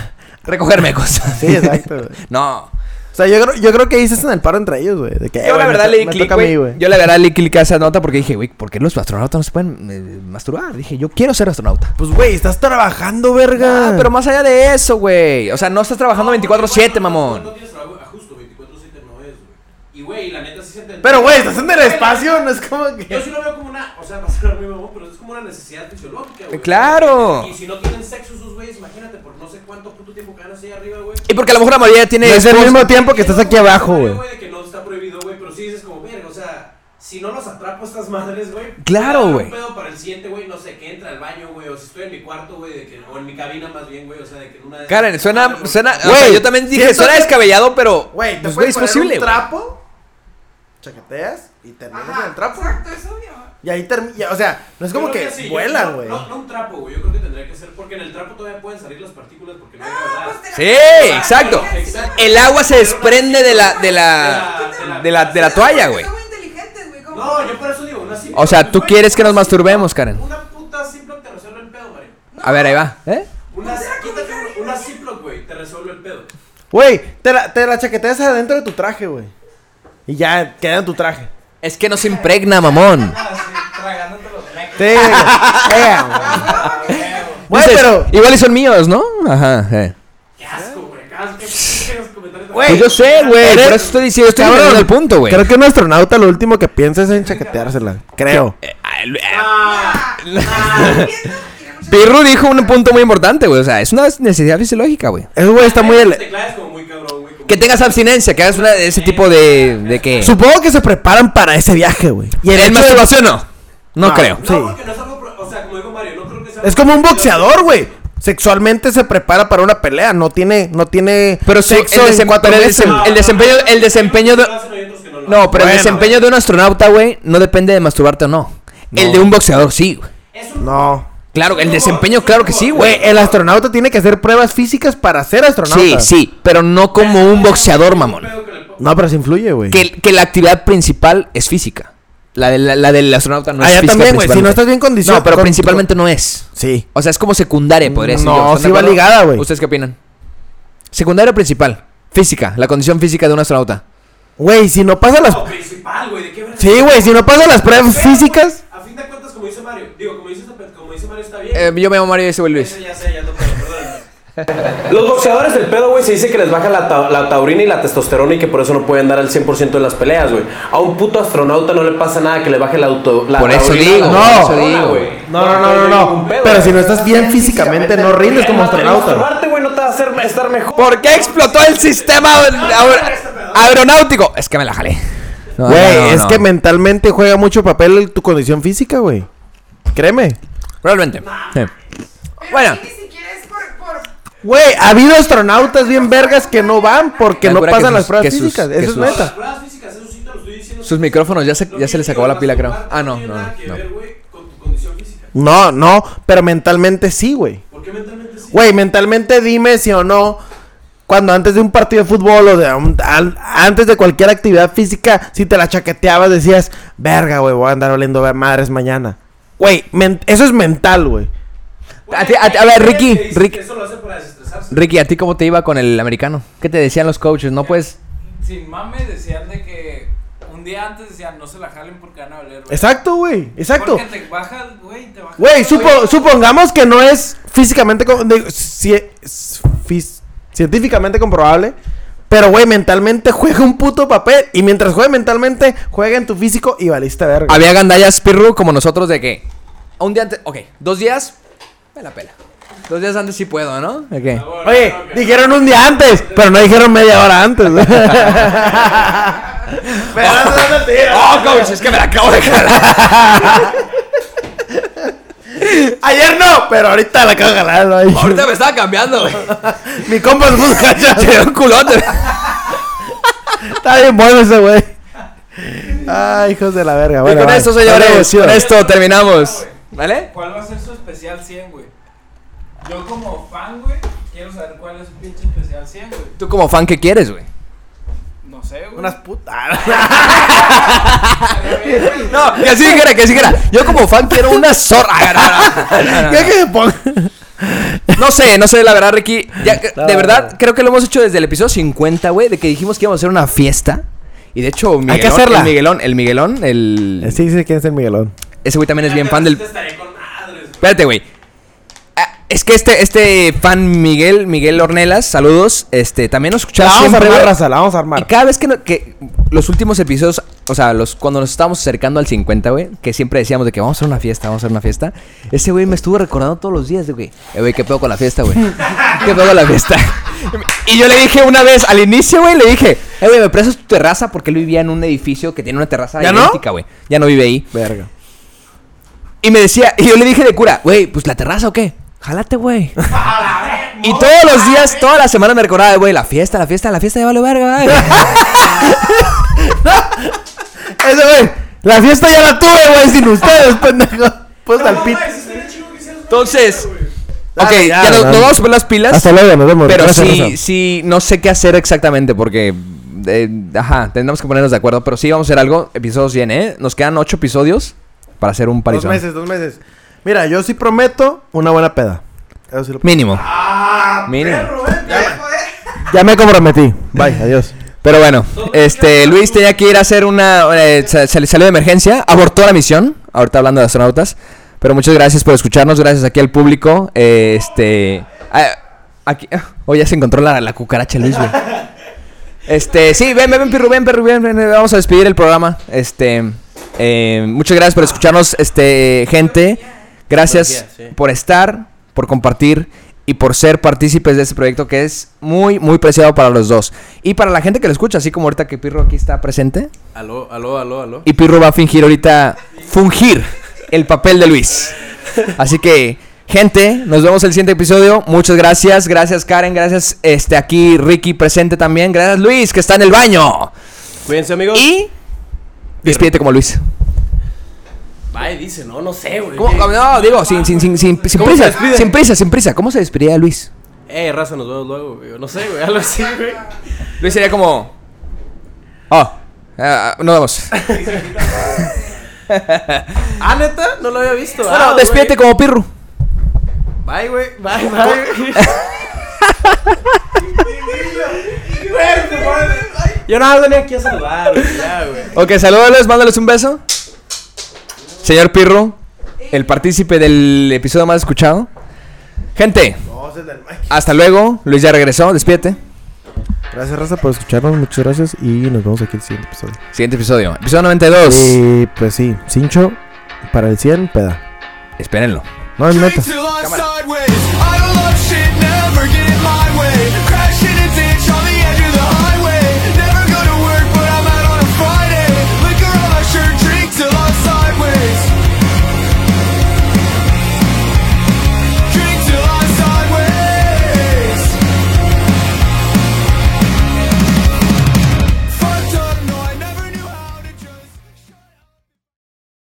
A: Recoger mecos.
B: Sí, exacto, güey.
A: No.
B: O sea, yo creo, yo creo que ahí se hacen el paro entre ellos, güey. De que, eh,
A: Yo la
B: güey, me
A: verdad
B: to-
A: le di
B: me
A: clic,
B: toca a mí,
A: güey. Yo la verdad le di clic a esa nota porque dije, güey, ¿por qué los astronautas no se pueden eh, masturbar? Dije, yo quiero ser astronauta.
B: Pues, güey, estás trabajando, verga.
A: Ah, pero más allá de eso, güey. O sea, no estás trabajando
C: No, porque
A: 24-7,
C: cuando-
A: mamón.
C: cuando tienes trabajo, ah, justo 24-7 no es, güey. Y, güey, la neta sí se entiende.
B: Pero, güey, estás en el espacio, no es como
C: Yo
B: que.
C: sí lo veo como una, o sea, va a sonar muy mamón, pero es como una necesidad fisiológica, güey.
A: ¡Claro!
C: Y si no tienen sexo sus güeyes, imagínate por no sé cuánto puto tiempo quedan así arriba, güey.
A: Y porque a lo mejor la mayoría tiene.
B: No es el
A: esposa.
B: mismo tiempo que estás aquí abajo, güey.
C: de que no está prohibido, güey, pero sí dices como, verga, o sea, si no los atrapo a estas madres, güey.
A: Claro,
C: voy a dar
A: güey.
C: Un pedo para el siguiente, güey, no sé, que entra al baño, güey, o si estoy en mi cuarto, güey, de que- o en mi cabina más bien, güey, o sea, de que en una de esas-
A: Karen, suena. suena o
B: Güey,
A: sea, yo también dije,
B: siento
A: suena
B: que-
A: descabellado, pero.
B: Güey, te
A: pues,
B: puedes
A: es
B: poner
A: posible.
B: un
A: güey.
B: trapo, chaqueteas y terminas en
D: Ajá,
B: el trapo.
D: Exacto, es obvio.
B: Y ahí termina. O sea, no es
C: Yo
B: como
C: creo
B: que
C: sí, yo-
B: vuelan,
C: no,
B: güey.
C: No, no un trapo, güey, yo creo que tendría que ser, porque en el trapo todavía pueden salir las partículas porque no hay
D: Ah,
C: gravedad.
D: pues te
A: Sí,
D: la-
A: exacto.
C: Exacto.
A: El agua se desprende de la. de la. Ah, de la, de la toalla, güey.
D: Son muy inteligentes, güey. como-
C: No, yo por eso digo, una simple.
A: O sea, ¿tú
C: güey,
A: quieres que nos
C: una
A: masturbemos,
C: simple-
A: Karen?
C: Una puta Ziploc te resuelve el pedo, güey.
A: A ver, ahí va. ¿Eh?
C: Una,
D: No será que
C: quítate
D: me
C: una-
D: cae.
C: una Ziploc, güey, te resuelve el pedo.
B: Güey, te la, te la chaqueteas adentro de tu traje, güey. Y ya queda en tu traje.
A: Es que no se impregna, mamón.
B: Sí, güey. Yeah, güey. Güey,
A: Dices,
B: pero.
A: Igual y son míos, ¿no? Ajá, eh.
C: Qué asco, güey. Qué asco. Qué asco comentarios.
B: Güey,
A: Pues yo sé, güey.
B: Eres-
A: Por eso estoy diciendo, estoy
B: Cabrón,
A: llegando al punto, güey.
B: Creo que un astronauta lo último que piensa es en chaqueteársela. Creo.
A: Eh, ay, eh,
C: Ah,
D: Ah, ah, viendo, tiene mucha-
A: Pirru dijo un punto muy importante, güey. O sea, es una necesidad fisiológica, güey.
B: Ese güey está muy. ele-
C: Te claves como muy cabrón, güey. como-
A: Que tengas abstinencia, que hagas una, ese tipo de, de que...
B: Supongo que se preparan para ese viaje, güey. Y el
A: ¿En
B: hecho de-
A: masturbación no? No
B: No.
A: creo.
C: No,
B: sí.
C: porque no es algo. pro- O sea, como dijo Mario, no creo que sea.
B: Es como un boxeador, güey. Sexualmente se prepara para una pelea. No tiene, no tiene
A: Pero su-
B: sexo
A: el
B: en
A: desem-
B: cuatro
A: pero el
B: meses.
A: desem-
B: güey.
A: el desempeño- el desempeño de-
C: Hay unos que lo hacen, hay otros que lo
A: No, pero el
B: Bueno.
A: desempeño de un astronauta, güey, no depende de masturbarte o no. El
B: No.
A: de un boxeador, sí, güey.
C: hacen. Es un.
B: No.
A: Claro, el desempeño, claro que sí,
B: Güey,
A: güey.
B: el astronauta tiene que hacer pruebas físicas para ser
A: Sí,
B: astronauta.
A: sí, pero no como un boxeador, mamón.
C: pedo que le pongo.
B: No, pero se influye, güey.
A: Que, que la actividad principal es física. La, de, la, la del astronauta no es
B: Allá
A: física
B: Ah, también, güey. Si no
A: principalmente.
B: estás bien condicionado.
A: No, pero principalmente no es.
B: Sí.
A: O sea, es como secundaria, podría decir.
B: No,
A: yo. ¿Están
B: sí
A: de
B: va
A: acuerdo?
B: ligada, güey.
A: ¿Ustedes qué opinan? Secundaria o principal. Física, la condición física de un astronauta.
B: Güey, si no pasa las.
C: No, principal, güey, ¿de qué verga?
B: Sí, güey, si no pasa las pruebas
C: Pero,
B: físicas.
C: A fin de cuentas, como dice Mario, digo, como dice, como dice Mario, está bien.
A: Eh, yo me llamo Mario y ese güey Luis.
C: Eso ya sé, ya no puedo, perdón.
E: Pues. Los boxeadores del pedo, güey, se dice que les baja la, ta- la taurina y la testosterona y que por eso no pueden dar al 100% en las peleas, güey. A un puto astronauta no le pasa nada que le baje la, auto, la
A: Por eso
E: taurina y
A: digo,
E: la
B: no.
E: testosterona,
A: digo.
E: güey.
B: No, no, no, no, no.
E: ningún pedo,
B: Pero
E: güey.
B: si no estás bien físicamente, no rindes como
E: No te vas a
B: astronauta.
E: masturbarte, güey, no te va a hacer estar mejor.
A: ¿Por qué explotó el sistema aer- aeronáutico? Es que me la jalé. No,
B: Güey,
A: no, no,
B: es
A: no.
B: que mentalmente juega mucho papel tu condición física, güey. Créeme.
A: Probablemente.
B: Ah.
A: Sí.
D: Pero
A: Bueno.
D: sí, ni siquiera es por, por
B: Güey, ha habido astronautas bien vergas que no van porque
A: Me
B: no
A: jura que
B: pasan
A: sus-
B: las
A: que
B: pruebas
A: sus-
B: físicas.
A: que
B: Eso es
A: sus-
C: Las
B: neta.
C: pruebas físicas, eso sí te lo estoy diciendo.
A: Sus micrófonos ya se,
C: Lo
A: ya
C: que
A: se les
C: digo,
A: acabó la pila, creo.
C: masturbarte
A: Ah, no,
C: tiene
A: no,
C: nada que
A: no.
C: ver, güey, con tu condición física.
B: No, no, pero mentalmente sí, güey.
C: ¿Por qué mentalmente sí?
B: Güey, mentalmente dime si o no. Cuando antes de un partido de fútbol o de un- al- antes de cualquier actividad física, si te la chaqueteabas, decías, verga, güey, voy a andar oliendo a madres mañana. Güey, men- eso es mental, güey.
C: Güey,
A: a ti- a ti- a
C: hay
A: ver,
C: gente
A: Ricky,
C: que dice
A: Ricky.
C: que Eso lo hace para desestresarse.
A: Ricky, ¿a ti cómo te iba con el americano? ¿Qué te decían los coaches? No pues, puedes.
F: Sin mames decían de que un día antes decían no se la jalen porque van a valer. güey".
B: Exacto, güey, exacto.
F: Porque te baja, güey, te baja.
B: Güey,
F: el
B: supo-
F: güey.
B: supongamos que no es físicamente, co- de- ci- s- fis- científicamente comprobable, pero güey, mentalmente juega un puto papel y mientras juega mentalmente, juega en tu físico y valiste verga.
A: Había gandallas pirru como nosotros de que. Un día antes. Ok, dos días. Me la pela. Dos días antes sí puedo, ¿no? Ok.
C: Ahora,
B: Oye,
C: ok.
B: dijeron un día antes, pero no dijeron media hora antes. güey. pero eso es mentira.
A: Oh, coach, es que me la acabo de jalar.
B: Ayer no, pero ahorita la acabo de jalar, ¿no?
A: Ahorita me estaba cambiando, güey.
B: Mi compa se puso cacha.
A: Te dio un culote.
B: Está bien bueno ese güey. Ay, hijos de la verga. Bueno,
A: y con
B: va.
A: esto,
B: Bueno,
A: señores,
B: chido.
A: con esto terminamos. ¿Vale?
F: ¿Cuál va a ser su especial 100, güey? Yo como fan, güey, quiero saber cuál es su pinche especial 100, güey.
A: Tú como fan, ¿qué quieres, güey?
F: No sé, güey.
B: Unas putas.
A: No, que así dijera, que así dijera. Yo como fan quiero una zorra. Ah, no, no, no, no,
B: ¿Qué
A: no.
B: que me ponga?
A: No sé, no sé, la verdad, Ricky. ya que-
B: No,
A: de verdad,
B: no.
A: creo que lo hemos hecho desde el episodio 50, güey, de que dijimos que íbamos a hacer una fiesta. Y de hecho, Miguelón,
B: que hacerla.
A: el Miguelón, el Miguelón, el...
B: Sí, sí, quién es el Miguelón.
A: Ese güey también es bien fan del...
C: Te estaré con madres, güey.
A: Espérate, güey. Ah, es que este, este fan Miguel, Miguel Ornelas, saludos, este, también nos
B: La
A: escuchaba
B: vamos a
A: siempre,
B: armar,
A: güey.
B: raza, la vamos a
A: Y
B: armar.
A: cada vez que, no- que los últimos episodios, o sea, los, cuando nos estábamos acercando al 50, güey, que siempre decíamos de que vamos a hacer una fiesta, vamos a hacer una fiesta, ese güey me estuvo recordando todos los días de, güey, eh, güey, ¿qué pedo con la fiesta, güey? ¿Qué pedo con la fiesta? Y yo le dije una vez, al inicio, güey, le dije, eh, güey, me prestas tu terraza porque él vivía en un edificio que tiene una terraza
B: ¿Ya no?
A: idéntica, güey. Ya no vive ahí.
B: Verga.
A: Y me decía, y yo le dije de cura, güey, pues la terraza o qué? Jálate, güey. Y todos los días, toda la semana me recordaba, de, güey, la fiesta, la fiesta, la fiesta ya vale verga, güey.
B: Ese güey, la fiesta ya la tuve, güey, sin ustedes, pendejo. Pues
C: No,
B: al pit.
C: güey, si estaría chido que hicieras una
A: Entonces,
C: fiesta, güey.
A: Ok,
B: Dale,
A: ya,
B: ya,
A: nos,
B: dale.
A: nos vamos a poner las pilas.
B: Hasta luego, nos vemos.
A: Pero
B: Gracias,
A: sí,
B: Rosa.
A: sí, no sé qué hacer exactamente porque. eh, ajá, tendremos que ponernos de acuerdo. Pero sí, vamos a hacer algo. Episodios 100, ¿eh? Nos quedan 8 episodios para hacer un
B: Dos
A: parizón.
B: meses, dos meses. Mira, yo sí prometo una buena peda. Eso sí lo-
A: Mínimo.
C: Ah,
A: Mínimo.
C: perro, eh.
B: Ya me comprometí. Bye, adiós.
A: Pero bueno, este Luis tenía que ir a hacer una. eh, sa- sal- salió de emergencia, abortó la misión. Ahorita hablando de astronautas. Pero muchas gracias por escucharnos. Gracias aquí al público. eh, este. ah, aquí. hoy ya se encontró la, la cucaracha Luis, güey. Este, sí, ven, ven, ven, Pirru, ven, Pirru, ven, ven, ven, vamos a despedir el programa. Este, eh, muchas gracias por escucharnos, este, gente. Gracias por estar, por compartir y por ser partícipes de este proyecto que es muy, muy preciado para los dos. Y para la gente que lo escucha, así como ahorita que Pirro aquí está presente.
E: Aló, aló, aló, aló.
A: Y Pirro va a fingir ahorita, fungir el papel de Luis. Así que, gente, nos vemos el siguiente episodio. Muchas gracias, gracias Karen, gracias este aquí Ricky presente también. Gracias Luis, que está en el baño.
E: Cuídense, amigos.
A: Y despídete como Luis.
E: Bye, dice, no, no sé, güey.
A: ¿Cómo- cómo- No, digo, sin, sin, sin, sin, sin
E: ¿Cómo se
A: prisa,
E: despide?
A: sin prisa, sin prisa. ¿Cómo se despediría Luis?
E: Eh, raza, nos vemos luego, güey. No sé, güey, algo así, güey.
A: Ah, Luis sería como... Oh, no vamos.
B: ah, neta, no lo había visto.
A: Bueno,
C: Ah,
E: Ah,
A: despídete como pirro.
B: Bye, güey. Bye, bye.
E: Yo no venía aquí a salvar, güey, ya, güey.
A: Ok, salúdales, mándales un beso. Señor Pirro, el partícipe del episodio más escuchado. Gente, hasta luego. Luis ya regresó, despídete.
B: Gracias, Raza, por escucharnos. Muchas gracias. Y nos vemos aquí en el siguiente episodio.
A: Siguiente episodio, episodio 92.
B: Y pues sí, cincho para el 100, peda.
A: Espérenlo.
B: No es neta.
F: Cámara.